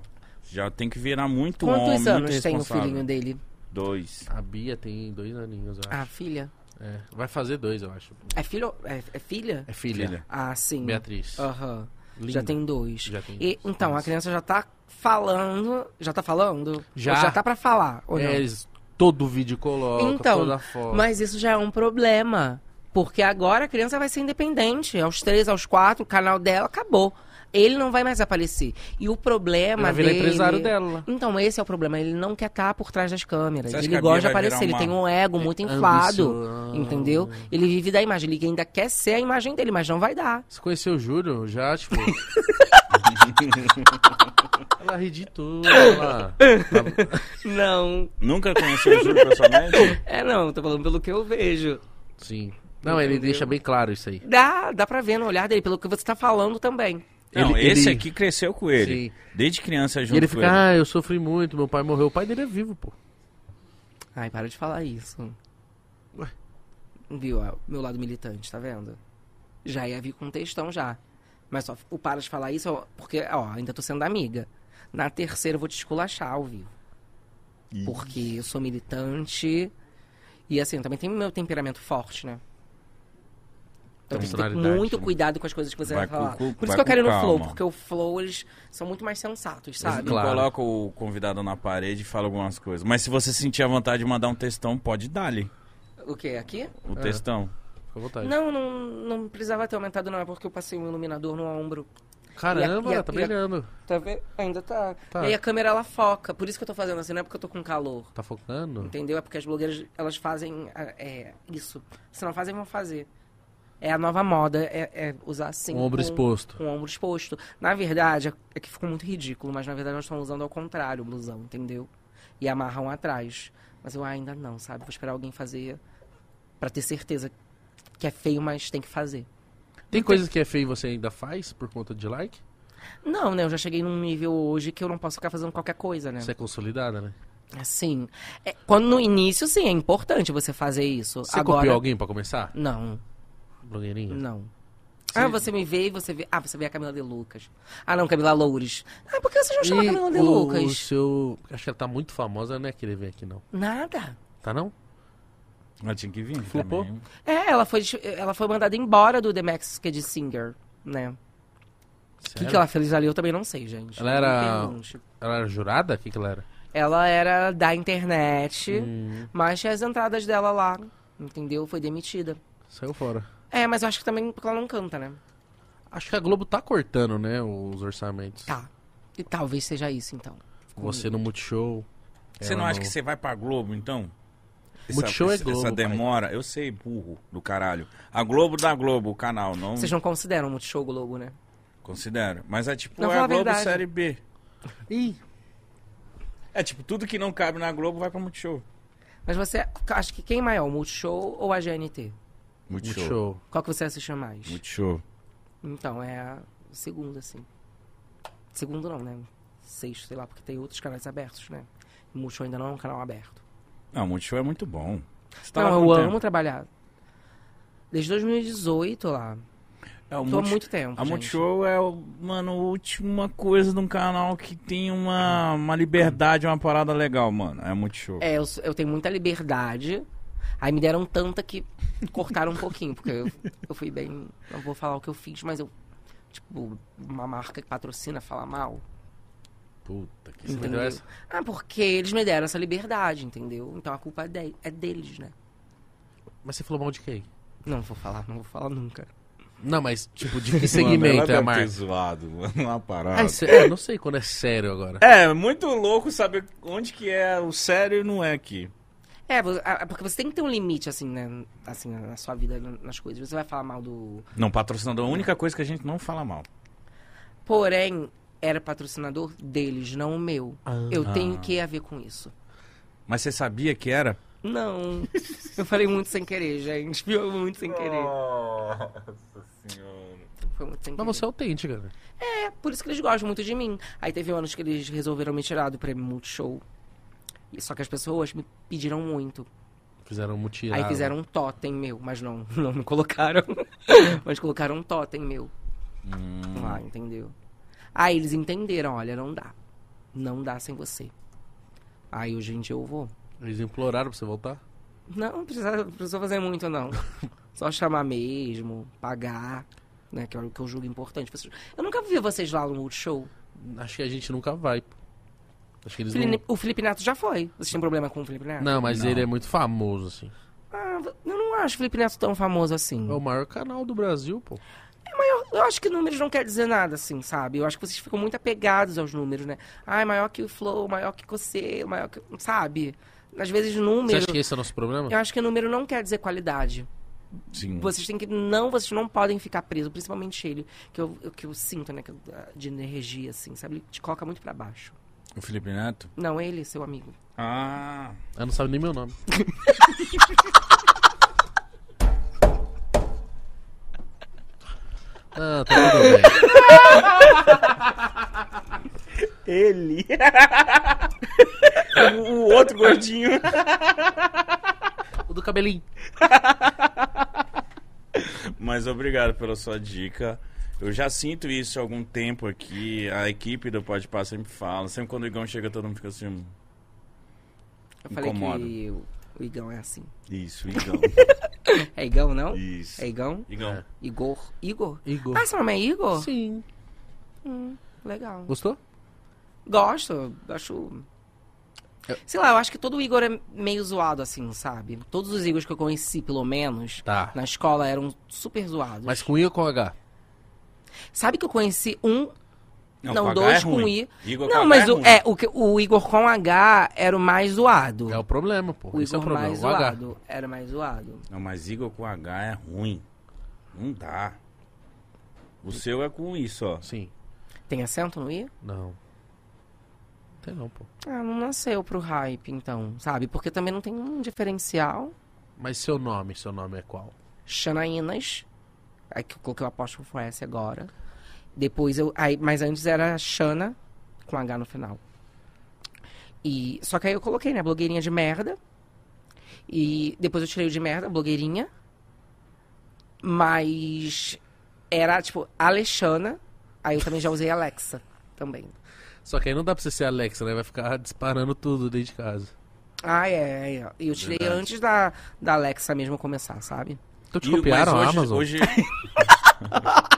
B: Já tem que virar muito homem,
C: É. Quantos
B: muito
C: anos tem o
B: responsável.
C: filhinho dele?
B: Dois.
A: A Bia tem dois aninhos, eu acho.
C: A Ah, filha?
A: É, vai fazer dois, eu acho.
C: É filho? É, é filha?
A: É filha.
B: Filha.
C: Ah, sim.
A: Beatriz.
C: Aham.
A: Linda.
C: Já tem dois.
A: Já tem
C: E,
A: dois.
C: então, a criança já tá falando. Já tá falando?
A: Já.
C: Ou já tá pra falar, ou não?
A: É, eles, todo vídeo coloca,
C: Então,
A: toda foto.
C: Mas isso já é um problema. Porque agora a criança vai ser independente. Aos três, aos quatro, o canal dela acabou. Ele não vai mais aparecer. E o
A: Ele
C: problema
A: vai virar
C: dele...
A: empresário dela. lá.
C: Então, esse é o problema. Ele não quer estar por trás das câmeras.
B: Você acha que
C: Ele
B: a
C: gosta de
B: Bia vai
C: aparecer.
B: virar
C: Ele tem
B: uma-
C: um ego muito inflado.
A: Ambicioso.
C: Entendeu? Ele vive da imagem. Ele ainda quer ser a imagem dele, mas não vai dar.
A: Você conheceu o Júlio? Já,
B: [laughs]
A: tipo... ela ri de tudo, ela...
C: Não.
B: Nunca conheceu o Júlio
C: [laughs]
B: pessoalmente?
C: É, não. Tô falando pelo que eu vejo.
A: Sim. Não, ele deixa bem claro isso aí.
C: Dá, dá pra ver no olhar dele, pelo que você tá falando também.
B: Não,
A: Ele-
C: [laughs]
B: esse
A: ele-
B: aqui cresceu com ele.
A: Sim.
B: Desde criança junto
A: E ele
B: com ele.
A: fica, ah, eu sofri muito, meu pai morreu. O pai dele é vivo, pô.
C: Ai, para de falar isso.
A: Ué?
C: Viu? ó, Meu lado militante, tá vendo? Já ia vir com um textão já. Mas só o para de falar isso, ó, porque, ó, ainda tô sendo amiga. Na terceira eu vou te esculachar ao vivo. Porque eu sou militante. E assim, eu também tenho meu temperamento forte, né? Então tem que ter
A: Personalidade,
C: muito
A: né?
C: cuidado com as coisas que você vai,
B: Vai com
C: falar.
B: cu-
C: Por
B: vai
C: isso que eu
B: com
C: quero ir no
B: calma.
C: flow, porque o flow, eles são muito mais sensatos,
B: Eles
C: sabe?
B: não
A: Claro.
B: coloca o convidado na parede e fala algumas coisas. Mas se você sentir a vontade de mandar um textão, pode dar-lhe
C: O quê? Aqui?
B: o
A: É.
B: textão.
A: Fica à vontade.
C: Não, não, não precisava ter aumentado, não. É porque eu passei um iluminador no ombro.
A: Caramba,
C: E a- e a-
A: tá
C: e a-
A: brilhando.
C: Tá vendo? Ainda tá.
A: Tá.
C: E aí a câmera ela foca. Por isso que eu tô fazendo assim, não é porque eu tô com calor.
A: Tá focando?
C: Entendeu? É porque as blogueiras elas fazem ah, é, isso. Se não fazem, vão fazer. É a nova moda, é, é usar assim.
A: O Um ombro
C: com-
A: exposto.
C: Com o ombro exposto. Na verdade, é- é que ficou muito ridículo, mas na verdade elas estão usando ao contrário o blusão, entendeu? E amarram atrás. Mas eu ainda não, sabe? Vou esperar alguém fazer pra ter certeza que é feio, mas tem que fazer.
A: Tem coisas que é feio e você ainda faz por conta de like?
C: Não, né? Eu já cheguei num nível hoje que eu não posso ficar fazendo qualquer coisa, né?
A: Você é consolidada, né?
C: Assim, é, quando no início, sim, é importante você fazer isso.
A: Você
C: Agora,
A: copiou alguém pra começar?
C: não,
A: Blogueirinha?
C: não. Ah, você me vê e você vê. Ah, você vê a Camila de Lucas. Ah, não, Camila Loures. Ah, por que vocês não chamam a Camila de
A: o, o
C: Lucas?
A: seu. Acho que ela tá muito famosa, né? Querer vir aqui, não.
C: Nada.
A: Tá não?
B: Ela tinha que vir.
A: Flopou?
B: também.
C: É, ela foi, ela foi mandada embora do The Masked Singer, né? O que,
A: Sério?
C: que ela fez ali, eu também não sei, gente.
A: Ela era-
C: Não me pergunte.
A: Ela era jurada? O que, que ela era?
C: Ela era da internet, mas tinha as entradas dela lá, entendeu? Foi demitida.
A: Saiu fora.
C: É, mas eu acho que também porque ela não canta, né?
A: Acho que a Globo tá cortando, né? Os orçamentos.
C: Tá. E talvez seja isso, então.
A: Você no Multishow.
B: Você
A: ela
B: não acha
A: no-
B: que você vai pra Globo, então?
A: É, Multishow é
B: essa-
A: Globo,
B: Essa demora, eu sei, burro do caralho. A Globo da Globo, o canal, não
C: Vocês não consideram o Multishow Globo, né?
B: considero. Mas é tipo,
C: Não,
B: é
C: fala
B: a
C: a
B: Globo
C: verdade.
B: Série B.
A: Ih,
B: É tipo, tudo que não cabe na Globo vai pra Multishow.
C: Mas você acha que quem é maior, o Multishow ou a GNT?
A: Multishow.
C: Qual que você assiste mais?
B: Multishow.
C: Então, é a segunda, assim. Segundo não, né? Sexto, sei lá, porque tem outros canais abertos, né? O Multishow ainda não é um canal aberto.
B: Não, Multishow é muito bom. Você tá lá
C: não, eu
B: quanto
C: amo
B: tempo?
C: trabalhar. Desde 2018 lá.
B: É, o
C: Tô há
B: Multi-
C: muito tempo,
B: A
C: gente.
B: Multishow é, o- mano, a última coisa de um canal que tem uma, uma liberdade, uma parada legal, mano. É a Multishow.
C: É, eu, sou- eu tenho muita liberdade. Aí me deram tanta que cortaram um pouquinho, porque eu, eu fui bem. Não vou falar o que eu fiz, mas eu. Tipo, uma marca que patrocina falar mal.
A: Puta, que
C: Entendeu?
A: essa.
C: Ah, porque eles me deram essa liberdade, entendeu? Então a culpa é, de- é deles, né?
A: Mas você falou mal de quem?
C: Não vou falar, não vou falar nunca.
A: Não, mas, tipo,
B: [laughs]
A: de que
B: mano,
A: segmento
B: ela
A: é a
B: deve
A: marca?
B: ter zoado, [laughs] mano, uma parada.
A: Ah, isso é- é, não sei quando é sério agora.
B: É, muito louco saber onde que é o sério e não é aqui.
C: É, vo- a- porque você tem que ter um limite, assim, né? Assim, na sua vida, na- nas coisas. Você vai falar mal do.
B: Não, patrocinador é a única coisa que a gente não fala mal.
C: Porém, era patrocinador deles, não o meu. Eu tenho que a ver com isso.
B: Mas você sabia que era?
C: Não. Eu falei muito sem querer, gente. Viu? Muito sem
B: Oh.
C: querer.
B: Nossa senhora.
C: Foi muito sem
A: Mas
C: querer.
A: você é autêntica, né?
C: É, por isso que eles gostam muito de mim. Aí teve anos que eles resolveram me tirar do prêmio Multishow. E Só que as pessoas me pediram muito.
A: Fizeram um mutirão.
C: Aí fizeram um totem meu, mas não, [laughs] não me colocaram. mas colocaram um totem meu. Lá, entendeu? Aí eles entenderam, olha, não dá. Não dá sem você. Aí hoje em dia eu vou.
A: Eles imploraram pra você voltar?
C: Não, precisa, não precisa fazer muito,
A: [laughs]
C: não. Só chamar mesmo, pagar, né? Que é o que eu julgo importante. Vocês- Eu nunca vi vocês lá no Multishow.
A: Acho que a gente nunca vai. pô. Acho que eles
C: Fili- O Felipe Neto já foi. Vocês têm problema com o Felipe Neto?
A: não... Não, mas ele é muito famoso, assim.
C: Ah, eu não acho o Felipe Neto tão famoso assim.
A: É o maior canal do Brasil, pô.
C: Eu acho que números não quer dizer nada, assim, sabe? Eu acho que vocês ficam muito apegados aos números, né? Ai, maior que o Flow, maior que você, maior que. Sabe? Às vezes,
A: Você
C: número.
A: acha que esse é o nosso problema?
C: Eu acho que número não quer dizer qualidade.
B: Sim.
C: Vocês têm que. Não, vocês não podem ficar presos, principalmente ele, que eu, eu- que eu sinto, né? que eu- de energia, assim, sabe? Ele te coloca muito pra baixo.
B: O Felipe Neto?
C: Não, ele, seu amigo.
B: Ah.
A: Ela não sabe nem meu
C: [laughs]
A: nome. Ah, tá tudo bem.
D: Ele. o, o outro gordinho.
A: O do cabelinho.
B: Mas obrigado pela sua dica. Eu já sinto isso há algum tempo aqui. A equipe do Pode Passar sempre fala. Sempre quando o Igão chega, todo mundo fica assim.
C: [laughs] Eu falei
B: Incomoda.
C: que o, o Igão é assim.
B: Isso, Igão.
C: É Igão,
B: [laughs]
C: não?
B: Isso.
C: É Igão?
B: Igão.
A: É.
C: Igor. Igor?
A: Igor.
C: Ah, seu nome é Igor?
A: Sim.
C: Legal.
A: Gostou?
C: Gosto, acho. Sei lá, eu acho que todo Igor é meio zoado, assim, sabe? Todos os Igors que eu conheci, pelo menos,
A: Tá.
C: na escola eram super zoados.
A: Mas com I ou com H?
C: Sabe que eu conheci um. Não,
B: com H
C: dois
B: é
C: com
B: ruim.
C: I.
B: Igor
C: não,
B: com
C: mas
B: H é
C: o,
B: ruim.
C: é, o, que- o Igor com H era o mais zoado.
A: É o problema, pô.
C: o
A: esse é o
C: Igor
A: problema.
C: mais
A: o H.
C: zoado era mais zoado.
B: Não, mas Igor com H é ruim. Não dá. O seu é com isso, ó.
A: Sim.
C: Tem acento no I?
A: Não. Tem não, pô.
C: Ah, não nasceu pro hype, então, sabe? Porque também não tem um diferencial.
A: Mas seu nome, seu nome é qual?
C: Xanaínas. Aí que eu coloquei o apóstolo com S agora. Depois eu. Aí, mas antes era Xana, com H no final. E, só que aí eu coloquei, né? Blogueirinha de merda. E depois eu tirei o de merda, blogueirinha. Mas Era, tipo, Alexana. Aí eu também já usei Alexa também.
A: Só que aí não dá pra você ser Alexa, né? Vai ficar disparando tudo dentro de casa.
C: Ah, é, é, é. Eu tirei
B: Verdade.
C: antes da, da Alexa mesmo começar, sabe?
A: Então te
B: E- mas
A: copiaram a
B: hoje,
A: Amazon.
B: Hoje... [laughs]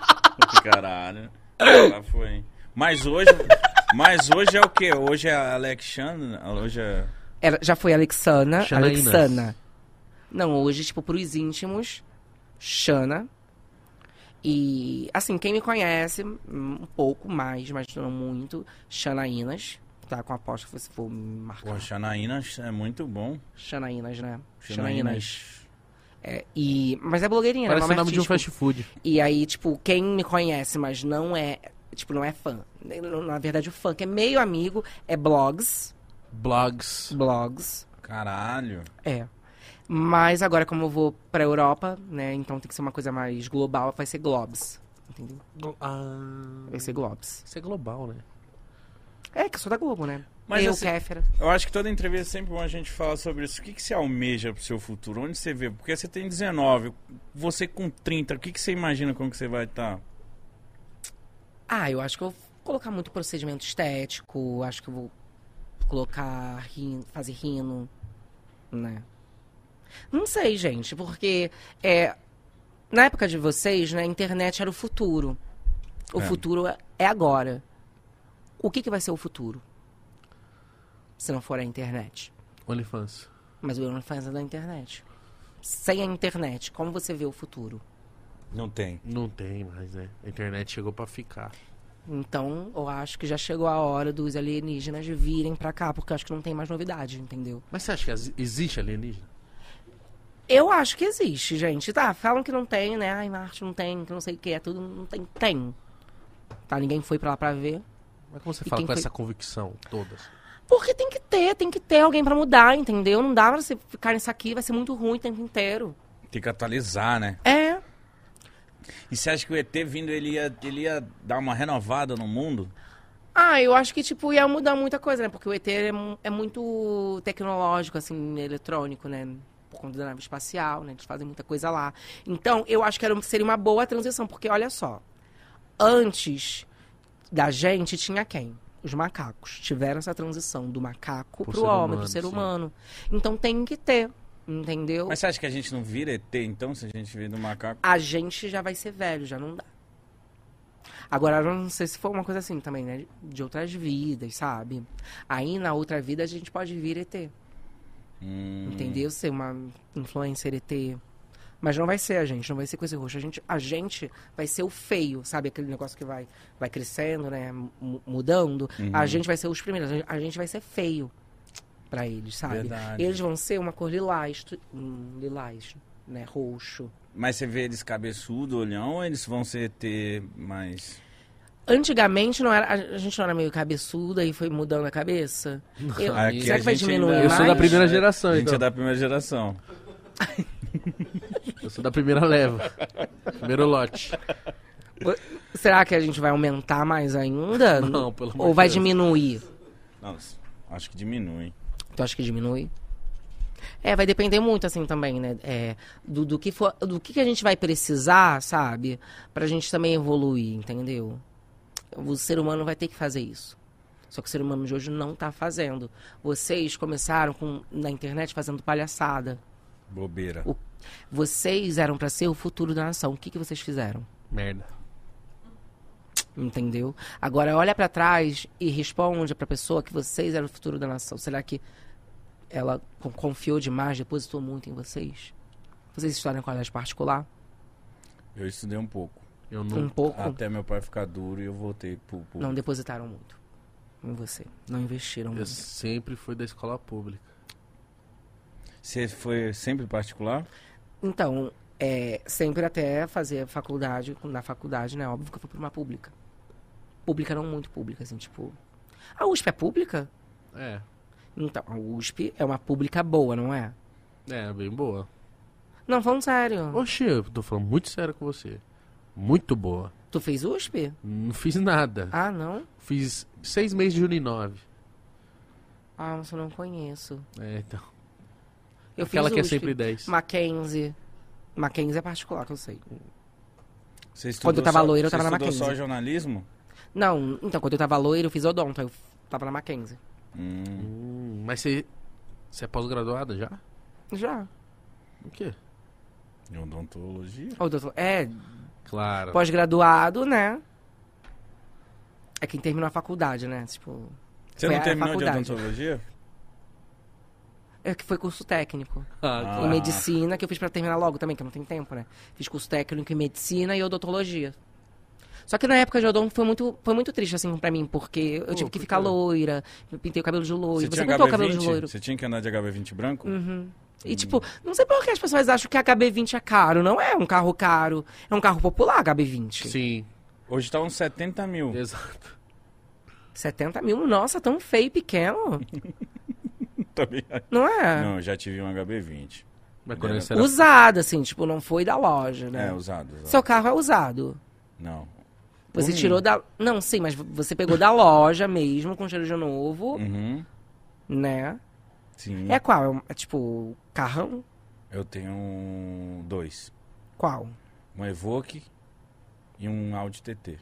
B: Caralho. Ela foi. hein? Mas hoje. Mas hoje é o quê? Hoje é a Alexandra. Hoje é.
C: Era, já foi Alexana.
A: Xanaínas.
C: Alexana. Não, hoje, tipo, pros íntimos, Xana. E, assim, quem me conhece um pouco mais, mas não muito, Xanaínas. Tá com aposta, se for me marcar.
B: Pô, Xanaínas é muito bom.
C: Xanaínas, né?
B: Xanaínas.
C: É, e... Mas é blogueirinha,
A: Parece
C: né?
A: o nome de um
C: artístico.
A: fast food.
C: E aí, tipo, quem me conhece, mas não é, tipo, não é fã. Na verdade, o fã que é meio amigo é blogs.
A: Blogs.
C: Blogs.
B: Caralho.
C: É. Mas agora, como eu vou pra Europa, né? Então tem que ser uma coisa mais global, vai ser Globes. Entendeu?
A: Ah,
C: Vai ser Globes.
A: isso é global, né?
C: É, que eu sou da Globo, né?
B: Mas
C: eu,
B: assim-
C: Kéfera.
B: Eu acho que toda entrevista é sempre bom a gente falar sobre isso. O que, que você almeja pro seu futuro? Onde você vê? Porque você tem 19, você com 30, o que, que você imagina como que você vai tá? estar?
C: Ah, eu acho que eu vou colocar muito procedimento estético. Acho que eu vou colocar, rin- fazer rino, né? Não sei, gente, porque é, na época de vocês, né, a internet era o futuro. O
B: É.
C: futuro é- é agora. O que, que vai ser o futuro? Se não for a internet.
A: OnlyFans.
C: Mas o OnlyFans é da internet. Sem a internet, como você vê o futuro?
B: Não tem.
A: Não tem mais, né? A internet chegou pra ficar.
C: Então, eu acho que já chegou a hora dos alienígenas virem pra cá, porque eu acho que não tem mais novidade, entendeu?
A: Mas você acha que as- existe alienígena?
C: Eu acho que existe, gente. Tá, falam que não tem, né? Ai, Marte não tem, que não sei o que, é tudo, não tem. Tem. Tá, ninguém foi pra lá pra ver.
A: Mas como você
C: E
A: fala
C: quem
A: com
C: foi-
A: essa convicção toda?
C: Porque tem que ter, tem que ter alguém pra mudar, entendeu? Não dá pra você ficar nisso aqui, vai ser muito ruim o tempo inteiro.
B: Tem que atualizar, né?
C: É.
B: E você acha que o ET vindo, ele ia, ele ia dar uma renovada no mundo?
C: Ah, eu acho que, tipo, ia mudar muita coisa, né? Porque o ET é, mu- é muito tecnológico, assim, eletrônico, né? Por conta da nave espacial, né? Eles fazem muita coisa lá. Então, eu acho que era, um- seria uma boa transição, porque olha só. Antes da gente, tinha quem? Os macacos. Tiveram essa transição do macaco
A: Pro
C: pro,
A: ser
C: homem,
A: humano,
C: pro ser
A: sim.
C: humano. Então tem que ter, entendeu?
B: Mas você acha que a gente não vira ET, então, se a gente vira um macaco?
C: a gente já vai ser velho, já não dá. Agora, eu não sei se for uma coisa assim também, né? De outras vidas, sabe? Aí, na outra vida, a gente pode vir ET,
B: Hum,
C: entendeu? Ser uma influencer ET. Mas não vai ser a gente, não vai ser com esse roxo. A gente, a gente vai ser o feio, sabe? Aquele negócio que vai, vai crescendo, né? Mu- Mudando. A gente vai ser os primeiros. A gente- A gente vai ser feio pra eles, sabe?
B: Verdade.
C: Eles vão ser uma cor lilás, tu- hum, lilás, né? Roxo.
B: Mas você vê eles cabeçudo, olhão, ou eles vão ser ET mais...
C: Antigamente não era, a gente não era meio cabeçuda e foi mudando a cabeça? Eu,
B: Aqui
C: será
B: a
C: que vai
B: gente
C: diminuir
B: ainda-
A: Eu sou da
C: mais?
A: primeira geração,
B: A gente
A: então.
B: é da primeira geração.
A: Eu sou da primeira leva. Primeiro lote.
C: Será que a gente vai aumentar mais ainda?
A: [laughs] Não, pelo amor
C: Ou
A: de
C: vai
A: Deus.
C: diminuir?
B: Nossa, acho que diminui.
C: Tu acha que diminui? É, vai depender muito, assim, também, né? É, do, do que for, do que, que a gente vai precisar, sabe? Pra gente também evoluir, entendeu? O ser humano vai ter que fazer isso. Só que o ser humano de hoje não tá fazendo. Vocês começaram com, na internet fazendo palhaçada.
B: Bobeira.
C: O- Vocês eram pra ser o futuro da nação. O que, que vocês fizeram?
A: Merda.
C: Entendeu? Agora olha pra trás e responde pra pessoa que vocês eram o futuro da nação. Será que ela con- confiou demais, depositou muito em vocês? Vocês estudaram em colégio particular?
B: Eu estudei um pouco.
A: Eu
C: Um
A: não.
C: pouco?
B: Até meu pai ficar duro e eu voltei pro... pro-
C: Não depositaram muito em você. Não investiram
A: Eu
C: muito.
A: sempre fui da escola pública.
B: Você foi sempre particular?
C: Então, é, sempre até fazer faculdade, na faculdade, né? Óbvio que eu fui pra uma pública. Pública não muito pública, assim, tipo. A USP é pública?
A: É.
C: Então, a USP é uma pública boa, não é?
A: É, bem boa.
C: Não, falando sério.
A: Oxi, eu tô falando muito sério com você. Muito boa.
C: Tu fez USP?
A: Não fiz nada.
C: Ah, não?
A: Fiz seis meses de Uninove.
C: Ah, mas eu não conheço.
A: É, então.
C: Eu
A: Aquela
C: fiz
A: que é
C: USP,
A: sempre 10.
C: Mackenzie. Mackenzie é particular, que eu sei.
D: Você estudou
C: Quando eu tava
D: só-
C: loira, eu
D: você
C: tava na
D: estudou só
C: Mackenzie.
D: jornalismo?
C: Não, então, quando eu tava loira, eu fiz odonto. Aí eu tava na Mackenzie.
D: Hum.
A: Hum, mas você. Você é pós-graduada já?
C: Já.
A: O quê?
B: Em Odontologia?
C: Odonto- É,
A: Claro.
C: pós-graduado, né? É quem terminou a faculdade, né? Tipo,
B: Você
C: Foi
B: não
C: a
B: terminou de
C: faculdade.
B: odontologia?
C: é que foi curso técnico.
A: Ah,
C: Em medicina, que eu fiz pra terminar logo também, que eu não tenho tempo, né? Fiz curso técnico em medicina e odontologia. Só que na época de odonto foi muito, foi muito triste, assim, pra mim, porque eu tive que ficar loira, eu pintei o cabelo de loiro, você, pintou o cabelo de loiro.
B: Você tinha que andar de HB20 branco?
C: E, tipo, não sei por que as pessoas acham que a HB20 é caro. Não é um carro caro, é um carro popular, HB20.
A: Sim,
B: Hoje tá uns 70 mil. [laughs]
A: exato.
C: 70 mil, nossa, tão feio e pequeno.
B: Também.
C: Não é?
B: Tá Não, eu já tive um HB20.
A: Mas quando
B: Era-
A: você era
C: Usado, assim, tipo, não foi da loja,
B: É,
C: né?
B: usado. usado.
C: Seu carro é usado.
B: Não.
C: Você
B: Por mim.
C: tirou da. Não, sim, mas você pegou da loja mesmo, com cheiro de novo,
B: Uhum.
C: né?
B: Sim.
C: É qual? É, um- é tipo, carrão?
B: Eu tenho dois.
C: Qual?
B: Um Evoque e um Audi TT.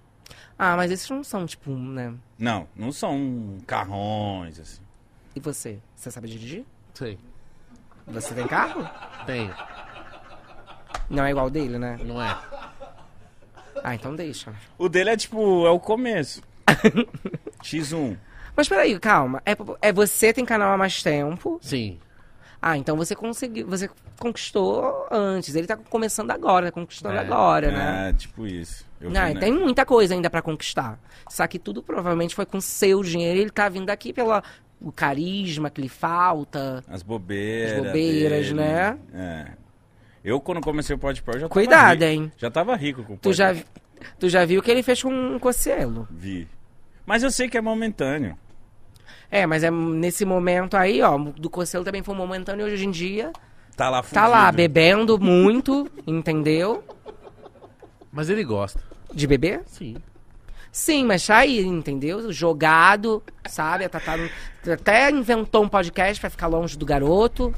C: Ah, mas esses não são, tipo, né?
B: Não, não são carrões, assim.
C: E você? Você sabe dirigir?
A: Sei.
C: Você tem carro?
A: Tem,
C: Não é igual o dele, né?
A: não é?
C: Ah, então deixa.
B: O dele é tipo, é o
C: [laughs]
B: começo. X1.
C: Mas peraí, calma. É, é você tem canal há mais tempo.
A: Sim.
C: Ah, então você conseguiu. Você conquistou antes. Ele tá começando agora, tá conquistando
A: É.
C: agora, né?
B: É, tipo isso. Eu
C: Ah,
B: vi, né?
C: tem muita coisa ainda pra conquistar. Só que tudo provavelmente foi com seu dinheiro. Ele tá vindo aqui pelo carisma que lhe falta.
B: As bobeiras.
C: As bobeiras,
B: dele.
C: né?
B: É. Eu, quando comecei o Pode Pó, eu já tava
C: Cuidado,
B: rico.
C: hein?
B: Já tava rico com o
C: Tu
B: Pode
C: já,
B: Pó.
C: tu já viu que ele fez com um Cocielo.
B: Vi. Mas eu sei que é momentâneo.
C: É, mas é nesse momento aí, ó. Do Cocielo também foi momentâneo. Hoje em dia,
B: Tá lá
C: tá
B: fudido.
C: lá bebendo muito, entendeu?
A: Mas ele gosta.
C: De beber?
A: Sim.
C: Sim, mas tá aí, entendeu? Jogado, sabe? A Tatá não- até inventou um podcast pra ficar longe do garoto.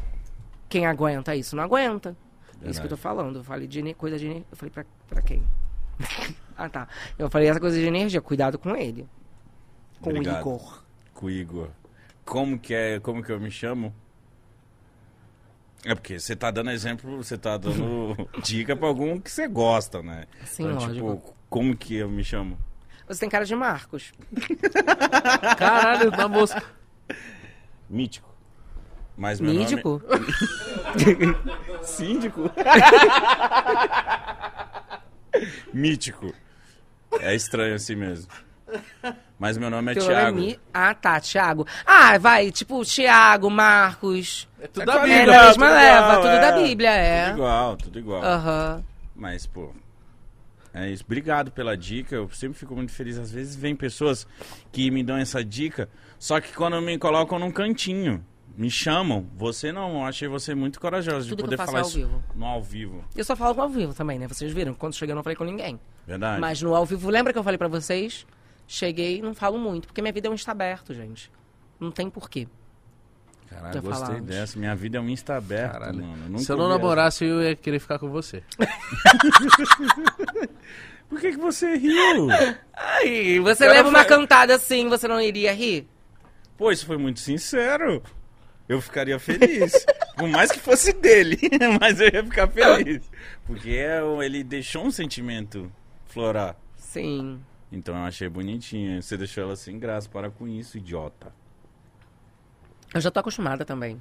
C: Quem aguenta isso não aguenta. É Isso que eu tô falando. Eu falei de ener- coisa de ener- Eu falei pra, pra quem? [laughs] ah, tá. Eu falei essa coisa de energia. Cuidado com ele. Com
B: Obrigado.
C: o Igor.
B: Com o Igor. Como que é, como que eu me chamo? É porque você tá dando exemplo, você tá dando dica pra algum que você gosta, né?
C: Sim,
B: tipo, como que eu me chamo?
C: Você tem cara de Marcos.
A: Caralho, na moça. [laughs]
B: Mítico. Mas meu
C: Mídico?
B: nome...
C: [laughs]
B: Síndico? Mítico. É estranho assim mesmo. Mas meu nome é
C: Teu nome é
B: Thiago.
C: Mi- Ah, tá, Thiago. Ah, vai, tipo, Thiago, Marcos.
A: É tudo da
C: É
A: Bíblia.
C: na
B: Não,
C: mesma
B: tudo
C: leva,
B: igual,
C: tudo
B: é.
C: da Bíblia, é.
B: Tudo igual, tudo igual.
C: Aham.
B: Mas, pô. É isso. Obrigado pela dica. Eu sempre fico muito feliz. Às vezes vem pessoas que me dão essa dica, só que quando me colocam num cantinho, me chamam. Você não, eu achei você muito corajosa de
C: Tudo que
B: poder
C: eu faço
B: falar
C: é ao
B: isso
C: vivo.
B: no ao vivo.
C: Eu só falo com ao vivo também, né? Vocês viram, quando cheguei eu não falei com ninguém.
B: Verdade?
C: Mas no ao vivo, lembra que eu falei pra vocês? Cheguei, não falo muito, porque minha vida é um Insta aberto, gente. Não tem porquê.
B: Caralho,
C: Já
B: gostei
C: falamos.
B: dessa. Minha vida é um Insta aberto, mano. nunca
A: Se eu não
B: ouvi
A: namorasse, eu ia querer ficar com você.
B: essa. Por que, que você riu?
C: Ai, você
B: Cara,
C: leva uma
B: foi-
C: cantada assim, você não iria rir?
B: pô, isso foi muito sincero. Eu ficaria feliz. Por mais que fosse dele, [laughs] mas eu ia ficar feliz. Porque eu- ele deixou um sentimento florar.
C: Sim.
B: Então eu achei bonitinha. Você deixou ela sem graça. Para com isso, idiota.
C: Eu já tô acostumada também.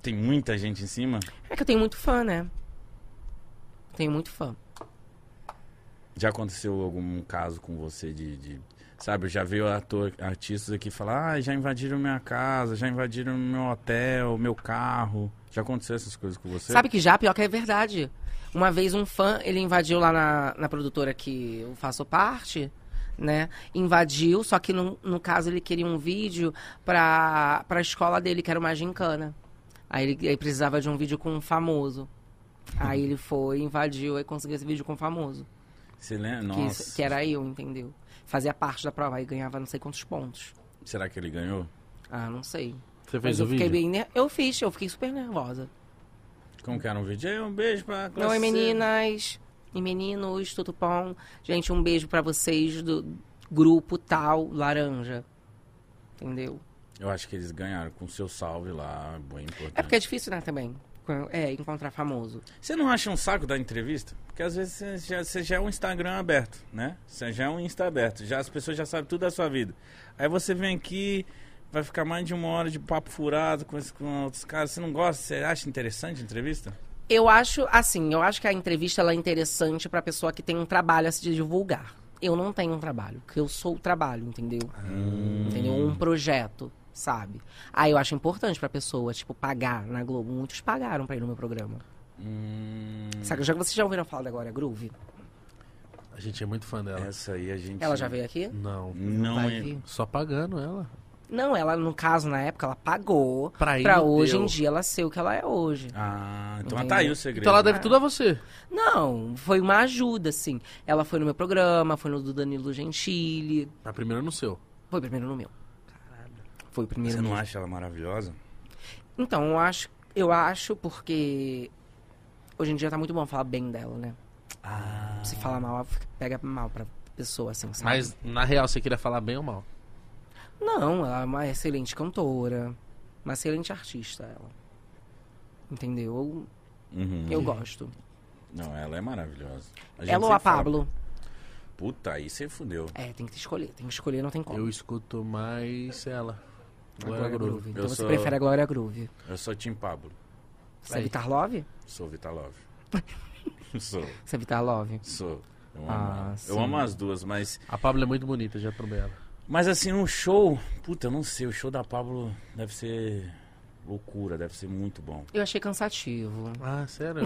B: Tem muita gente em cima.
C: É que eu tenho muito fã, né? Tenho muito fã.
B: Já aconteceu algum caso com você de. de- sabe, eu já veio ator, artistas aqui falar: ah, já invadiram minha casa, já invadiram meu hotel, meu carro. Já aconteceu essas coisas com você?
C: Sabe que já, pior que é verdade. Uma vez um fã, ele invadiu lá na, na produtora que eu faço parte, né? Invadiu, só que no, no caso ele queria um vídeo pra, pra escola dele, que era uma gincana. Aí ele aí precisava de um vídeo com um famoso. Aí ele foi, invadiu e conseguiu esse vídeo com um famoso.
B: Você lembra?
C: Que,
B: Nossa.
C: isso- que é era eu, entendeu? Fazia parte da prova e ganhava não sei quantos pontos.
B: Será que ele ganhou?
C: Ah, não sei.
A: Você
C: Mas
A: fez
C: eu
A: o
C: fiquei
A: vídeo?
C: bem. ner- Eu fiz, eu fiquei super nervosa.
B: Como que era um vídeo? Ei, Um beijo pra classe
C: Oi,
B: C.
C: meninas. E meninos, tudo bom? Gente, um beijo pra vocês do grupo tal, laranja. Entendeu?
B: Eu acho que eles ganharam com seu salve lá, bem importante.
C: É porque é difícil, né, também? É, encontrar famoso.
B: Você não acha um saco da entrevista? Porque às vezes você já, você já é um Instagram aberto, né? Você já é um Insta aberto, já as pessoas já sabem tudo da sua vida. Aí você vem aqui, vai ficar mais de uma hora de papo furado com, esse, com outros caras. Você não gosta? Você acha interessante a entrevista?
C: Eu acho, assim, eu acho que a entrevista ela é interessante pra pessoa que tem um trabalho a se divulgar. Eu não tenho um trabalho, porque eu sou o trabalho, entendeu?
B: Ah.
C: Entendeu?
B: Hum.
C: Um projeto, sabe? Aí eu acho importante pra pessoa, tipo, pagar na Globo. Muitos pagaram pra ir no meu programa.
B: Hum,
C: Sabe, já que vocês já ouviram falar da Glória Groove?
A: A gente é Hum. muito fã dela.
B: essa aí a gente.
C: Ela já veio aqui?
A: Não.
B: Não
C: Vai
B: é.
C: vir.
A: Só pagando ela.
C: Não, ela, no caso, na época, ela pagou
A: Pra
C: pra,
A: ir,
C: hoje
A: deu.
C: em dia ela ser o que ela é hoje.
B: Ah, então
C: Entendeu?
B: tá aí o segredo.
A: Então ela deve tudo a você.
C: Não, foi uma ajuda, assim. Ela foi no meu programa, foi no do Danilo Gentili.
A: A primeira no seu.
C: Foi primeiro no meu. Foi primeiro
B: Você
C: no
B: não acha ela maravilhosa?
C: Então, eu acho, eu acho porque hoje em dia tá muito bom falar bem dela, né?
B: Ah.
C: Se falar mal, fica- pega mal pra pessoa, assim, sabe?
A: Mas, na real, você queria falar bem ou mal?
C: Não, ela é uma excelente cantora, uma excelente artista, ela. Entendeu?
B: Uhum.
C: Eu, eu gosto.
B: Não, ela é maravilhosa. gente
C: Ela ou a
B: sempre fala,
C: Pablo?
B: Puta, aí você fudeu.
C: É, tem que escolher. Tem que escolher, não tem como.
A: Eu escuto mais ela. é Glória Groove.
C: Então
B: é Eu
C: você
B: sou-
C: prefere a Glória Groove.
B: Eu sou Tim Pablo.
C: Você é
A: Aí.
C: Vitar Love?
B: Sou
C: [laughs]
B: Vitalove. sou,
C: Você é Vitar Love?
B: sou. Eu amo,
C: Ah,
B: ela. eu
C: sim.
B: amo as duas, mas.
A: A Pablo é muito bonita, já trombei ela.
B: Mas assim, um show. Puta, eu não sei. O show da Pablo deve ser loucura, deve ser muito bom.
C: Eu achei cansativo.
B: [laughs]
A: Ah,
C: [laughs]
A: sério?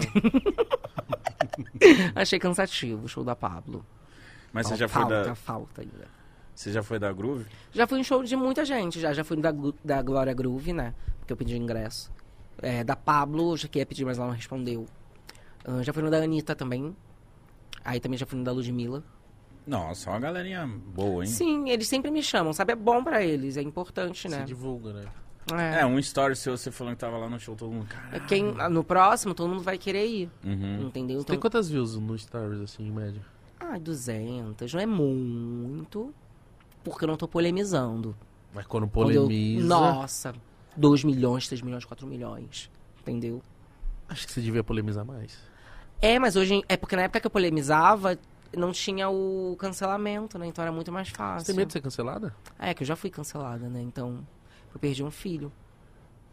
C: achei cansativo o show da Pablo.
B: Mas você já, foi
C: falta,
B: da,
C: falta ainda.
B: você já foi da Groove?
C: Já fui em show de muita gente, já. Já fui no da, Glu- da Glória Groove, né? Porque eu pedi ingresso. É, da Pablo, já que ia pedir, mas ela não respondeu. Ah, já fui no da Anitta também. Aí também já fui no da Ludmilla.
B: Nossa, é uma galerinha boa, hein?
C: Sim, eles sempre me chamam, sabe? É bom pra eles, é importante,
A: Se
C: né?
A: divulga, né?
C: É.
B: É, um story seu, você falando que tava lá no show, todo mundo. Cara. uhum,
C: Quem, no próximo, todo mundo vai querer ir, entendeu?
A: Uhum. Tem
C: Então,
A: quantas views no Stories, assim, em média?
C: ai, 200, não é muito, porque eu não tô polemizando.
A: Mas quando
C: Quando eu-
A: polemiza...
C: nossa, 2 milhões, 3 milhões, 4 milhões, entendeu?
A: Acho que você devia polemizar mais.
C: É, mas hoje. em- É porque na época que eu polemizava, não tinha o cancelamento, né? Então era muito mais
A: Você
C: fácil.
A: tem medo de ser cancelada?
C: É, que eu já fui cancelada, né? Então. Eu perdi um filho.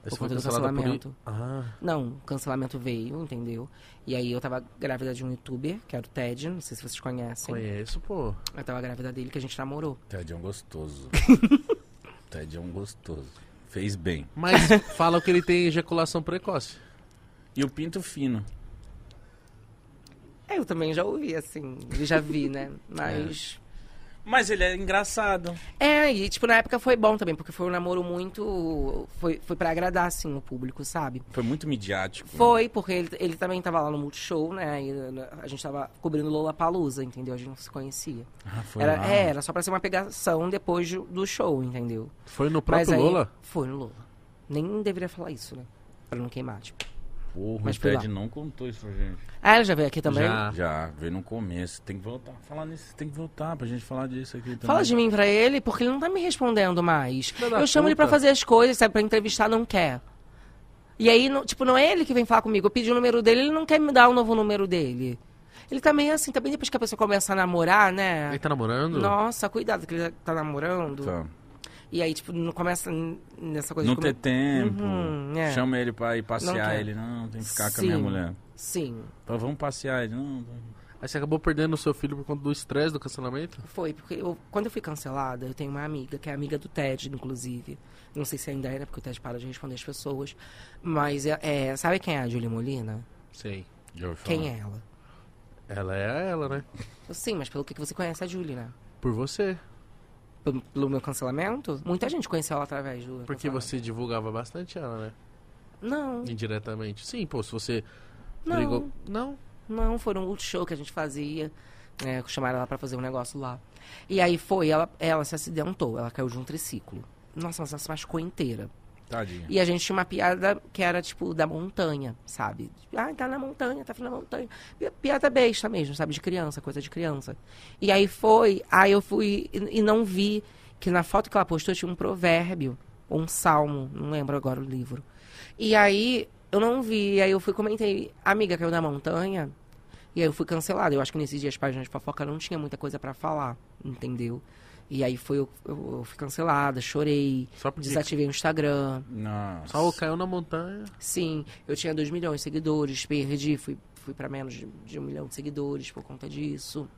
A: Aí você
C: Por
A: foi
C: conta do
A: cancelada por i-
C: cancelamento.
A: Ah,
C: Não, o cancelamento veio, entendeu? E aí eu tava grávida de um youtuber, que era o Ted, não sei se vocês conhecem.
A: conheço, pô.
C: Eu tava grávida dele, que a gente namorou.
B: Ted é um
C: [laughs]
B: gostoso. Ted é um gostoso. Fez bem.
C: [laughs]
A: Mas falam que ele tem ejaculação precoce.
B: E o Pinto Fino.
C: É, eu também já ouvi, assim. eu Já vi, [laughs] né? Mas.
B: Mas ele é engraçado.
C: É, e tipo, na época foi bom também, porque foi um namoro muito. Foi, foi para agradar, assim, o público, sabe?
B: Foi muito midiático. né?
C: Foi, porque ele, ele também tava lá no Multishow, né? E né, a gente tava cobrindo Lollapalooza, entendeu? A gente não se conhecia.
B: Ah, foi
C: Era,
B: lá.
C: é, era só pra ser uma pegação depois do- do show, entendeu?
A: Foi no próprio Lola?
C: Foi no Lola. Nem deveria falar isso, né? Pra não queimar, tipo.
B: Porra,
C: Mas
B: o
C: foi
B: Ted
C: lá.
B: não contou isso pra gente.
C: Ah, ela já veio aqui também?
A: Já.
B: Já, veio no começo. Tem que voltar. Falar nisso, tem que voltar pra gente falar disso aqui também.
C: Fala de mim pra ele, porque ele não tá me respondendo mais.
A: Filha da
C: eu chamo ele pra
A: puta.
C: fazer as coisas, sabe? Pra entrevistar, não quer. E aí, não- tipo, não é ele que vem falar comigo. Eu pedi o número dele, ele não quer me dar o novo número dele. Ele tá meio assim, também depois que a pessoa começa a namorar, né?
A: Ele tá namorando?
C: Nossa, cuidado que ele tá namorando.
B: Tá.
C: E aí, tipo, não começa n- nessa coisa
B: Não
C: de
B: ter
C: comer-
B: tempo.
C: Uhum, é.
B: Chama ele pra ir passear.
C: Não quer.
B: ele, não, tem que ficar com a minha
C: Sim.
B: mulher.
C: Sim,
B: Então, vamos passear. Ele, não.
A: Aí você acabou perdendo o seu filho por conta do estresse do cancelamento?
C: foi. Porque eu- quando eu fui cancelada, eu tenho uma amiga, que é amiga do Ted, inclusive. Não sei se ainda é, né? Porque o Ted para de responder as pessoas. Mas, é, é, sabe quem é a Julie Molina?
A: Sei.
B: Já ouvi
C: Quem
B: falar.
C: é ela?
A: Ela é ela, né?
C: Eu, Sim, mas pelo que que você conhece a Julie, né?
A: Por você.
C: Pelo, pelo meu cancelamento? Muita gente conheceu ela através do.
A: Porque
C: cancelamento.
A: você divulgava bastante ela, né?
C: Não,
A: Indiretamente. Sim, pô, se você.
C: Não.
A: brigou- Não.
C: Não, foi num show que a gente fazia. né, chamaram ela pra fazer um negócio lá. E aí foi, ela, ela se acidentou, ela caiu de um triciclo. Nossa, mas ela se machucou inteira.
E: Tadinha.
C: E a gente tinha uma piada que era, tipo, da montanha, sabe? Ah, tá na montanha, tá na montanha. Pi- Piada besta mesmo, sabe? De criança, coisa de criança. E aí foi, aí eu fui e, e não vi que na foto que ela postou tinha um provérbio, ou um salmo, não lembro agora o livro. E aí eu não vi, e aí eu fui e comentei, amiga caiu da montanha, e aí eu fui cancelada. Eu acho que nesses dias as páginas de fofoca não tinha muita coisa pra falar, entendeu? E aí foi, eu, eu- eu fui cancelada, chorei,
A: Só porque-
C: desativei o Instagram.
B: Nossa.
A: Só o caiu na montanha.
C: Sim, eu tinha 2 milhões de seguidores, perdi, fui, fui para menos de, de um milhão de seguidores por conta disso.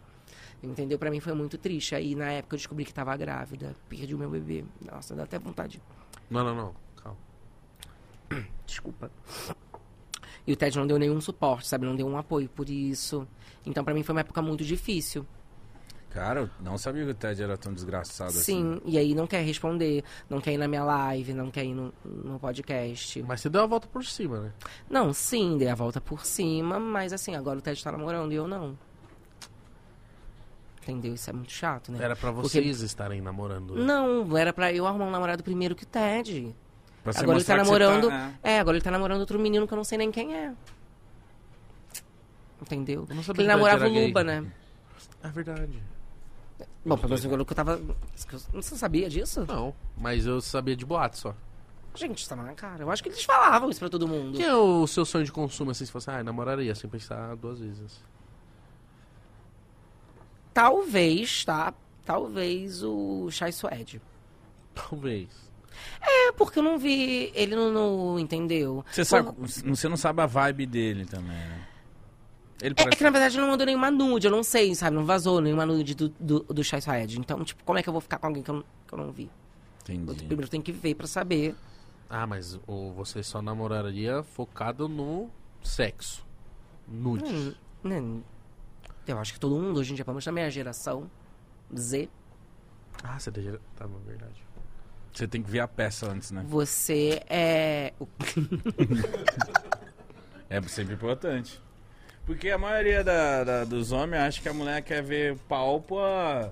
C: Entendeu? Pra mim foi muito triste. Aí na época eu descobri que tava grávida, perdi o meu bebê. Nossa, dá até vontade.
A: Não, não, não. Calma.
C: Desculpa. E o Ted não deu nenhum suporte, sabe? Não deu um apoio por isso. Então pra mim foi uma época muito difícil.
E: Cara, eu não sabia que o Ted era tão desgraçado assim.
C: Sim, e aí não quer responder, não quer ir na minha live, não quer ir no, no podcast.
A: Mas você deu a volta por cima, né?
C: Não, sim, dei a volta por cima, mas assim, agora o Ted tá namorando e eu não. Entendeu? Isso é muito chato, né?
A: Era pra
C: Porque-
A: vocês estarem namorando. né?
C: Não, era pra eu arrumar um namorado primeiro que o Ted.
B: Pra você
C: agora ele tá
B: mostrar que você
C: namorando.
B: né?
C: É, agora ele tá namorando outro menino que eu não sei nem quem é. Entendeu?
A: Eu não sabia
C: Ele
A: que o Ted
C: namorava
A: era
C: o
A: gay.
C: Luba, né?
A: É verdade.
C: Bom, pelo menos agora que eu tava. Você sabia disso?
A: Não, mas eu sabia de boato só.
C: Gente, isso tava na cara. Eu acho que eles falavam isso pra todo mundo.
A: Que é o seu sonho de consumo, assim, se fosse, ah, namoraria, sem pensar duas vezes.
C: Talvez, tá? Talvez o Chai Suede.
A: Talvez.
C: É, porque eu não vi ele no, no- entendeu?
E: Você, sabe, você não sabe a vibe dele também, né? Ele
C: É,
E: parece...
C: é que na verdade ele não mandou nenhuma nude, eu não sei, sabe? Não vazou nenhuma nude do, do, do Chai Suede. Então, tipo, como é que eu vou ficar com alguém que eu não, que eu não vi? Tipo, Eu
E: Entendi.
C: primeiro tenho que ver pra saber.
A: Ah, mas o, você só namoraria focado no sexo. Nudes.
C: Hum, né? Eu acho que todo mundo hoje em dia, pelo menos na minha geração, Z,
A: Ah, você deixa... Tá, na verdade.
E: Você tem que ver a peça antes, né?
C: você é. o-
B: É sempre importante. Porque a maioria da- da- dos homens acha que a mulher quer ver pau pra...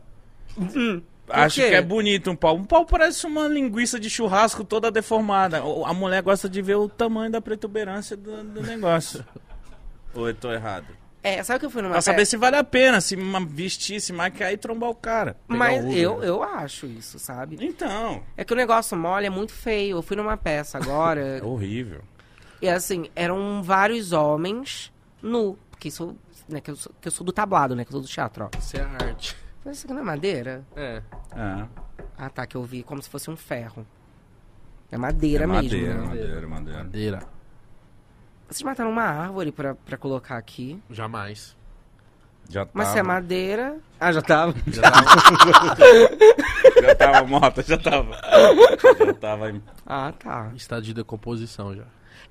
B: Acho
C: Hum. quê?
B: que é bonito um pau. Um pau parece uma linguiça de churrasco toda deformada. O- A mulher gosta de ver o tamanho da protuberância do, do negócio.
E: [laughs]
B: Ou eu tô errado?
C: É, sabe que eu fui numa
B: Pra saber
C: festa?
B: se vale a pena, se ma- vestir, se maquiar e trombar o cara. Pegar
C: Mas
B: o Uber. né?
C: eu, eu acho isso, sabe?
B: Então,
C: É que o negócio mole é muito feio. Eu fui numa peça agora.
B: [laughs] é horrível.
C: E assim, eram vários homens nu. Porque isso, né, que, eu sou, que eu sou do tablado, né? Que eu sou do teatro, ó.
A: Isso é arte.
C: Mas isso aqui não é madeira?
A: É.
B: Ah,
C: Ah, tá, que eu vi como se fosse um ferro. É madeira
E: É
C: mesmo.
E: madeira,
C: né?
E: madeira, madeira.
A: Madeira.
C: Vocês mataram uma árvore pra, pra colocar aqui.
A: Jamais.
E: Já tava,
C: Mas se é madeira. Ah, já tava.
A: Já tá [laughs] tava-
B: já tava morta, já tava. Já tava em
C: Ah, tá.
A: em estado de decomposição já.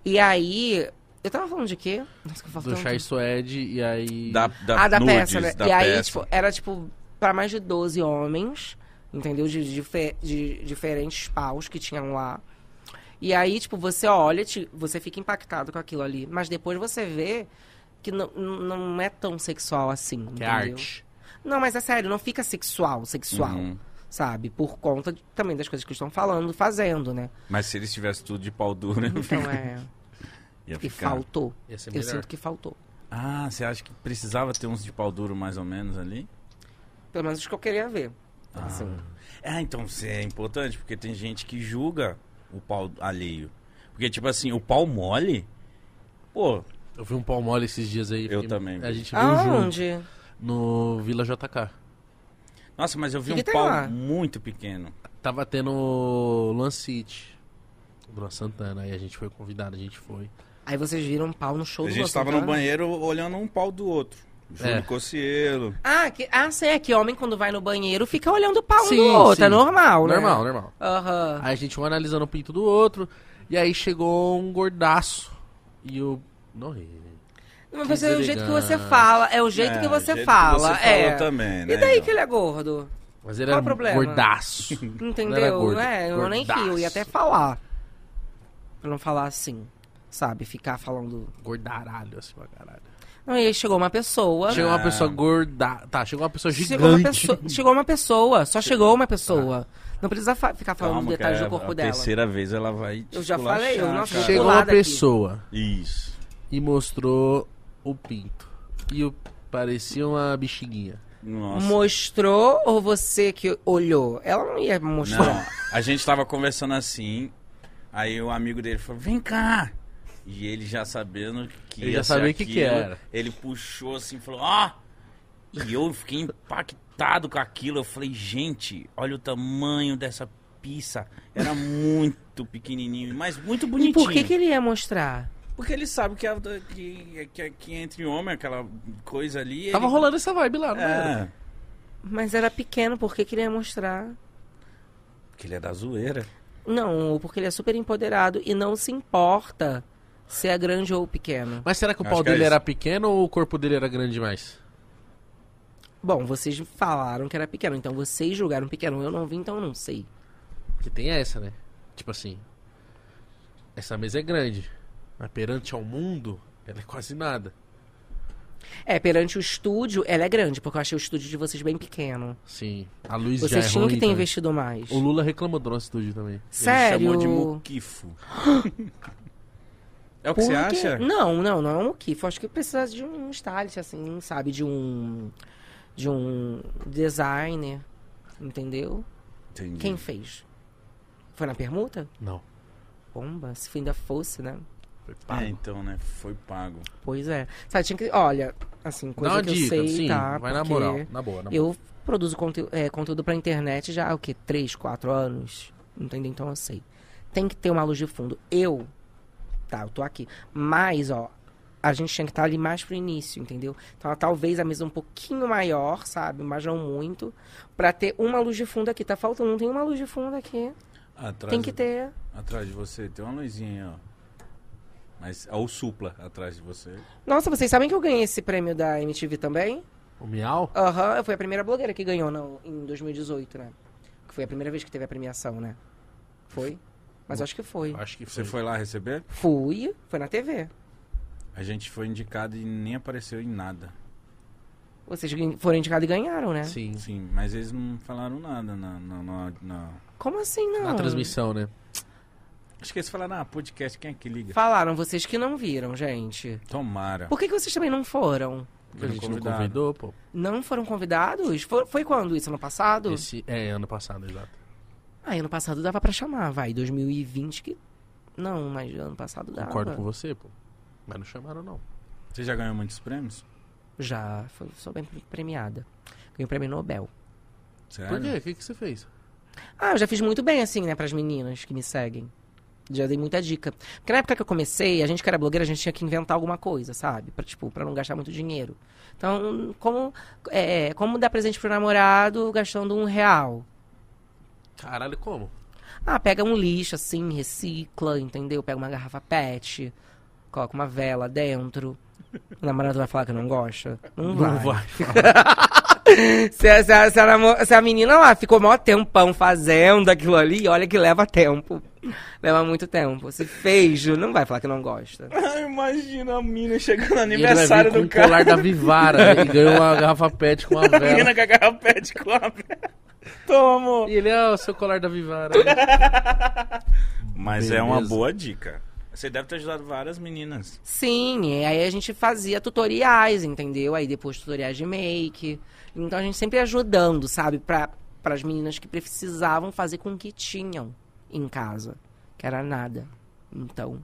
C: E aí. Eu tava falando de quê? Nossa, que eu falo
A: Do
C: tanto.
A: Chai Suede e aí...
B: Da, da
C: Ah, da
B: nudes,
C: peça, né?
B: da
C: e aí,
B: peça.
C: tipo, era tipo pra mais de 12 homens, entendeu? De, dife- de diferentes paus que tinham lá. E aí, tipo, você olha, te- você fica impactado com aquilo ali. Mas depois você vê que não, não é tão sexual assim.
A: Que é
C: entendeu?
A: arte.
C: Não, mas é sério, não fica sexual, sexual.
E: Uhum.
C: Sabe? Por conta de- também das coisas que estão falando, fazendo, né?
E: Mas se eles tivessem tudo de pau
C: [laughs]
E: duro, né?
C: Então
B: [laughs]
C: é.
E: ia
C: E
E: ficar.
C: faltou.
A: Ia ser
C: Eu
A: melhor.
C: sinto que faltou.
E: Ah, você acha que precisava ter uns de pau duro mais ou menos ali?
C: Pelo menos os que eu queria ver. Assim.
B: É, então isso é importante, porque tem gente que julga o pau alheio. Porque, tipo assim, o pau mole. Pô,
A: Eu vi um pau mole esses dias aí.
B: Eu
A: fiquei-
B: também
A: A
B: vi.
A: gente viu junto.
C: Aonde?
A: No Vila JK.
B: nossa, mas eu vi
C: Que que
B: um
C: tem
B: pau
C: lá?
B: muito pequeno.
A: Tava tendo o Luan City. Do Luan Santana. Aí a gente foi convidado, a gente foi.
C: Aí vocês viram um pau no show
B: A
C: do tá?
B: gente
C: Luan
B: tava no
C: Santana?
B: banheiro olhando um pau do outro. Júlio
A: É.
B: Cocielo.
C: Ah, que, ah, sei, é que homem quando vai no banheiro fica olhando o pau um
A: Sim,
C: do outro,
A: sim.
C: é normal, né?
A: Normal, normal.
C: Aham.
A: Aí a gente um analisando o pinto do outro. E aí chegou um gordaço. E o. Não ri. né?
C: Mas você, é o jeito que você
A: Deselegante.
C: fala, é o jeito
B: É,
C: que você
B: jeito que
C: fala,
B: você
C: é.
B: falou também, né?
C: E daí
B: então?
C: que ele é gordo,
A: Mas ele
C: Qual
A: era
C: o problema?
A: gordaço.
C: [laughs]
A: Não era
C: entendeu?
A: gordo,
C: é, eu nem
A: gordaço.
C: rio, eu ia até falar. Pra não falar assim, sabe? Ficar falando...
A: Gordaralho, assim, pra caralho.
C: Não, e aí chegou uma pessoa. né?
A: Chegou uma pessoa gorda. Tá, chegou uma pessoa gigante.
C: Ah. Chegou uma pessoa, chegou uma pessoa, só chegou uma pessoa. Não precisa fa- ficar falando
B: Ah. Calma, que
C: dos detalhes
B: é
C: do corpo
B: a
C: dela.
B: terceira vez ela vai te
C: Eu já falei, eu
B: esculachar,
C: não
B: cara.
C: achei.
A: Chegou uma
C: Colada aqui.
A: pessoa
B: Isso.
A: e mostrou o pinto. E o- parecia uma bexiguinha.
B: Nossa.
C: Mostrou ou você que olhou? Ela não ia mostrar.
B: Não, a gente tava conversando assim, aí o amigo dele falou, vem cá. E ele já sabendo que
A: Ele
B: ia
A: já
B: ser
A: sabia o que que
B: aquilo,
A: era.
B: Ele puxou assim, falou, ó. E eu fiquei impactado com aquilo. Eu falei, gente, olha o tamanho dessa pizza. Era muito pequenininho, mas muito
C: E
B: bonitinho.
C: por que, que ele ia mostrar?
B: Porque ele sabe que, a- que, que, que entre homem, aquela coisa ali...
A: Tava
B: ele-
A: rolando essa vibe lá, não era?
B: É,
C: Mas era pequeno, por que, que ele ia mostrar?
B: porque ele é da zoeira.
C: Não, porque ele é super empoderado e não se importa se é grande ou pequeno.
A: Mas será que o
B: Acho
A: pau
B: que é
A: dele
B: isso.
A: era pequeno ou o corpo dele era grande demais?
C: Bom, vocês falaram que era pequeno, então vocês julgaram pequeno. Eu não vi, então eu não sei.
A: Porque tem essa, né? Tipo assim. Essa mesa é grande. Mas perante ao mundo, ela é quase nada.
C: É, perante o estúdio, ela é grande, porque eu achei o estúdio de vocês bem pequeno.
A: Sim. A luz já é
C: Vocês tinham
A: ruim
C: que ter
A: também.
C: investido mais.
A: O Lula reclamou do nosso estúdio também.
C: Sério?
B: Ele chamou de muquifo. [gasps] é o que
C: Por
B: você
C: quê?
B: acha?
C: Não, não, não é um muquifo. Acho que precisa de um stylist, assim, sabe? De um. De um designer. Entendeu?
B: Entendi. É,
C: Quem fez? Foi na permuta?
A: Não.
C: Bomba, se ainda fosse, né?
A: Foi pago.
B: É, então, né? Foi pago.
C: Pois é. Sabe, tinha que. Olha, assim,
A: Dá
C: coisa
A: uma
C: que
A: dica,
C: eu sei,
A: sim.
C: tá?
A: vai na
C: Porque
A: moral. Na boa, na boa.
C: Eu produzo conteúdo, é, conteúdo pra internet já há o quê? Três, quatro anos? Entendeu? Então eu sei. Tem que ter uma luz de fundo. Eu. Tá, eu tô aqui. Mas, ó, a gente tinha que estar ali mais pro início, entendeu? Então talvez a mesa um pouquinho maior, sabe? Mas não muito. Pra ter uma luz de fundo aqui. Tá faltando, não tem uma luz de fundo aqui.
B: Atrás,
C: Tem que ter.
B: atrás de você tem uma luzinha, ó. Mas é o supla atrás de você.
C: Nossa, vocês sabem que eu ganhei esse prêmio da MTV também?
A: O Miau?
C: Aham, eu fui a primeira blogueira que ganhou no- em 2018, né? Que foi a primeira vez que teve a premiação, né? Foi? Mas eu acho que foi.
A: Acho que
B: Você foi lá receber?
C: Fui, foi na TV.
B: A gente foi indicado e nem apareceu em nada.
C: Vocês gan- foram indicados e ganharam, né?
A: Sim.
B: Sim, mas eles não falaram nada na. na, na- na-
C: Como assim, não?
A: Na transmissão, né?
B: Acho que eles falaram, ah, podcast, quem é que liga?
C: Falaram vocês que não viram, gente.
B: Tomara.
C: Por que, que vocês também não foram?
A: Porque a
B: Não
A: gente não
B: convidaram.
A: convidou, pô.
C: Não foram convidados? Foi, foi quando isso? Ano passado?
A: Esse, é, ano passado, exato.
C: Ah, ano passado dava pra chamar, vai. 2020 que... Não, mas ano passado dava.
A: Concordo com você, pô. Mas não chamaram, não.
B: Você já ganhou muitos prêmios?
C: Já, foi, sou bem premiada. Ganhei o prêmio Nobel.
B: Sério?
A: Por quê? O que, que você fez?
C: Ah, eu já fiz muito bem, assim, né, pras meninas que me seguem. Já dei muita dica. Porque na época que eu comecei, a gente que era blogueira, a gente tinha que inventar alguma coisa, sabe? Pra, tipo, pra não gastar muito dinheiro. Então, como, é, como dar presente pro namorado gastando um real?
A: Caralho, como?
C: Ah, pega um lixo, assim, recicla, entendeu? Pega uma garrafa pet, coloca uma vela dentro. O namorado vai falar que não gosta? Não, vai. Se, a- se a- se a namo- se a menina lá ficou maior tempão fazendo aquilo ali, olha que leva tempo. Leva muito tempo. Se fez, não vai falar que não gosta.
B: [laughs] Imagina a mina chegando no
A: E ele vai vir
B: aniversário
A: com
B: do
A: um
B: cara.
A: colar da Vivara né? e ganhou uma garrafa pet com uma
B: A
A: vela.
B: mina com a garrafa pet com a vela. [laughs] Toma, amor.
A: E ele, ah, o seu colar da Vivara.
B: Mas é uma
A: Beleza.
B: boa dica. Você deve ter ajudado várias meninas.
C: Sim, e aí a gente fazia tutoriais, entendeu? Aí depois tutoriais de make. Então a gente sempre ajudando, sabe? Para as meninas que precisavam fazer com o que tinham em casa. Que era nada. Então,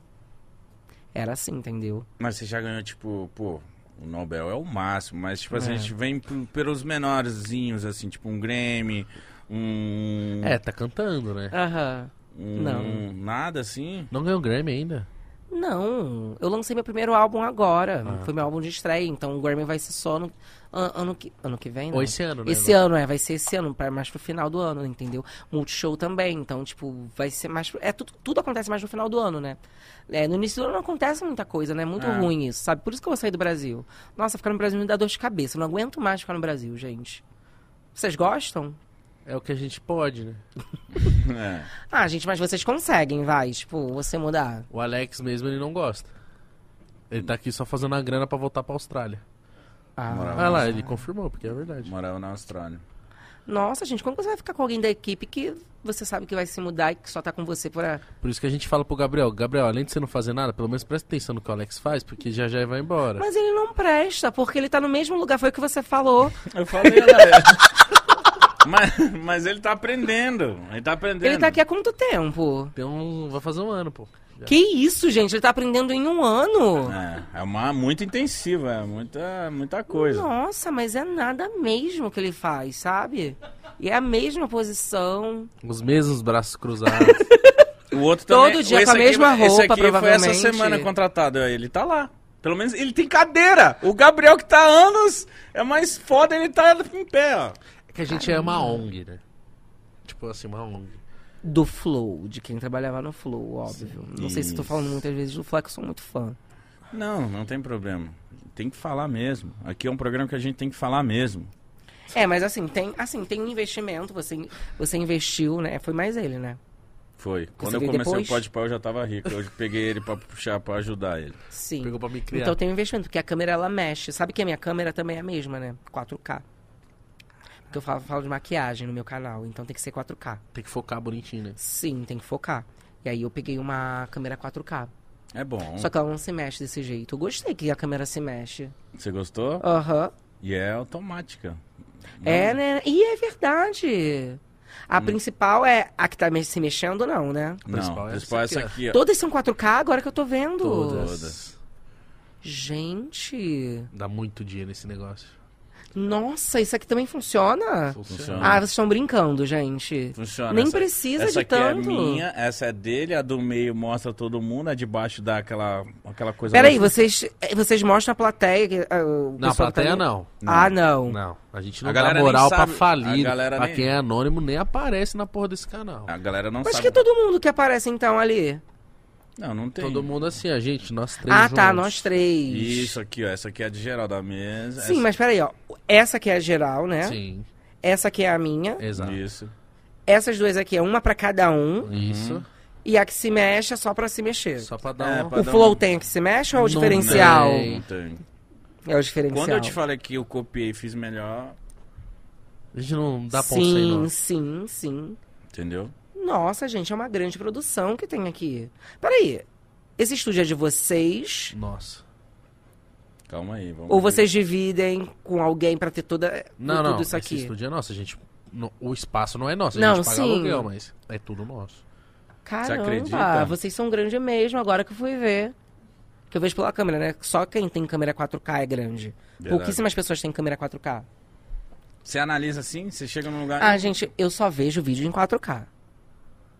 C: era assim, entendeu?
B: Mas você já ganhou, tipo, pô, o Nobel é o máximo, mas, tipo, assim,
C: É.
B: a gente vem p- pelos menorzinhos, assim, tipo, um Grammy, um.
A: é, tá cantando, né?
C: Aham.
B: um-
C: não.
B: Nada assim.
A: Não ganhou Grammy ainda.
C: Não, eu lancei meu primeiro álbum agora.
A: Ah.
C: Foi meu álbum de estreia, então o Grammy vai ser só no, an- ano, que, ano que vem, né?
A: Ou esse ano, né?
C: Esse ano, é, vai ser esse ano, pra, mais pro final do ano, entendeu? Multishow também, então, tipo, vai ser mais. pro- É, tudo, tudo acontece mais no final do ano, né? É, no início do ano não acontece muita coisa, né? É muito
B: É.
C: ruim isso, sabe? Por isso que eu vou sair do Brasil. Nossa, ficar no Brasil me dá dor de cabeça. Eu não aguento mais ficar no Brasil, gente. Vocês gostam?
A: É o que a gente pode, né?
B: É.
C: Ah, gente, mas vocês conseguem, vai, tipo, você mudar.
A: O Alex mesmo, ele não gosta. Ele tá aqui só fazendo a grana pra voltar pra Austrália.
B: Morava,
A: Ah
B: na...
A: lá, ele confirmou, porque é verdade.
B: morava na Austrália.
C: Nossa, gente, como que você vai ficar com alguém da equipe que você sabe que vai se mudar e que só tá com você pra.
A: Por isso que a gente fala pro Gabriel, Gabriel, além de você não fazer nada, pelo menos presta atenção no que o Alex faz, porque já já ele vai embora.
C: Mas ele não presta, porque ele tá no mesmo lugar, foi o que você falou.
B: Eu falei, né, galera. [laughs] mas, mas ele tá aprendendo. Ele tá aprendendo.
C: Ele tá aqui há quanto tempo?
A: Tem um. Vai fazer um ano, pô. Já.
C: Que isso, gente? Ele tá aprendendo em um ano.
B: É, é uma, muito intensiva, é muita, muita coisa.
C: Nossa, mas é nada mesmo que ele faz, sabe? E é a mesma posição.
A: Os mesmos braços cruzados.
B: O outro
C: Todo
B: também,
C: dia
B: esse
C: com a
B: aqui-
C: mesma
B: Esse
C: roupa,
B: aqui foi essa
C: provavelmente.
B: semana contratado. Ele tá lá. Pelo menos ele tem cadeira. O Gabriel, que tá há anos, é mais foda, ele tá em pé, ó.
A: É [laughs] que a gente é uma ONG, né? Tipo assim, uma ONG.
C: Do Flow, de quem trabalhava no Flow, óbvio. Não sei se tô falando muitas vezes do Flow, é que eu sou muito fã.
B: Não, não tem problema. Tem que falar mesmo. Aqui é um programa que a gente tem que falar mesmo.
C: É, mas assim, tem, assim, tem um investimento, você, você investiu, né? Foi mais ele, né?
B: Foi. Quando
C: você
B: eu
C: veio
B: comecei
C: depois?
B: o pode pau, eu já tava rico. Eu peguei ele pra puxar, pra ajudar ele.
C: Sim.
A: Pegou pra me criar.
C: Então tem um investimento, porque a câmera ela mexe. Sabe que a minha câmera também é a mesma, né? 4K. Porque eu falo, falo de maquiagem no meu canal, então tem que ser 4K.
A: Tem que focar bonitinho, né?
C: Sim, tem que focar. E aí eu peguei uma câmera 4K.
B: É bom.
C: Só que ela não se mexe desse jeito. Eu gostei que a câmera se mexe.
B: Você gostou?
C: Aham.
B: E é automática.
C: É, né? E é verdade. A principal é a que tá me- se mexendo, não, né?
B: Não,
A: principal
B: principal,
A: é
B: é
A: essa
B: essa
A: aqui,
B: aqui, ó.
C: Todas são 4K agora que eu tô vendo.
B: Todas.
C: Gente.
A: Dá muito dinheiro nesse negócio.
C: Nossa, isso aqui também funciona?
B: Funciona.
C: Ah, vocês estão brincando, gente.
B: Funciona.
C: Nem
B: essa-
C: precisa
B: essa
C: de
B: aqui
C: tanto.
B: é minha, essa é dele, a do meio mostra todo mundo, a de baixo dá aquela, aquela coisa...
C: Peraí,
B: mais-
C: vocês, eh, vocês mostram a plateia? que, ah, o
A: Na
C: pessoal que tá
A: plateia,
C: ali?
A: não.
C: Ah, não.
A: Não. A gente não
B: A
A: dá
B: galera nem
A: moral pra
B: sabe.
A: falir.
B: A galera
A: Pra
B: nem- Ah,
A: quem é anônimo, nem aparece na porra desse canal.
B: A galera não
C: Mas
B: sabe.
C: que é todo mundo que aparece, então, ali?
B: Não, não tem.
A: Todo mundo assim, a gente, nós três.
C: ah, tá,
A: juntos.
C: nós três.
B: Isso aqui, ó. Essa aqui é a de geral da mesa.
C: Sim, mas peraí, ó. Essa aqui é a geral, né?
A: Sim,
C: Essa aqui é a minha.
A: exato.
B: Isso.
C: Essas duas aqui é uma pra cada um.
B: Uhum.
A: Isso.
C: E a que se mexe é só pra se mexer.
A: Só pra dar
B: É,
A: uma.
B: pra
C: O
B: dar
C: flow
B: um-
C: tem a que se mexe ou é o
A: Não
C: diferencial?
A: tem.
B: Não tem.
C: É o diferencial.
B: Quando eu te falei que eu copiei e fiz melhor,
A: A gente não dá ponto sem
C: Sim,
A: nós.
C: sim, sim.
B: entendeu?
C: Nossa, gente, é uma grande produção que tem aqui. Peraí, esse estúdio é de vocês?
A: Nossa.
B: Calma aí, vamos
C: Ou
B: ver.
C: vocês dividem com alguém pra ter toda
A: Não,
C: tudo
A: não.
C: isso
A: Esse
C: aqui?
A: estúdio é nosso. A gente. no- o espaço não é nosso. A
C: Não,
A: gente paga
C: sim.
A: aluguel, mas é tudo nosso.
C: Caramba,
B: acredita?
C: vocês são grandes mesmo, agora que eu fui ver. Que eu vejo pela câmera, né? Só quem tem câmera 4K é grande.
B: Verdade.
C: Pouquíssimas pessoas têm câmera 4K.
B: Você analisa assim, você chega num lugar...
C: Ah, gente, eu só vejo vídeo em 4K.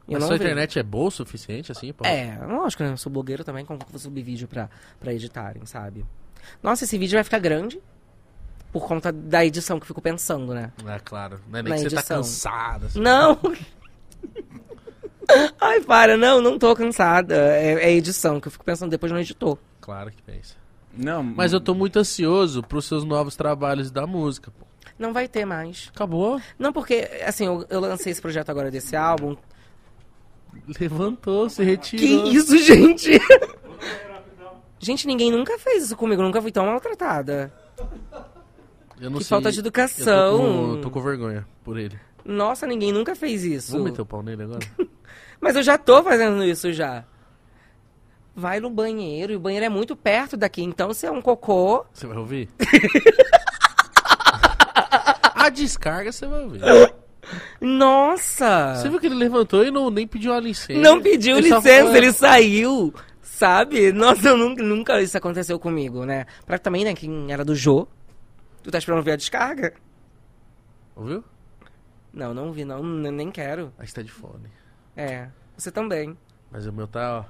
C: Eu
A: Mas
C: não
A: sua
C: vejo.
A: internet é boa o suficiente, assim, pô?
C: É, lógico, né? Eu sou blogueiro também, como que eu vou subir vídeo pra, pra editarem, sabe? Nossa, esse vídeo vai ficar grande por conta da edição que eu fico pensando, né?
A: É claro. Não é nem
C: Na
A: que você tá
C: edição.
A: cansado. assim.
C: Não! [laughs] Ai, para, não, não tô cansada. É, é edição que eu fico pensando depois no editor.
A: Claro que pensa.
B: Não,
A: Mas eu tô muito ansioso pros seus novos trabalhos da música, pô.
C: Não vai ter mais.
A: Acabou?
C: Não, porque, assim, eu, eu lancei esse projeto agora desse álbum.
A: Levantou, se
C: Que
A: retirou.
C: isso,
A: [laughs]
C: gente? gente, ninguém nunca fez isso comigo, nunca fui tão maltratada.
A: Eu não
C: Que
A: sei.
C: falta de
A: Eu
C: educação.
A: tô com, tô com vergonha por ele.
C: Nossa, ninguém nunca fez isso.
A: Vou meter o pau
C: [laughs]
A: nele agora?
C: Mas eu já tô fazendo isso já. Vai no banheiro, e o banheiro é muito perto daqui, então se é um cocô.
A: Você vai
C: [laughs]
A: ouvir? A descarga você vai ouvir.
C: Nossa!
A: Você viu que ele levantou e não, nem pediu a licença.
C: É. Não pediu
A: Ele só
C: licença,
A: falou-
C: ele saiu, sabe? Nossa, eu nunca, nunca isso aconteceu comigo, né? Pra também, né, quem era do Jô. Tu tá esperando ver a descarga?
A: Ouviu?
C: Não, não vi, não, n- nem quero.
A: Aí você tá de fone.
C: É, você também.
A: Mas o meu tá, ó,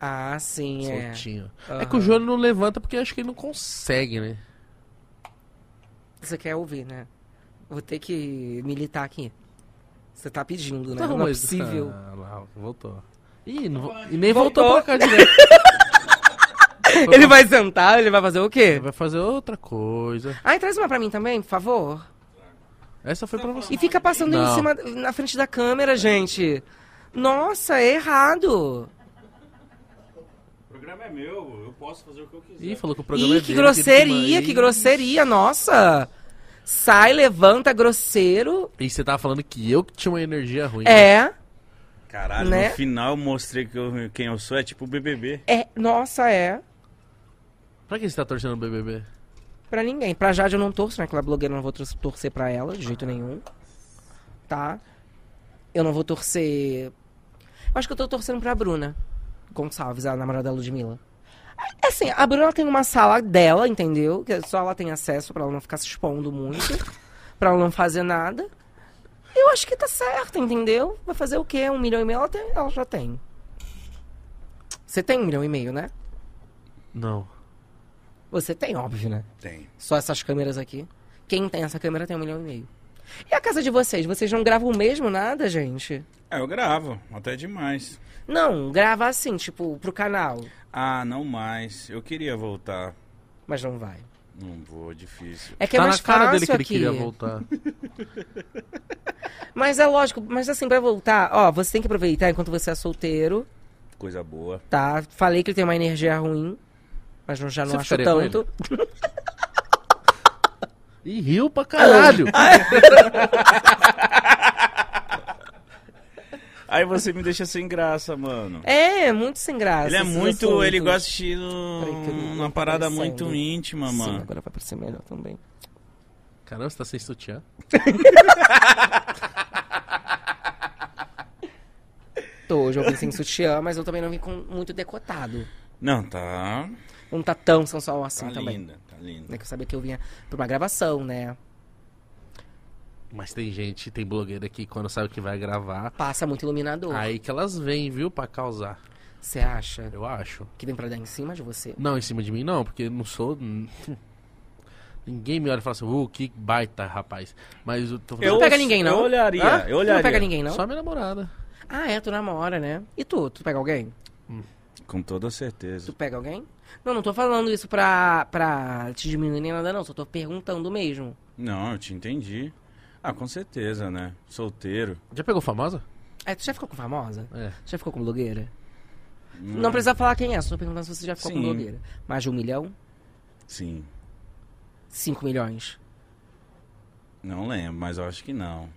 C: Ah, sim, é.
A: soltinho. É
C: Aham.
A: que o Júnior não levanta porque eu acho que ele não consegue, né?
C: Você quer ouvir, né? Vou ter que militar aqui. Você tá pedindo, né?
A: Tá,
C: não é
A: mas-
C: possível.
A: Ah, lá, voltou. Ih, não vo- e nem voltou,
C: Voltou.
A: pra cá
C: [laughs]
A: direito. Foi
C: Ele
A: pra-
C: vai sentar, ele vai fazer o quê?
A: Ele vai fazer outra coisa.
C: Ai, traz uma pra mim também, por favor.
A: Essa foi pra você.
C: E fica passando
A: Não.
C: em cima, na frente da câmera, gente. Nossa, é errado.
B: programa é meu, eu posso fazer o que eu quiser.
A: Ih, falou que o programa
C: Ih,
A: é
C: que
A: dele, ele
C: grosseria,
A: filma
C: que
A: aí.
C: grosseria, nossa. Sai, levanta, grosseiro.
A: E você tava falando que eu que tinha uma energia ruim. né?
C: É,
B: Caralho,
C: Né?
B: no final eu mostrei que eu- quem eu sou, é tipo o BBB.
C: é, nossa, é.
A: Pra que você tá torcendo o BBB?
C: Pra ninguém. Pra Jade eu não torço, né? Aquela blogueira eu não vou tor- torcer pra ela, de jeito nenhum. Tá? Eu não vou torcer. Eu acho que eu tô torcendo pra Bruna Gonçalves, a namorada da Ludmilla. É assim, a Bruna ela tem uma sala dela, entendeu? Que é só ela tem acesso pra ela não ficar se expondo muito, [laughs] pra ela não fazer nada. Eu acho que tá certo, entendeu? Vai fazer o quê? Um milhão e meio ela, tem- ela já tem. Você tem um milhão e meio, né?
A: Não.
C: Você tem, óbvio, né?
B: Tem.
C: Só essas câmeras aqui. Quem tem essa câmera tem um milhão e meio. E a casa de vocês? Vocês não gravam mesmo nada, gente?
B: É, eu gravo, até demais.
C: Não, grava assim, tipo, pro canal.
B: Ah, não mais. Eu queria voltar.
C: Mas não vai.
B: Não vou, difícil.
C: É que
A: tá
C: é mais
A: na cara
C: fácil
A: dele que ele
C: aqui.
A: queria voltar.
C: Mas é lógico, mas assim, pra voltar, ó, você tem que aproveitar enquanto você é solteiro,
B: Coisa boa.
C: tá? Falei que ele tem uma energia ruim, mas não, já não
A: Você
C: acho
A: ficaria com
C: tanto.
A: E riu pra caralho.
C: Ah, é.
B: Aí você me deixa sem graça, mano.
C: É, muito sem graça.
B: ele é
C: esses
B: muito. Ele
C: assuntos.
B: gosta de assistir
C: Peraí que eu
B: no-
C: não
B: uma
C: tô
B: parada
C: pensando.
B: muito íntima,
C: Sim,
B: mano.
C: agora vai parecer melhor também.
A: Caramba, você tá sem sutiã.
C: Tô, hoje eu vim sem sutiã, mas eu também não vim com muito decotado.
B: Não, tá.
C: Não tá tão sensual assim
B: Tá
C: também.
B: linda, tá linda.
C: né, que eu sabia que eu vinha pra uma gravação, né?
A: Mas tem gente, tem blogueira que quando sabe que vai gravar,
C: Passa muito iluminador.
A: aí que elas vêm, viu, pra causar.
C: Você acha
A: Eu acho.
C: que vem pra dar em cima de você?
A: Não, em cima de mim não, porque eu não sou. [laughs] Ninguém me olha e fala assim, uh, que baita, rapaz. Mas eu tô
C: Eu- não pega ninguém, não?
B: Eu olharia,
C: Hã? Tu
B: eu olharia.
C: não pega ninguém, não?
A: Só minha namorada.
C: Ah, é, tu namora, né? E tu? Tu pega alguém?
B: Com toda
C: Tu
B: certeza.
C: pega alguém? Não, não tô falando isso pra, pra te diminuir nem nada, não. Só tô perguntando mesmo.
B: Não, eu te entendi. Ah, com certeza, né? Solteiro.
A: Já pegou famosa?
C: É, tu já ficou com famosa?
A: É.
C: Já ficou com blogueira? Não precisa falar quem é, só tô perguntando se você já ficou com
B: Sim.
C: blogueira. Mais de um milhão?
B: Sim.
C: Cinco milhões?
B: Não lembro, mas eu acho que não.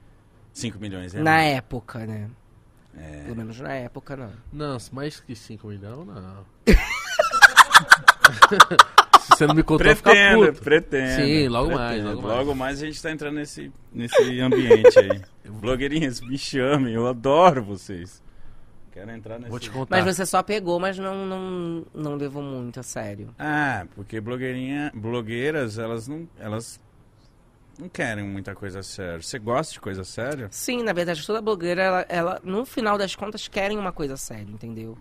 B: 5 milhões é
C: na
B: muito.
C: época, né? É. Pelo menos na época, não.
A: Não, mais que 5 milhões, não. [laughs] Se você não me contou, eu fica
B: Pretendo,
A: puto.
B: pretendo.
A: Sim, logo
B: pretendo.
A: mais, logo mais.
B: a gente tá entrando nesse, nesse ambiente
C: [laughs]
B: aí. Blogueirinhas, me chamem, eu adoro vocês. Quero entrar nesse...
A: Vou te contar.
C: Mas você só pegou, mas não, não, não levou muito a sério.
B: Ah, porque blogueirinha, blogueiras, elas não, elas não querem muita coisa séria. Você gosta de coisa séria?
C: Sim, na verdade, toda blogueira, ela, ela, no final das contas, querem uma coisa séria, entendeu?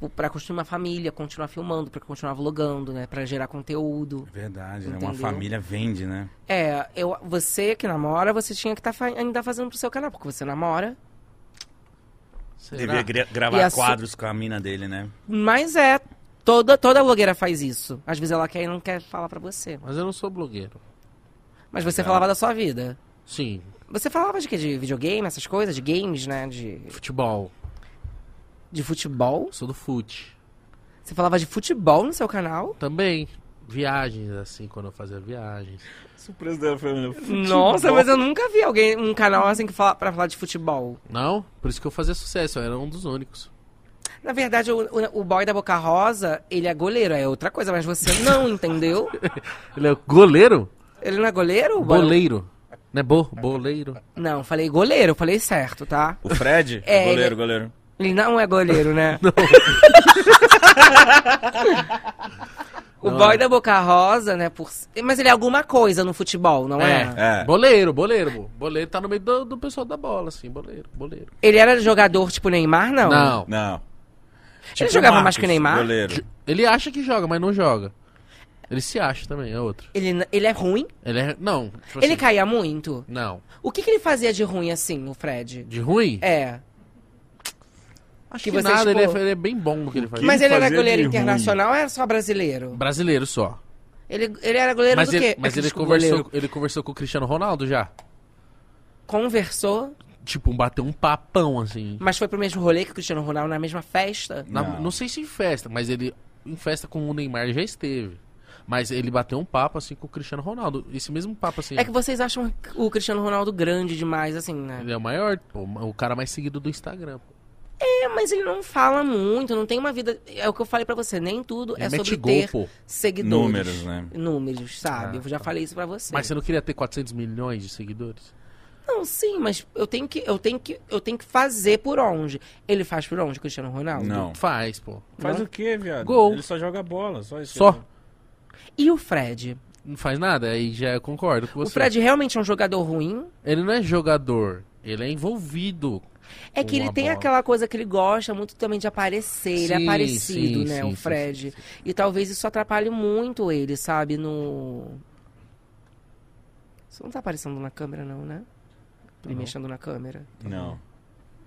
C: O- Pra construir uma família, continuar filmando, pra continuar vlogando, né? Pra gerar conteúdo.
B: É Verdade, né? Uma
C: Entendeu?
B: família vende, né?
C: É, eu, você que namora, você tinha que estar ainda fazendo pro seu canal, porque você namora.
A: Será?
B: gra-
C: E
B: gravar
C: a su-
B: quadros com a mina dele, né?
C: Mas é, toda, toda blogueira faz isso. Às vezes ela quer e não quer falar pra você.
A: Mas eu não sou blogueiro.
C: Mas você falava da sua vida.
A: Sim,
C: Você falava de quê? De videogame, essas coisas? De games, né? De,
A: futebol.
C: de futebol?
A: Sou do fute.
C: Você falava de futebol no seu canal?
A: Também. Viagens, assim, quando eu fazia viagens.
B: Surpresa é dela foi meu.
C: Nossa, mas eu nunca vi alguém, um canal assim que fala pra falar de futebol.
A: Não? Por isso que eu fazia sucesso, eu era um dos únicos.
C: Na verdade, o, o- o boy da Boca Rosa, ele é goleiro, é outra coisa, mas você [laughs] não, entendeu?
A: Ele é goleiro?
C: Ele não é goleiro? o boy da-
A: Boleiro. Não é bo? Boleiro.
C: Não, falei goleiro, falei certo, tá?
B: O Fred?
C: [laughs] É,
B: goleiro,
C: ele-
B: goleiro.
C: Ele [laughs] não é goleiro, né? o boy da Boca Rosa, né? Por... Mas ele é alguma coisa no futebol, não é?
B: É.
A: Boleiro, boleiro. bo- Boleiro tá no meio do, do pessoal da bola, assim. Boleiro, boleiro.
C: Ele era jogador tipo Neymar, não?
A: Não.
B: Não.
C: Ele jogava mais que Neymar?
B: Goleiro.
A: Ele acha que joga, mas não joga. Ele se acha também, é outro.
C: Ele, n- ele é ruim?
A: Ele é. Não. tipo
C: Ele
A: assim,
C: caía muito?
A: Não.
C: O que, que ele fazia de ruim assim, o Fred?
A: De ruim?
C: É.
A: Acho
C: que
A: que,
C: você,
A: nada,
C: tipo-
A: ele é, ele é bem bom no que ele faz.
C: mas ele era
B: fazia
C: goleiro
B: de
C: internacional ou era só brasileiro?
A: Brasileiro só.
C: Ele, ele era goleiro
A: Mas
C: do quê?
A: ele, mas
C: Aquele
A: ele
C: tipo
A: conversou,
C: goleiro.
A: ele conversou com o Cristiano Ronaldo já.
C: Conversou,
A: Tipo, bateu um papão, assim.
C: mas foi pro mesmo rolê que o Cristiano Ronaldo na mesma festa?
A: Na-
B: Não.
A: não sei se em festa, mas ele em festa com o Neymar já esteve. Mas ele bateu um papo assim com o Cristiano Ronaldo. Esse mesmo papo assim.
C: É que vocês acham o Cristiano Ronaldo grande demais, assim, né?
A: Ele é o maior, pô, o cara mais seguido do Instagram. Pô.
C: É, mas ele não fala muito, não tem uma vida. É o que eu falei pra você, nem tudo
A: Ele
C: é
A: mete
C: sobre
A: gol,
C: ter
A: pô.
C: seguidores.
B: Números, né?
C: Números, sabe? eu já falei isso pra você.
A: É. Mas você não queria ter 400 milhões de seguidores?
C: Não, sim, mas eu tenho que eu tenho que eu tenho que fazer por onde. Ele faz por onde, Cristiano Ronaldo?
B: Não.
A: Faz, pô.
B: Faz o quê, viado?
A: Gol.
B: Ele só joga bola, só isso.
A: Só.
C: E o Fred?
A: Não faz nada, aí já eu concordo com você.
C: O Fred realmente é um jogador ruim?
A: Ele não é jogador, ele é envolvido.
C: É que
A: Com
C: ele
A: a
C: tem
A: bola.
C: aquela coisa que ele gosta muito também de aparecer, ele
A: Sim,
C: é aparecido,
A: sim,
C: né,
A: sim,
C: o
A: sim,
C: Fred.
A: sim,
C: E talvez isso atrapalhe muito ele, sabe, no... Você não tá aparecendo na câmera não, né? Me mexendo na câmera.
B: Não.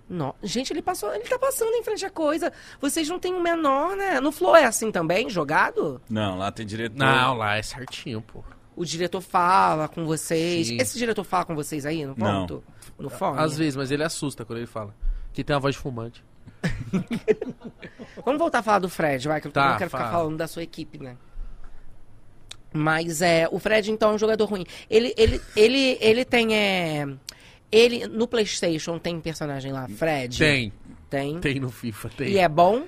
C: Não. Gente, ele passou, ele tá passando em frente à coisa. Vocês não têm o menor, né? No Flow é assim também, jogado?
B: Não, lá tem diretor.
A: Não, lá é certinho, pô.
C: O diretor fala com vocês.
A: Sim.
C: Esse diretor fala com vocês aí no
B: Não.
C: ponto? No fone?
A: Às vezes, mas ele assusta quando ele fala. Que tem uma voz de fumante.
C: Vamos voltar a falar do Fred, vai, que eu
A: Tá,
C: não quero ficar
A: fala.
C: falando da sua equipe, né? Mas é, o Fred, então, é um jogador ruim. Ele, ele, ele, ele tem. É, ele, no Playstation, tem personagem lá, Fred?
A: Tem,
C: Tem.
A: tem no FIFA, tem.
C: E é bom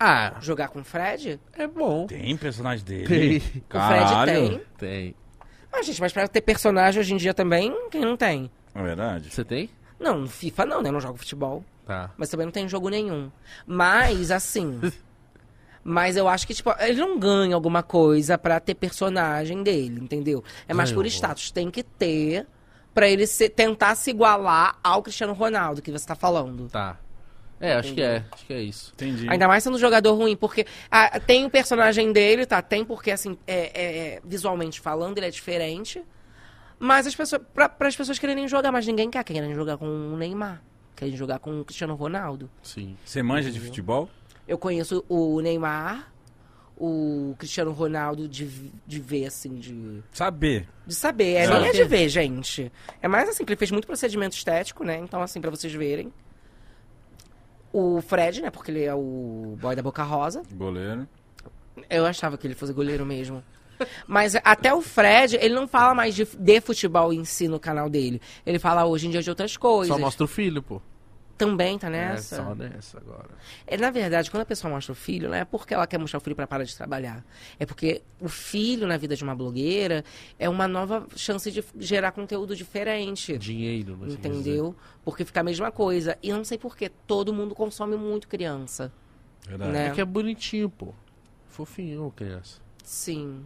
A: Ah,
C: jogar com o Fred?
A: é bom.
B: Tem personagem dele?
A: Tem.
B: Caralho.
C: O Fred tem.
A: Tem.
C: Ah, gente, mas pra ter personagem hoje em dia também, quem não tem?
B: É verdade.
A: Você tem?
C: Não, no FIFA não, né? Eu não jogo futebol.
A: Tá.
C: Mas também não tem jogo nenhum. Mas, assim. mas eu acho que, tipo, ele não ganha alguma coisa pra ter personagem dele, entendeu? É mais
A: Ganhou.
C: por status. Tem que ter pra ele se- tentar se igualar ao Cristiano Ronaldo, que você tá falando.
A: Tá. É, acho que é. Acho que é isso.
B: Entendi.
C: Ainda mais sendo um jogador ruim, porque ah, tem o personagem dele, tá? Tem, porque, assim, é- é- é, visualmente falando, ele é diferente. Mas as pessoas, pra, as pessoas quererem jogar, mas ninguém quer. Querem jogar com o Neymar, querem jogar com o Cristiano Ronaldo.
A: Sim.
B: Você manja de futebol?
C: Eu conheço o Neymar, o Cristiano Ronaldo de, de ver, assim, de,
B: Saber.
C: de saber. É,
A: Sim.
C: nem é de ver, gente. É mais assim, que ele fez muito procedimento estético, né? Então, assim, pra vocês verem. O Fred, né? Porque ele é o boy da Boca Rosa.
B: Goleiro.
C: Eu achava que ele fosse goleiro mesmo. Mas até o Fred, ele não fala mais de, de futebol em si no canal dele. Ele fala hoje em dia de outras coisas.
A: Só mostra o filho, pô.
C: Também tá
A: É,
C: nessa.
A: só nessa agora.
C: É, na verdade, quando a pessoa mostra o filho, não é porque ela quer mostrar o filho para parar de trabalhar. É porque o filho, na vida de uma blogueira, é uma nova chance de gerar conteúdo diferente.
A: É Dinheiro, né? não sei o que dizer.
C: entendeu? Porque fica a mesma coisa. E eu não sei porquê, todo mundo consome muito criança.
B: Verdade.
C: Né?
A: É que é bonitinho, pô. Fofinho, criança.
C: Sim.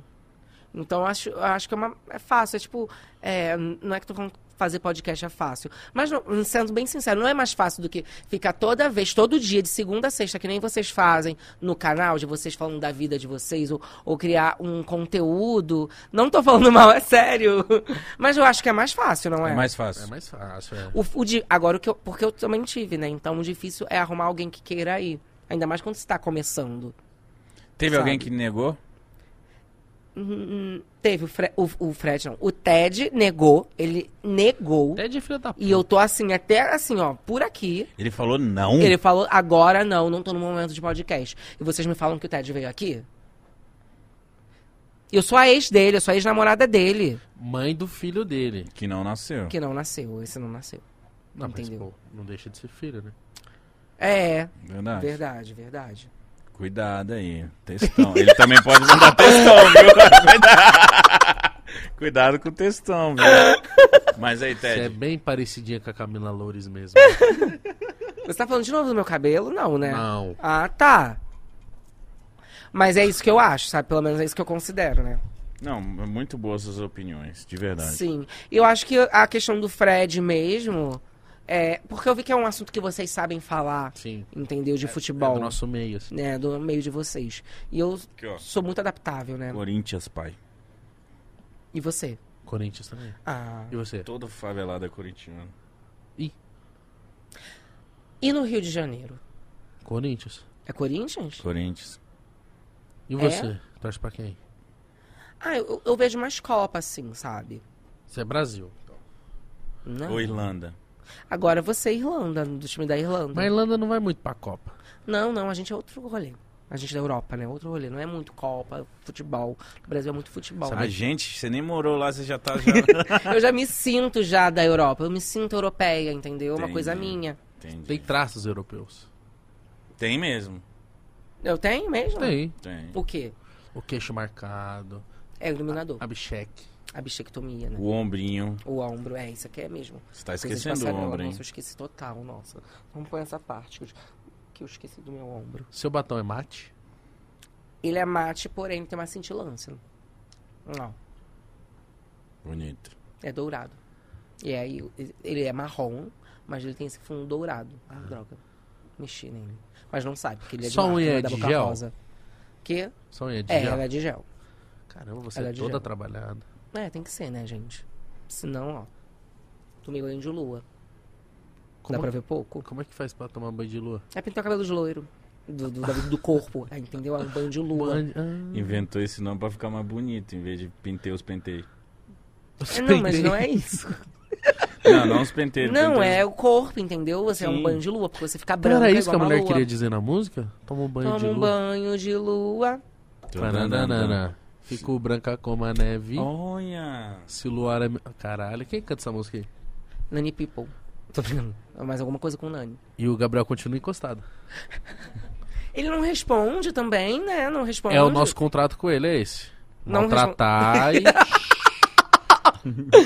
C: Então, eu acho, eu acho que é, uma, é fácil. É tipo, é, não é que tô falando que fazer podcast é fácil. Mas, não- sendo bem sincero, não é mais fácil do que ficar toda vez, todo dia, de segunda a sexta, que nem vocês fazem no canal, de vocês falando da vida de vocês, ou, ou criar um conteúdo. Não tô falando mal, é sério. [laughs] Mas eu acho que é mais fácil, não é?
B: É mais
A: É
B: fácil.
A: mais fácil, é.
C: O, o di- agora, o que eu, porque eu também tive, né? Então, o difícil é arrumar alguém que queira ir. Ainda mais quando você está começando.
B: Teve
C: Sabe.
B: alguém que negou?
C: Hum, Teve o, Fre o, o Fred, não. O Ted negou, ele negou.
A: Até de filha da puta.
C: E eu tô assim, até assim, ó, por aqui.
B: Ele falou não.
A: Hum.
C: Ele falou, agora não, não tô no momento de podcast. E vocês me falam que o Ted veio aqui? Eu sou a ex dele, eu sou a ex-namorada dele.
A: Mãe do filho dele.
B: Que não nasceu.
C: Que não nasceu, esse não nasceu.
A: Não,
C: Entendeu.
A: mas, pô, não deixa de ser filho, né?
C: É,
B: Verdade.
C: verdade, verdade.
B: Cuidado aí. Textão. Ele também pode
A: [laughs]
B: mandar textão, viu? Cuidado. Cuidado com o textão, viu? Mas aí,
A: Você é
B: Ted.
A: bem parecidinha com a Camila Loures mesmo.
C: É. Você tá falando de novo do meu cabelo? Não, né?
A: Não.
C: Ah, tá. Mas é isso que eu acho, sabe? Pelo menos é isso que eu considero, né?
B: Não, muito boas suas opiniões, de verdade.
C: Sim. E eu acho que a questão do Fred mesmo. É, porque eu vi que é um assunto que vocês sabem falar,
A: Sim.
C: entendeu? De
A: É
C: futebol.
A: do nosso meio, assim.
C: Né, do meio de vocês. E eu
B: Aqui, ó.
C: sou muito adaptável, né?
B: Corinthians, pai.
C: E você?
A: Corinthians também.
C: Ah.
A: E você?
B: Todo favelado é corintiano.
C: E no Rio de Janeiro?
A: Corinthians.
C: É Corinthians?
B: Corinthians.
A: E
C: É?
A: você? Torce pra quem?
C: Ah, eu, eu vejo mais Copa, assim, sabe?
A: Você é Brasil.
C: Uhum. Né?
B: Ou Irlanda.
C: Agora você é Irlanda, do time da Irlanda.
A: Mas a Irlanda não vai muito pra Copa.
C: Não, não, a gente é outro rolê. A gente da Europa, né? Outro rolê. Não é muito Copa, futebol. O Brasil é muito futebol.
B: A gente, você nem morou lá, você já tá. Já...
C: [laughs] Eu já me sinto já da Europa. Eu me sinto europeia, entendeu? É Uma coisa
B: Entendi.
C: minha.
A: Tem
B: Entendi.
A: traços europeus.
B: Tem mesmo.
C: Eu tenho mesmo?
A: Tem.
B: Tem.
C: O quê?
A: O queixo marcado,
C: É o iluminador.
A: a bicheque.
C: A bichectomia, né?
B: O ombrinho.
C: O ombro, é, isso aqui é mesmo.
B: Você tá
C: Coisa de
B: esquecendo o
C: passarela.
B: ombro, hein?
C: Nossa, eu esqueci total, nossa. Vamos pôr essa parte que eu, que eu esqueci do meu ombro.
A: Seu batom é mate?
C: Ele é mate, porém tem uma cintilância. Não,
B: Bonito.
C: é dourado. E aí, ele é marrom, mas ele tem esse fundo dourado. Ah, droga. Mexi nele. Mas não sabe, porque ele é de
A: Sua
C: marca,
A: unha
C: ele
A: é
C: da
A: de
C: boca
A: gel?
C: rosa. Que?
A: Só unha de
C: É,
A: gel?
C: ela é de gel.
A: Caramba, você
C: ela
A: é
C: é de
A: toda
C: gel.
A: trabalhada.
C: É, tem que ser, né, gente? Senão, ó. Tomei banho de lua.
A: Como,
C: Dá pra ver pouco?
A: como é que faz pra tomar banho de lua?
C: É pintar o cabelo de loiro. Do, do, da- do corpo. É, entendeu? É um banho de lua.
A: Banho-
C: [laughs] Hum.
A: ah,
B: Inventou esse nome pra ficar mais bonito, em vez de pentear os penteios.
C: É, Não, mas não
A: [laughs]
C: é isso.
B: Não, não os penteiros.
C: Não,
B: penteiros.
C: é o corpo, entendeu? Você é
B: Sim.
C: um banho de lua, porque você fica
A: Então
C: branca
A: era isso que
C: igual
A: a
C: uma
A: mulher
C: lua.
A: queria dizer na música? Toma um banho
C: Toma
A: de
C: um
A: lua.
C: banho de lua.
A: Banho. Fico branca como a neve.
B: Olha!
A: Se o luar é... me- Caralho, quem canta essa música aí?
C: Nani People. Tô brincando. Mais alguma coisa com Nani.
A: E o Gabriel continua encostado.
C: Ele não responde também, né? Não responde.
A: É o nosso contrato com ele, é esse.
C: Não
A: Maltratar e...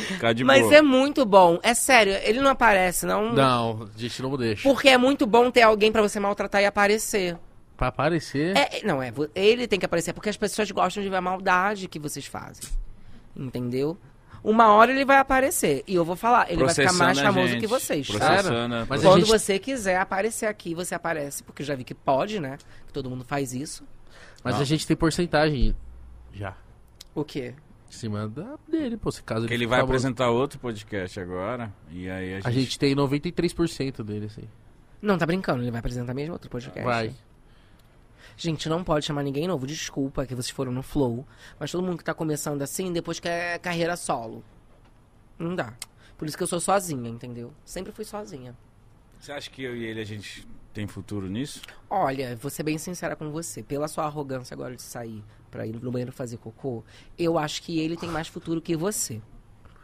B: Ficar de
C: Mas
B: boa.
C: é muito bom. É sério, ele não aparece, não.
A: Não, a gente não deixa.
C: Porque é muito bom ter alguém pra você maltratar e aparecer.
A: Pra aparecer...
C: É, é- não, é. vo- Ele tem que aparecer porque as pessoas gostam de ver a maldade que vocês fazem. Entendeu? Uma hora ele vai aparecer. E eu vou falar, ele vai ficar
B: Processando
C: mais
B: a
C: famoso
B: gente.
C: que vocês. tá?
B: Processando. a-
A: Mas a
C: Quando
A: gente-
C: você quiser aparecer aqui, você aparece, porque eu já vi que pode, né? Que todo mundo faz isso.
A: Mas a gente tem porcentagem já.
C: O quê?
A: Em cima da- dele, pô. Se caso
B: Porque ele vai
A: ficar bom.
B: apresentar outro podcast agora. E aí a gente.
A: A gente tem 93% dele, assim.
C: Não, tá brincando, ele vai apresentar mesmo outro podcast.
A: Vai.
C: Gente, não pode chamar ninguém novo, desculpa que vocês foram no Flow, mas todo mundo que tá começando assim, depois quer carreira solo. Não dá. Por isso que eu sou sozinha, entendeu? Sempre fui sozinha.
B: Você acha que eu e ele a gente tem futuro nisso?
C: Olha, vou ser bem sincera com você. Pela sua arrogância agora de sair pra ir no banheiro fazer cocô, eu acho que ele tem mais futuro que você.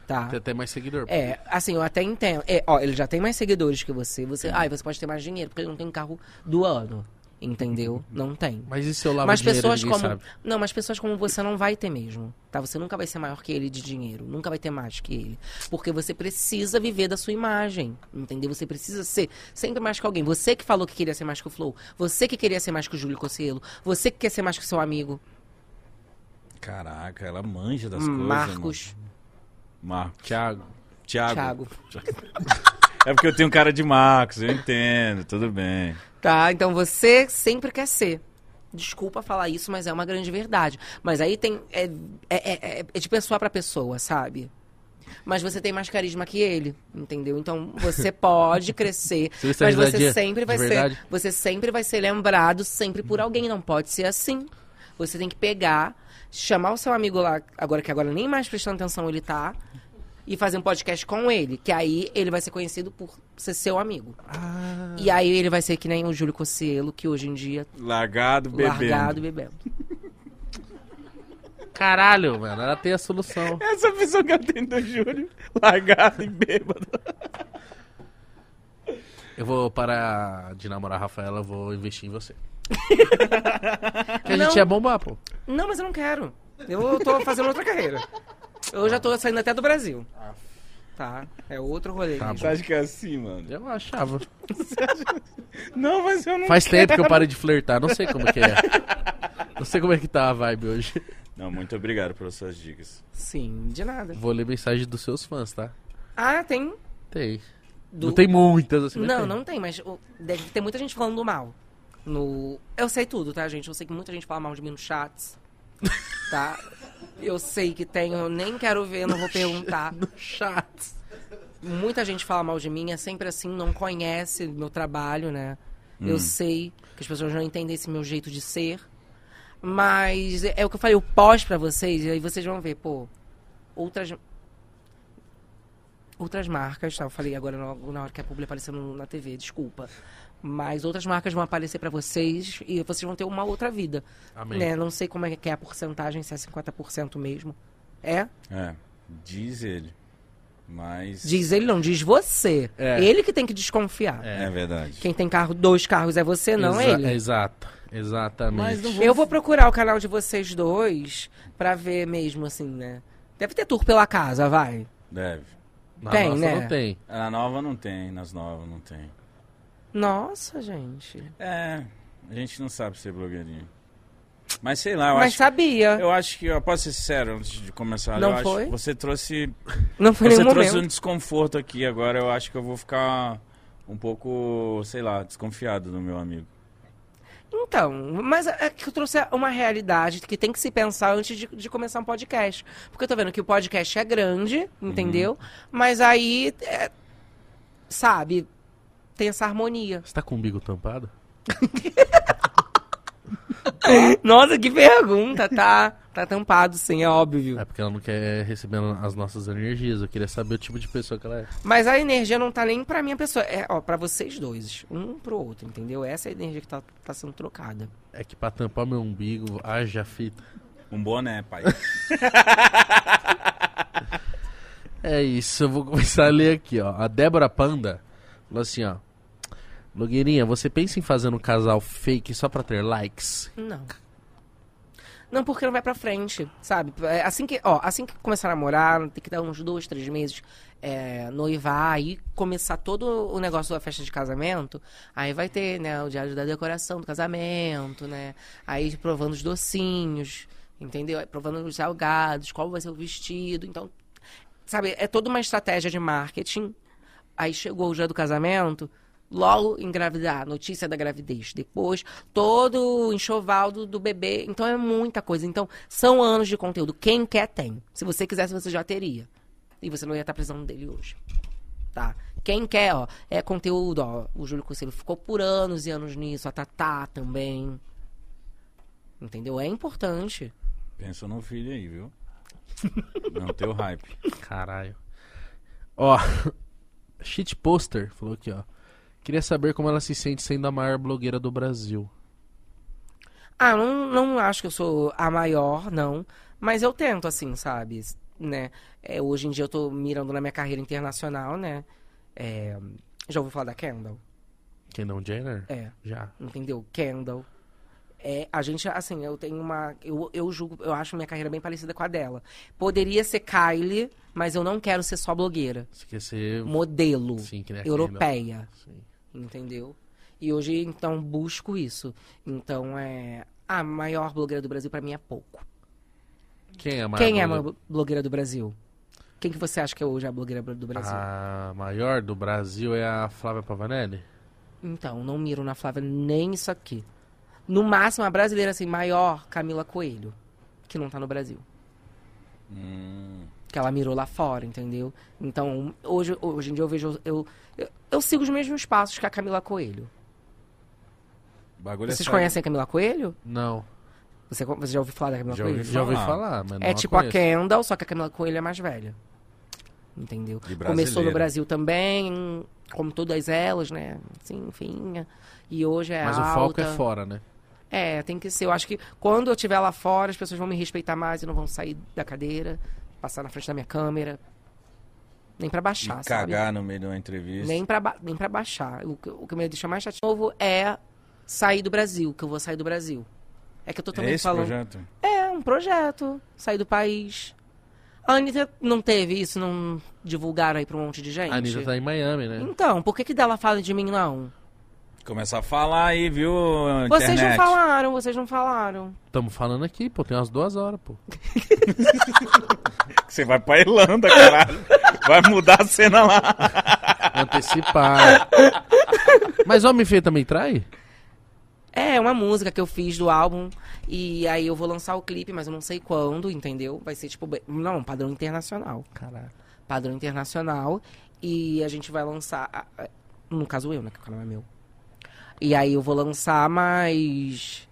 C: Tá?
A: Tem até mais seguidor.
C: É, assim, eu até entendo. É, ó, ele já tem mais seguidores que você. Você, ai, você pode ter mais dinheiro, porque ele não tem carro do ano. Entendeu? Não tem.
A: Mas e se eu lavo
C: Mas
A: dinheiro,
C: pessoas
A: ninguém
C: como.
A: sabe?
C: Não, mas pessoas como você não vai ter mesmo. Tá? Você nunca vai ser maior que ele de dinheiro. Nunca vai ter mais que ele. Porque você precisa viver da sua imagem. Entendeu? Você precisa ser sempre mais que alguém. Você que falou que queria ser mais que o Flow. Você que queria ser mais que o Júlio Cossielo. Você que quer ser mais que o seu amigo.
B: Caraca, ela manja das coisas.
C: Marcos.
B: mano. Marcos.
A: Thiago.
B: Thiago.
C: Thiago.
B: É porque eu tenho cara de Marcos, eu entendo, tudo bem.
C: Tá, então você sempre quer ser. Desculpa falar isso, mas é uma grande verdade. Mas aí tem. É, é, é- é- é de pessoa pra pessoa, sabe? Mas você tem mais carisma que ele, entendeu? Então
A: [laughs]
C: você pode crescer,
A: Você está
C: mas
A: rindo da
C: você
A: Dia,
C: sempre
A: de
C: vai ser,
A: verdade?
C: você sempre vai ser lembrado sempre por alguém, não pode ser assim. Você tem que pegar, chamar o seu amigo lá, agora que agora nem mais prestando atenção ele tá, e fazer um podcast com ele, que aí ele vai ser conhecido por ser seu amigo.
A: Ah,
C: E aí ele vai ser que nem o Júlio Cossielo, que hoje em dia
B: Largado, bebendo.
C: largado bebendo.
A: caralho, mano. Ela tem a solução.
B: Essa pessoa que eu tenho do Júlio, largado e bêbado.
A: Eu vou parar de namorar a Rafaela, eu vou investir em
C: [laughs]
A: você. Porque a
C: Não.
A: gente ia bombar, pô.
C: Não, mas eu não quero. Eu tô fazendo outra carreira. Eu já tô saindo até do Brasil.
B: Ah.
C: Tá? É outro rolê.
A: Tá
C: gente.
B: Você acha que é assim, mano?
A: Eu achava.
B: Não, mas eu não.
A: Faz tempo que eu parei de flertar, não sei como que é. Não sei como é que tá a vibe hoje.
B: Não, muito obrigado pelas suas dicas.
C: Sim, de nada.
A: Vou ler mensagem dos seus fãs, tá?
C: Ah, tem.
A: Tem.
C: Do...
A: Não tem muitas assim. mas
C: Não,
A: tem.
C: não tem, mas o- deve ter muita gente falando do mal. No... Eu sei tudo, tá, gente? Eu sei que muita gente fala mal de mim no chat. Tá? Eu sei que tem, eu nem quero ver, não vou perguntar.
A: Chato.
C: Muita gente fala mal de mim, é sempre assim, não conhece meu trabalho, né? Eu sei que as pessoas não entendem esse meu jeito de ser. Mas é o que eu falei, eu pós pra vocês, e aí vocês vão ver, pô, outras. outras marcas, tá? Eu falei agora na na hora que a publi apareceu no- na TV, desculpa. Mas outras marcas vão aparecer pra vocês e vocês vão ter uma outra vida.
A: Amém.
C: Né? Não sei como é que é a porcentagem, se é 50% mesmo. É?
B: É, diz ele. Mas.
C: Diz ele, não, diz você.
A: É.
C: Ele que tem que desconfiar.
B: É verdade.
C: Quem tem carro, dois carros é você, não
A: Exa-
C: ele.
A: Exato, exatamente.
E: Mas não
C: Eu vou procurar o canal de vocês dois pra ver mesmo, assim, né? Deve ter tour pela casa, vai.
B: Deve.
A: Na
C: tem,
A: nossa
C: né?
A: não tem.
B: Na nova não tem, nas novas não tem.
C: Nossa, gente.
B: É, a gente não sabe ser blogueirinho. Mas sei lá, eu
C: Mas
B: acho.
C: sabia.
B: Eu acho que, eu posso ser sincero antes de começar,
C: Não
B: eu acho
C: foi?
B: que você trouxe,
C: Não foi
B: você
C: nenhum
B: trouxe
C: momento.
B: um desconforto aqui agora, eu acho que eu vou ficar um pouco, sei lá, desconfiado do meu amigo.
C: Então, mas é que eu trouxe uma realidade que tem que se pensar antes de, de começar um podcast. Porque eu tô vendo que o podcast é grande, entendeu? Mas aí, é, sabe, tem essa harmonia.
A: Você tá com o umbigo tampado?
C: [laughs] Nossa, que pergunta, tá? [laughs] Tá tampado, sim, é óbvio.
A: É porque ela não quer receber as nossas energias. Eu queria saber o tipo de pessoa que ela é.
C: Mas a energia não tá nem pra minha pessoa. É, ó, pra vocês dois. Um pro outro, entendeu? Essa é a energia que tá, tá sendo trocada.
A: É que pra tampar meu umbigo, haja fita.
B: Um boné,
C: [laughs]
B: pai.
A: É isso, eu vou começar a ler aqui, ó. A Débora Panda falou assim, ó. Blogueirinha, você pensa em fazer um casal fake só pra ter likes?
C: Não. Não, porque não vai pra frente, sabe? É, Assim que, ó, assim que começar a namorar, tem que dar uns dois, três meses, é, noivar, aí começar todo o negócio da festa de casamento, aí vai ter, né, o diário da decoração do casamento, né? Aí provando os docinhos, entendeu? Aí Provando os salgados, qual vai ser o vestido, então... Sabe, é toda uma estratégia de marketing. Aí chegou o dia do casamento, logo engravidar, notícia da gravidez. Depois, todo o enxoval do, do bebê. Então é muita coisa. Então, são anos de conteúdo. Quem quer tem. Se você quisesse, você já teria. E você não ia estar precisando dele hoje. Tá? Quem quer, ó, é conteúdo, ó. O Júlio Conselho ficou por anos e anos nisso, a Tatá também. Entendeu? É importante.
B: Pensa no filho aí, viu? Não teu hype.
A: Caralho. Ó, [laughs] Shit Poster falou aqui, ó. Queria saber como ela se sente sendo a maior blogueira do Brasil.
C: Ah, não, não acho que eu sou a maior, não. Mas eu tento, assim, sabe? S- Né? É, hoje em dia eu tô mirando na minha carreira internacional, né? É, já ouviu falar da Kendall?
A: Quem não, Jenner?
C: É.
A: Já.
C: Entendeu? Kendall. É, a gente, assim, eu tenho uma. Eu, eu julgo, eu acho minha carreira bem parecida com a dela. Poderia ser Kylie, mas eu não quero ser só blogueira.
A: Você quer ser...
C: Modelo.
A: um, Sim, que nem a Kendall.
C: europeia
A: Sim.
C: entendeu? E hoje, então, busco isso. Então, é. A maior blogueira do Brasil, pra mim, é pouco.
A: Quem é a maior
C: Quem é a
A: blogueira?
C: maior blogueira do Brasil? Quem que você acha que é hoje a blogueira do Brasil?
A: A maior do Brasil é a Flávia Pavanelli?
C: Então, não miro na Flávia nem isso aqui. No máximo, a brasileira, assim, maior, Camila Coelho, que não tá no Brasil.
B: Hum,
C: Que ela mirou lá fora, entendeu? Então, hoje, hoje em dia eu vejo. Eu, eu, eu sigo os mesmos passos que a Camila Coelho.
B: O bagulho
C: Vocês
B: é
C: conhecem a Camila Coelho?
A: Não.
C: Você, você já ouviu falar da Camila
B: Já
C: Coelho?
B: ouvi
A: Já ouvi
B: Falar.
A: falar, mas não
C: É
A: a
C: tipo a
A: conheço.
C: Kendall, só que a Camila Coelho é mais velha. Entendeu?
B: E brasileira.
C: Começou no Brasil também, como todas elas, né? Assim, enfim. E hoje é
A: Mas
C: alta.
A: o foco é fora, né?
C: É, tem que ser. Eu acho que quando eu estiver lá fora, as pessoas vão me respeitar mais e não vão sair da cadeira, passar na frente da minha câmera. Nem pra
B: E
C: baixar, sabe?
B: cagar no meio de uma entrevista.
C: Nem pra, ba- nem pra baixar. O, que- o que me deixa mais chateado de novo é sair do Brasil, que eu vou sair do Brasil. É que eu tô
B: é
C: também
B: esse
C: falando.
B: projeto?
C: É, um projeto. Sair do país. A Anitta não teve isso, não divulgaram aí pra um monte de gente?
A: A Anitta tá em Miami, né?
C: Então, por que que dela fala de mim, não?
B: Começar a falar aí, viu, internet?
C: Vocês não falaram, vocês não falaram.
A: Tamo falando aqui, pô, tem umas duas horas, pô.
B: Você vai pra Irlanda,
C: [laughs]
B: caralho. Vai mudar a cena lá.
C: [laughs]
A: Antecipar. Mas Homem Feio também trai?
C: É, uma música que eu fiz do álbum. E aí eu vou lançar o clipe, mas eu não sei quando, entendeu? Vai ser tipo. bem- Não, padrão internacional. Caralho. Padrão internacional. E a gente vai lançar. a- a- No caso eu, né? Que o canal é meu. E aí eu vou lançar, mas.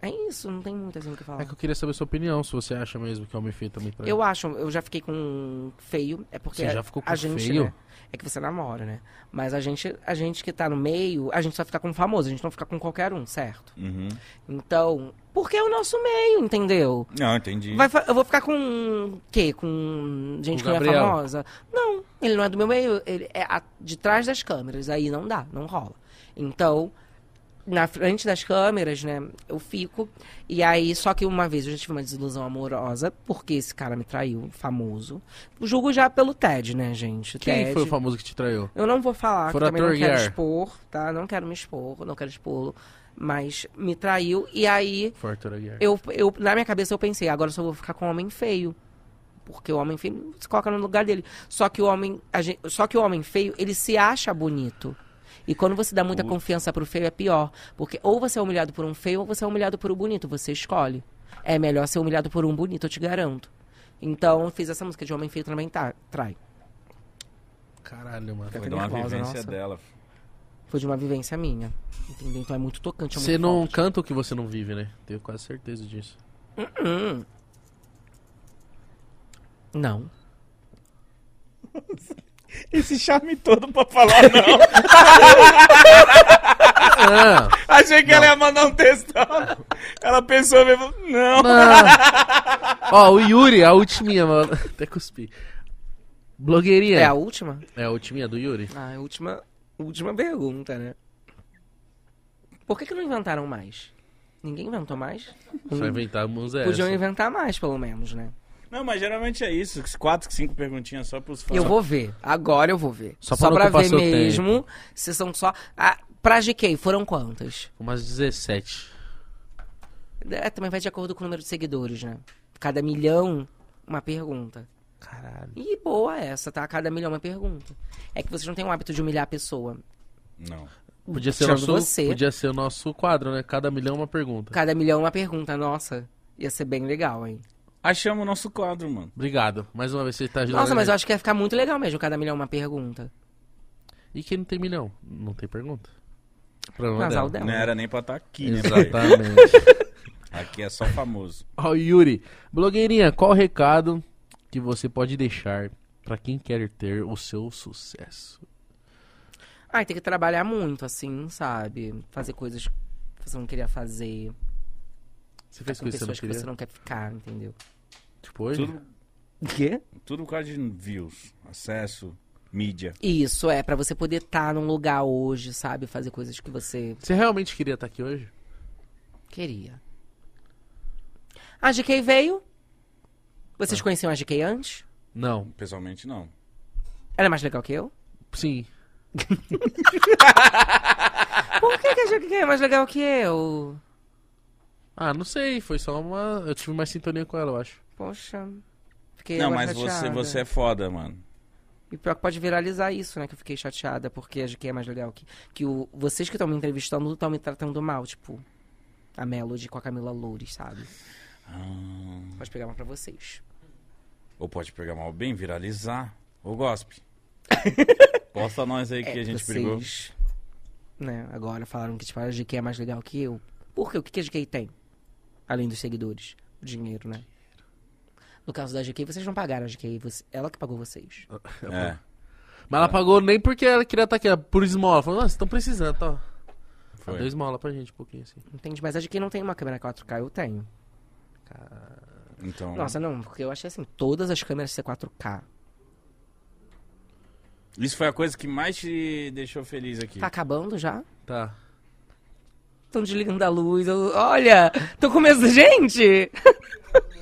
C: É isso, não tem muito assim o que falar.
A: É que eu queria saber sua opinião, se você acha mesmo que é homem feio também pra
C: Eu acho, eu já fiquei com feio. É porque
A: Você já ficou com
C: a gente,
A: feio?
C: né, É que você namora, né? Mas a gente, a gente que tá no meio, a gente só fica com famoso, a gente não fica com qualquer um, certo?
B: Uhum.
C: Então, porque é o nosso meio, entendeu?
B: Não, entendi.
C: Vai fa- eu vou ficar com quê? Com gente
A: Com
C: que não é
A: Gabriel.
C: famosa? Não, ele não é do meu meio, ele é a- de trás das câmeras, aí não dá, não rola. Então, na frente das câmeras, né, eu fico. E aí, só que uma vez eu já tive uma desilusão amorosa, porque esse cara me traiu, um famoso. Julgo já pelo Ted, né, gente?
A: Quem
C: Ted.
A: foi o famoso que te traiu?
C: Eu não vou falar, que
A: Fora
C: eu também não
A: ator
C: quero
A: Guiar.
C: expor, tá? Não quero me expor, não quero expor, mas me traiu. E aí,
A: Foi Arthur Aguiar.
C: eu, eu, na minha cabeça eu pensei, agora eu só vou ficar com o homem feio. Porque o homem feio se coloca no lugar dele. Só que o homem, a gen- só que o homem feio, ele se acha bonito. E quando você dá muita confiança pro feio, é pior. Porque ou você é humilhado por um feio, ou você é humilhado por um bonito. Você escolhe. É melhor ser humilhado por um bonito, eu te garanto. Então, eu fiz essa música de Homem Feio também tá, trai.
A: Caralho, mano.
B: Foi de uma
C: Cláudia,
B: vivência
C: nossa.
B: dela.
C: Foi de uma vivência minha. Entendeu? Então é muito tocante. é
A: Você
C: muito
A: não
C: forte.
A: canta o que você não vive, né? Tenho quase certeza
C: [laughs]
A: disso.
C: Não.
B: Esse charme todo pra falar não.
A: Ah,
B: Achei que ela ia mandar um [laughs] textão. Ela pensou mesmo, não.
A: ah. Ó, o Yuri, a ultiminha, mano. [laughs] Até cuspi. Blogueirinha.
C: É, a última?
A: É a ultiminha do Yuri?
C: Ah, última, última pergunta, né? Por que, que não inventaram mais? Ninguém inventou mais?
A: É, Só inventamos essa.
C: Podiam Hum. inventar mais, pelo menos, né?
B: Não, mas geralmente é isso. Quatro, cinco perguntinhas só pros fãs.
C: Eu vou ver. Agora eu vou ver.
A: Só
C: Só,
A: pra não
C: pra
A: ocupar
C: ver
A: seu
C: mesmo. Se são só. Ah, pra GK, foram quantas?
A: Umas 17.
C: É, também vai de acordo com o número de seguidores, né? Cada milhão, uma pergunta.
A: Caralho.
C: E boa essa, tá? Cada milhão, uma pergunta. É que vocês não têm o hábito de humilhar a pessoa.
B: Não.
A: Podia ser, o
C: Tirando
A: nosso,
C: você.
A: podia ser o nosso quadro, né? Cada milhão uma pergunta.
C: Cada milhão, uma pergunta. Nossa, ia ser bem legal, hein?
B: Achamos o nosso quadro, mano.
A: Obrigado. Mais uma vez você tá ajudando.
C: Nossa,
A: a
C: mas eu
A: gente.
C: acho que ia ficar muito legal mesmo. Cada milhão, é uma pergunta.
A: E quem não tem milhão? Não tem pergunta. Problema
C: Nasal
A: dela.
C: dela.
B: Não era nem pra estar aqui, né?
C: [laughs]
A: Exatamente.
B: Aqui é só famoso.
A: Ó, o Yuri. Blogueirinha, qual o recado que você pode deixar pra quem quer ter o seu sucesso?
C: Ai, tem que trabalhar muito, assim, sabe? Fazer coisas que você não queria fazer.
A: Você fez
C: com
A: coisa que você não
C: pessoas que
A: queria?
C: você não quer ficar, entendeu?
A: Tipo, hoje?
B: Tudo,
C: é. O quê?
B: tudo por causa de views, acesso, mídia.
C: Isso, é, pra você poder estar num lugar hoje, sabe? Fazer coisas que você
A: Você realmente queria estar aqui hoje?
C: queria. A GK veio. Vocês conheciam a GK antes?
A: Não.
B: Pessoalmente, não.
C: Ela é mais legal que eu?
A: Sim.
C: Por que, que a GK é mais legal que eu?
A: Ah, não sei. Foi só uma. Eu tive mais sintonia com ela, eu acho.
C: Poxa. Fiquei
B: não,
C: agora
B: mas você,
C: chateada.
B: você é foda, mano.
C: E pior que pode viralizar isso, né? Que eu fiquei chateada, porque a GQ é mais legal que, que o, vocês que estão me entrevistando estão me tratando mal, tipo, a Melody com a Camila Loures, sabe?
B: Ah.
C: Pode pegar uma pra vocês.
B: Ou pode pegar mal bem, viralizar. Ou
C: [laughs]
B: gospe. Posta nós aí que a gente brigou.
C: É, vocês, né, agora falaram que tipo, a GQ é mais legal que eu. Por quê? O que, que a GQ tem? Além dos seguidores. O dinheiro, né? No caso da GQ, vocês não pagaram a GQ, você- ela que pagou vocês.
B: É.
C: Tá
A: Mas
C: Ah.
A: ela pagou nem porque ela queria estar aqui, ela- por esmola. Falou, nossa, estão precisando, tá? Dá
B: Foi.
A: dois esmola pra gente um pouquinho assim.
C: Entende? Mas a GQ não tem uma câmera 4K, eu tenho.
B: Então,
C: Nossa, não, porque eu achei assim, todas as câmeras ser 4K.
B: isso foi a coisa que mais te deixou feliz aqui.
C: Tá acabando já?
A: Tá.
C: Estão desligando a luz. eu- olha, tô com medo. Gente!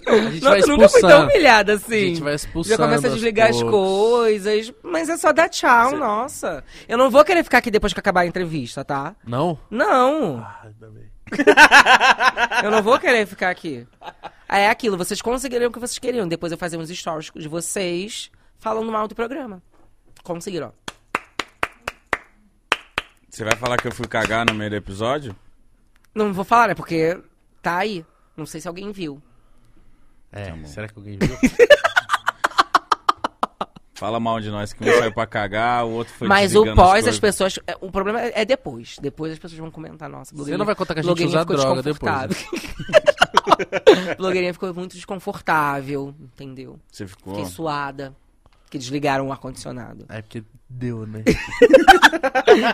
A: A gente vai
C: Nossa, eu nunca fui tão
A: expulsando.
C: humilhada
A: A
C: assim.
A: gente vai
C: Já
A: expulsando.
C: começa a
A: aos
C: desligar as
A: poucos.
C: coisas. Mas é só dar tchau, nossa. Eu não vou querer ficar aqui depois que acabar a entrevista, tá?
A: Não?
C: Não,
A: Ah, ainda bem.
C: eu não vou querer ficar aqui. É aquilo, vocês conseguiram o que vocês queriam. Depois eu fazer uns stories de vocês falando mal do programa. Conseguiram.
B: Você vai falar que eu fui cagar no meio do episódio?
C: Não vou falar, né? Porque tá aí. Não sei se alguém viu. Tá [laughs]
A: É, será que alguém viu?
B: Fala mal de nós que um saiu pra cagar, o outro foi
C: Mas o
B: desligando
C: pós, as,
B: coisas.
C: pessoas. é, O problema é é depois. Depois as pessoas vão comentar, nossa, blogueirinha.
A: não vai contar que a gente
C: blogueirinha
A: usa
C: ficou
A: droga depois, né?
C: desconfortável. [laughs] blogueirinha ficou muito desconfortável, entendeu?
B: Você ficou.
C: Fiquei suada. Que desligaram o ar-condicionado.
A: É porque deu,
C: [laughs]
A: né?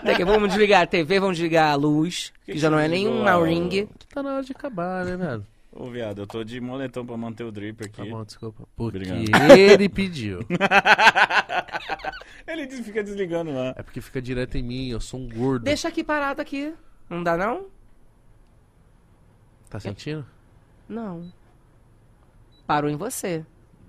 C: Daqui a pouco vamos desligar a TV, vamos desligar a luz, que, já não é
B: desligou
C: nenhuma
B: a-
C: ring.
A: tá na hora de acabar, né, velho?
B: Ô, viado, eu tô de moletom pra manter o drip aqui.
A: Tá bom, desculpa. Porque
B: Obrigado.
C: [laughs]
A: ele pediu.
B: [laughs] Ele des- fica desligando lá.
A: É porque fica direto em mim, eu sou um gordo.
C: Deixa aqui parado aqui. Não dá, não?
A: Tá sentindo?
C: Não. Parou em você.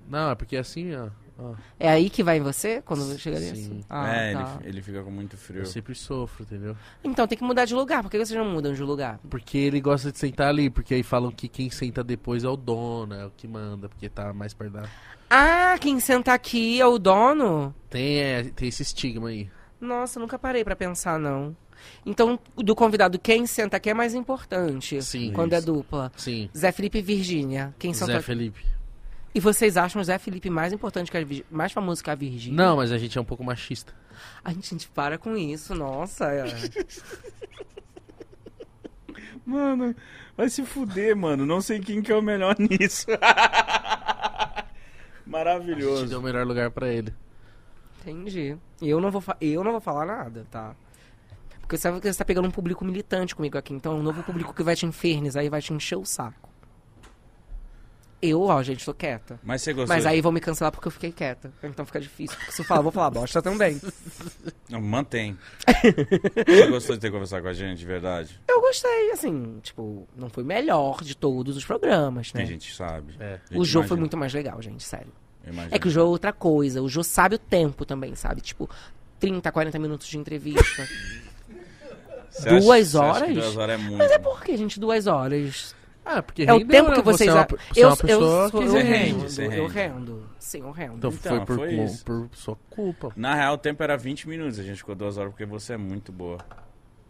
A: Não, é porque assim, ó. ó,
C: É aí que vai em você? Quando chega
A: Sim.
C: nisso? Ah, tá.
B: é, ele, ele fica com muito frio.
A: eu sempre sofro, entendeu?
C: Então tem que mudar de lugar. Por que vocês não mudam de lugar?
A: Porque ele gosta de sentar ali, porque aí falam que quem senta depois é o dono, é o que manda, porque tá mais perto da.
C: Ah, quem senta aqui é o dono?
A: Tem, é, tem esse estigma aí.
C: Nossa, nunca parei pra pensar, não. Então, do convidado, quem senta aqui é mais importante.
A: Sim,
C: Quando é
A: isso.
C: dupla.
A: Sim.
C: Zé Felipe e Virgínia. Quem senta
A: Zé
C: aqui?
A: Felipe.
C: E vocês acham o Zé Felipe mais importante que a Virgínia? Mais famoso que a Virgínia?
A: Não, mas a gente é um pouco machista.
C: A gente, a gente para com isso, nossa.
A: [laughs]
C: é.
B: Mano, vai se fuder, mano. Não sei quem que é o melhor [laughs] nisso.
A: A gente
B: Maravilhoso.
A: deu o melhor lugar pra ele.
C: Entendi. Eu não vou, fa- eu não vou falar nada, tá? Porque você sabe que você tá pegando um público militante comigo aqui. Então é um novo público que vai te infernizar e vai te encher o saco. Eu, ó, gente, tô quieta.
B: Mas você gostou?
C: Mas aí vão me cancelar porque eu fiquei quieta. Então fica difícil. Porque se eu falar, eu vou falar bosta também.
B: Não, mantém. você gostou de ter conversado com a gente, de verdade?
C: [laughs] Eu gostei, assim, tipo, não foi o melhor de todos os programas,
B: Tem
C: né?
B: gente que sabe.
A: É.
B: A gente
C: O jogo
B: imagina,
C: foi muito mais legal, gente, sério.
B: imagina.
C: É que o Jô é outra coisa. O Jô sabe o tempo também, sabe? Tipo, 30, 40 minutos de entrevista.
B: Você acha-
C: duas
B: você acha que
C: horas?
B: duas horas é muito.
C: Mas é por que, gente, duas horas?
A: Ah, porque
C: É o
A: rendeu,
C: tempo
A: né?
C: que
A: Você
C: vocês...
A: é uma,
C: a-
A: pe- você é uma pessoa
C: eu,
A: que-
C: eu
B: Você
C: rendo,
B: rende, você
C: eu
B: rende.
C: rendo. Sim, eu rendo.
A: Então,
B: Então,
A: foi, por,
B: foi
A: cu-
B: isso.
A: por sua culpa.
B: Na real, o tempo era 20 minutos. A gente ficou duas horas porque você é muito boa.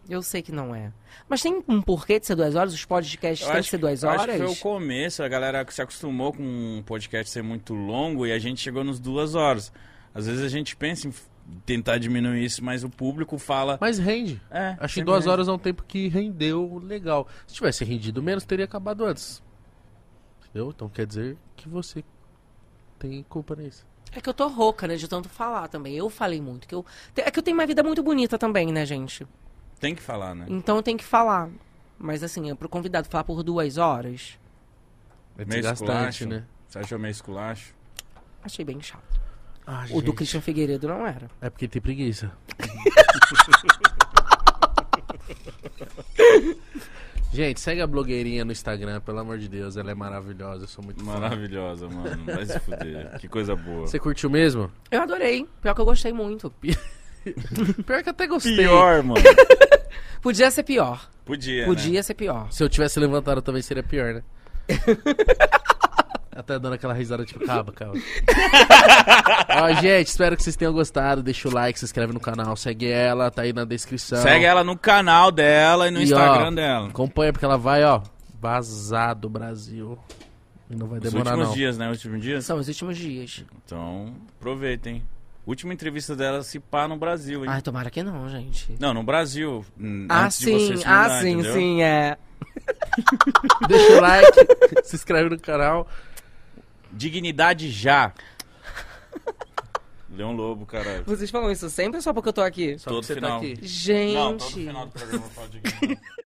C: Eu sei que não é. Mas tem um porquê de ser duas horas? Os podcasts têm que ser duas
B: eu
C: horas?
B: acho que foi o começo, a galera se acostumou com um podcast ser muito longo e a gente chegou nos duas horas. Às vezes a gente pensa em f- tentar diminuir isso, mas o público fala.
A: Mas rende.
B: É,
A: Acho que
B: sempre
A: duas
B: rende.
A: horas é um tempo que rendeu legal. Se tivesse rendido menos, teria acabado antes. Entendeu? Então quer dizer que você tem culpa nisso.
C: É que eu tô rouca, né? De tanto falar também. Eu falei muito. Que eu... É que eu tenho uma vida muito bonita também, né, gente?
B: Tem que falar, né?
C: Então eu tenho que falar. Mas assim, é pro convidado falar por duas horas,
A: É
B: Meio
A: desgastante,
B: esculacho.
A: né?
B: Você achou meio esculacho?
C: achei bem chato.
A: Ah,
C: O do
A: gente,
C: Christian Figueiredo não era.
A: É porque tem preguiça. [laughs] gente, segue a blogueirinha no Instagram, pelo amor de Deus. Ela é maravilhosa, eu sou muito fã.
B: Maravilhosa, mano. Vai se fuder. Que coisa boa.
A: Você curtiu mesmo?
C: Eu adorei. Pior que eu gostei muito.
A: Pior que eu até gostei.
B: Pior, mano.
C: Podia ser pior.
B: Podia.
C: Podia
B: Né?
C: ser pior.
A: Se eu tivesse levantado também seria pior,
B: [laughs]
A: né? Até dando aquela risada tipo, caba, caba. Ó, gente, espero que vocês tenham gostado. Deixa o like, se inscreve no canal, segue ela, tá aí na descrição.
B: Segue ela no canal dela e no
A: E, ó,
B: Instagram dela.
A: Acompanha, porque ela vai, ó, vazar do Brasil. E não vai
B: Os
A: demorar,
B: últimos
A: não.
B: dias, né? Os últimos dias?
C: São os últimos dias.
B: Então, aproveitem. Última entrevista dela se pá no Brasil, hein?
C: Ai, tomara que não, gente.
B: Não, no Brasil. hum,
C: Ah,
B: antes de
C: sim.
B: você se mudar,
C: ah, sim,
B: entendeu?
C: sim, é.
A: Deixa o like, [laughs] se inscreve no canal.
B: Dignidade já. [laughs] Leão Lobo, caralho.
C: Vocês falam isso sempre ou só porque eu tô aqui?
A: Só
B: Todo
A: que você
B: final.
A: tá aqui.
C: Gente.
B: Não, todo final do programa eu falo dignidade.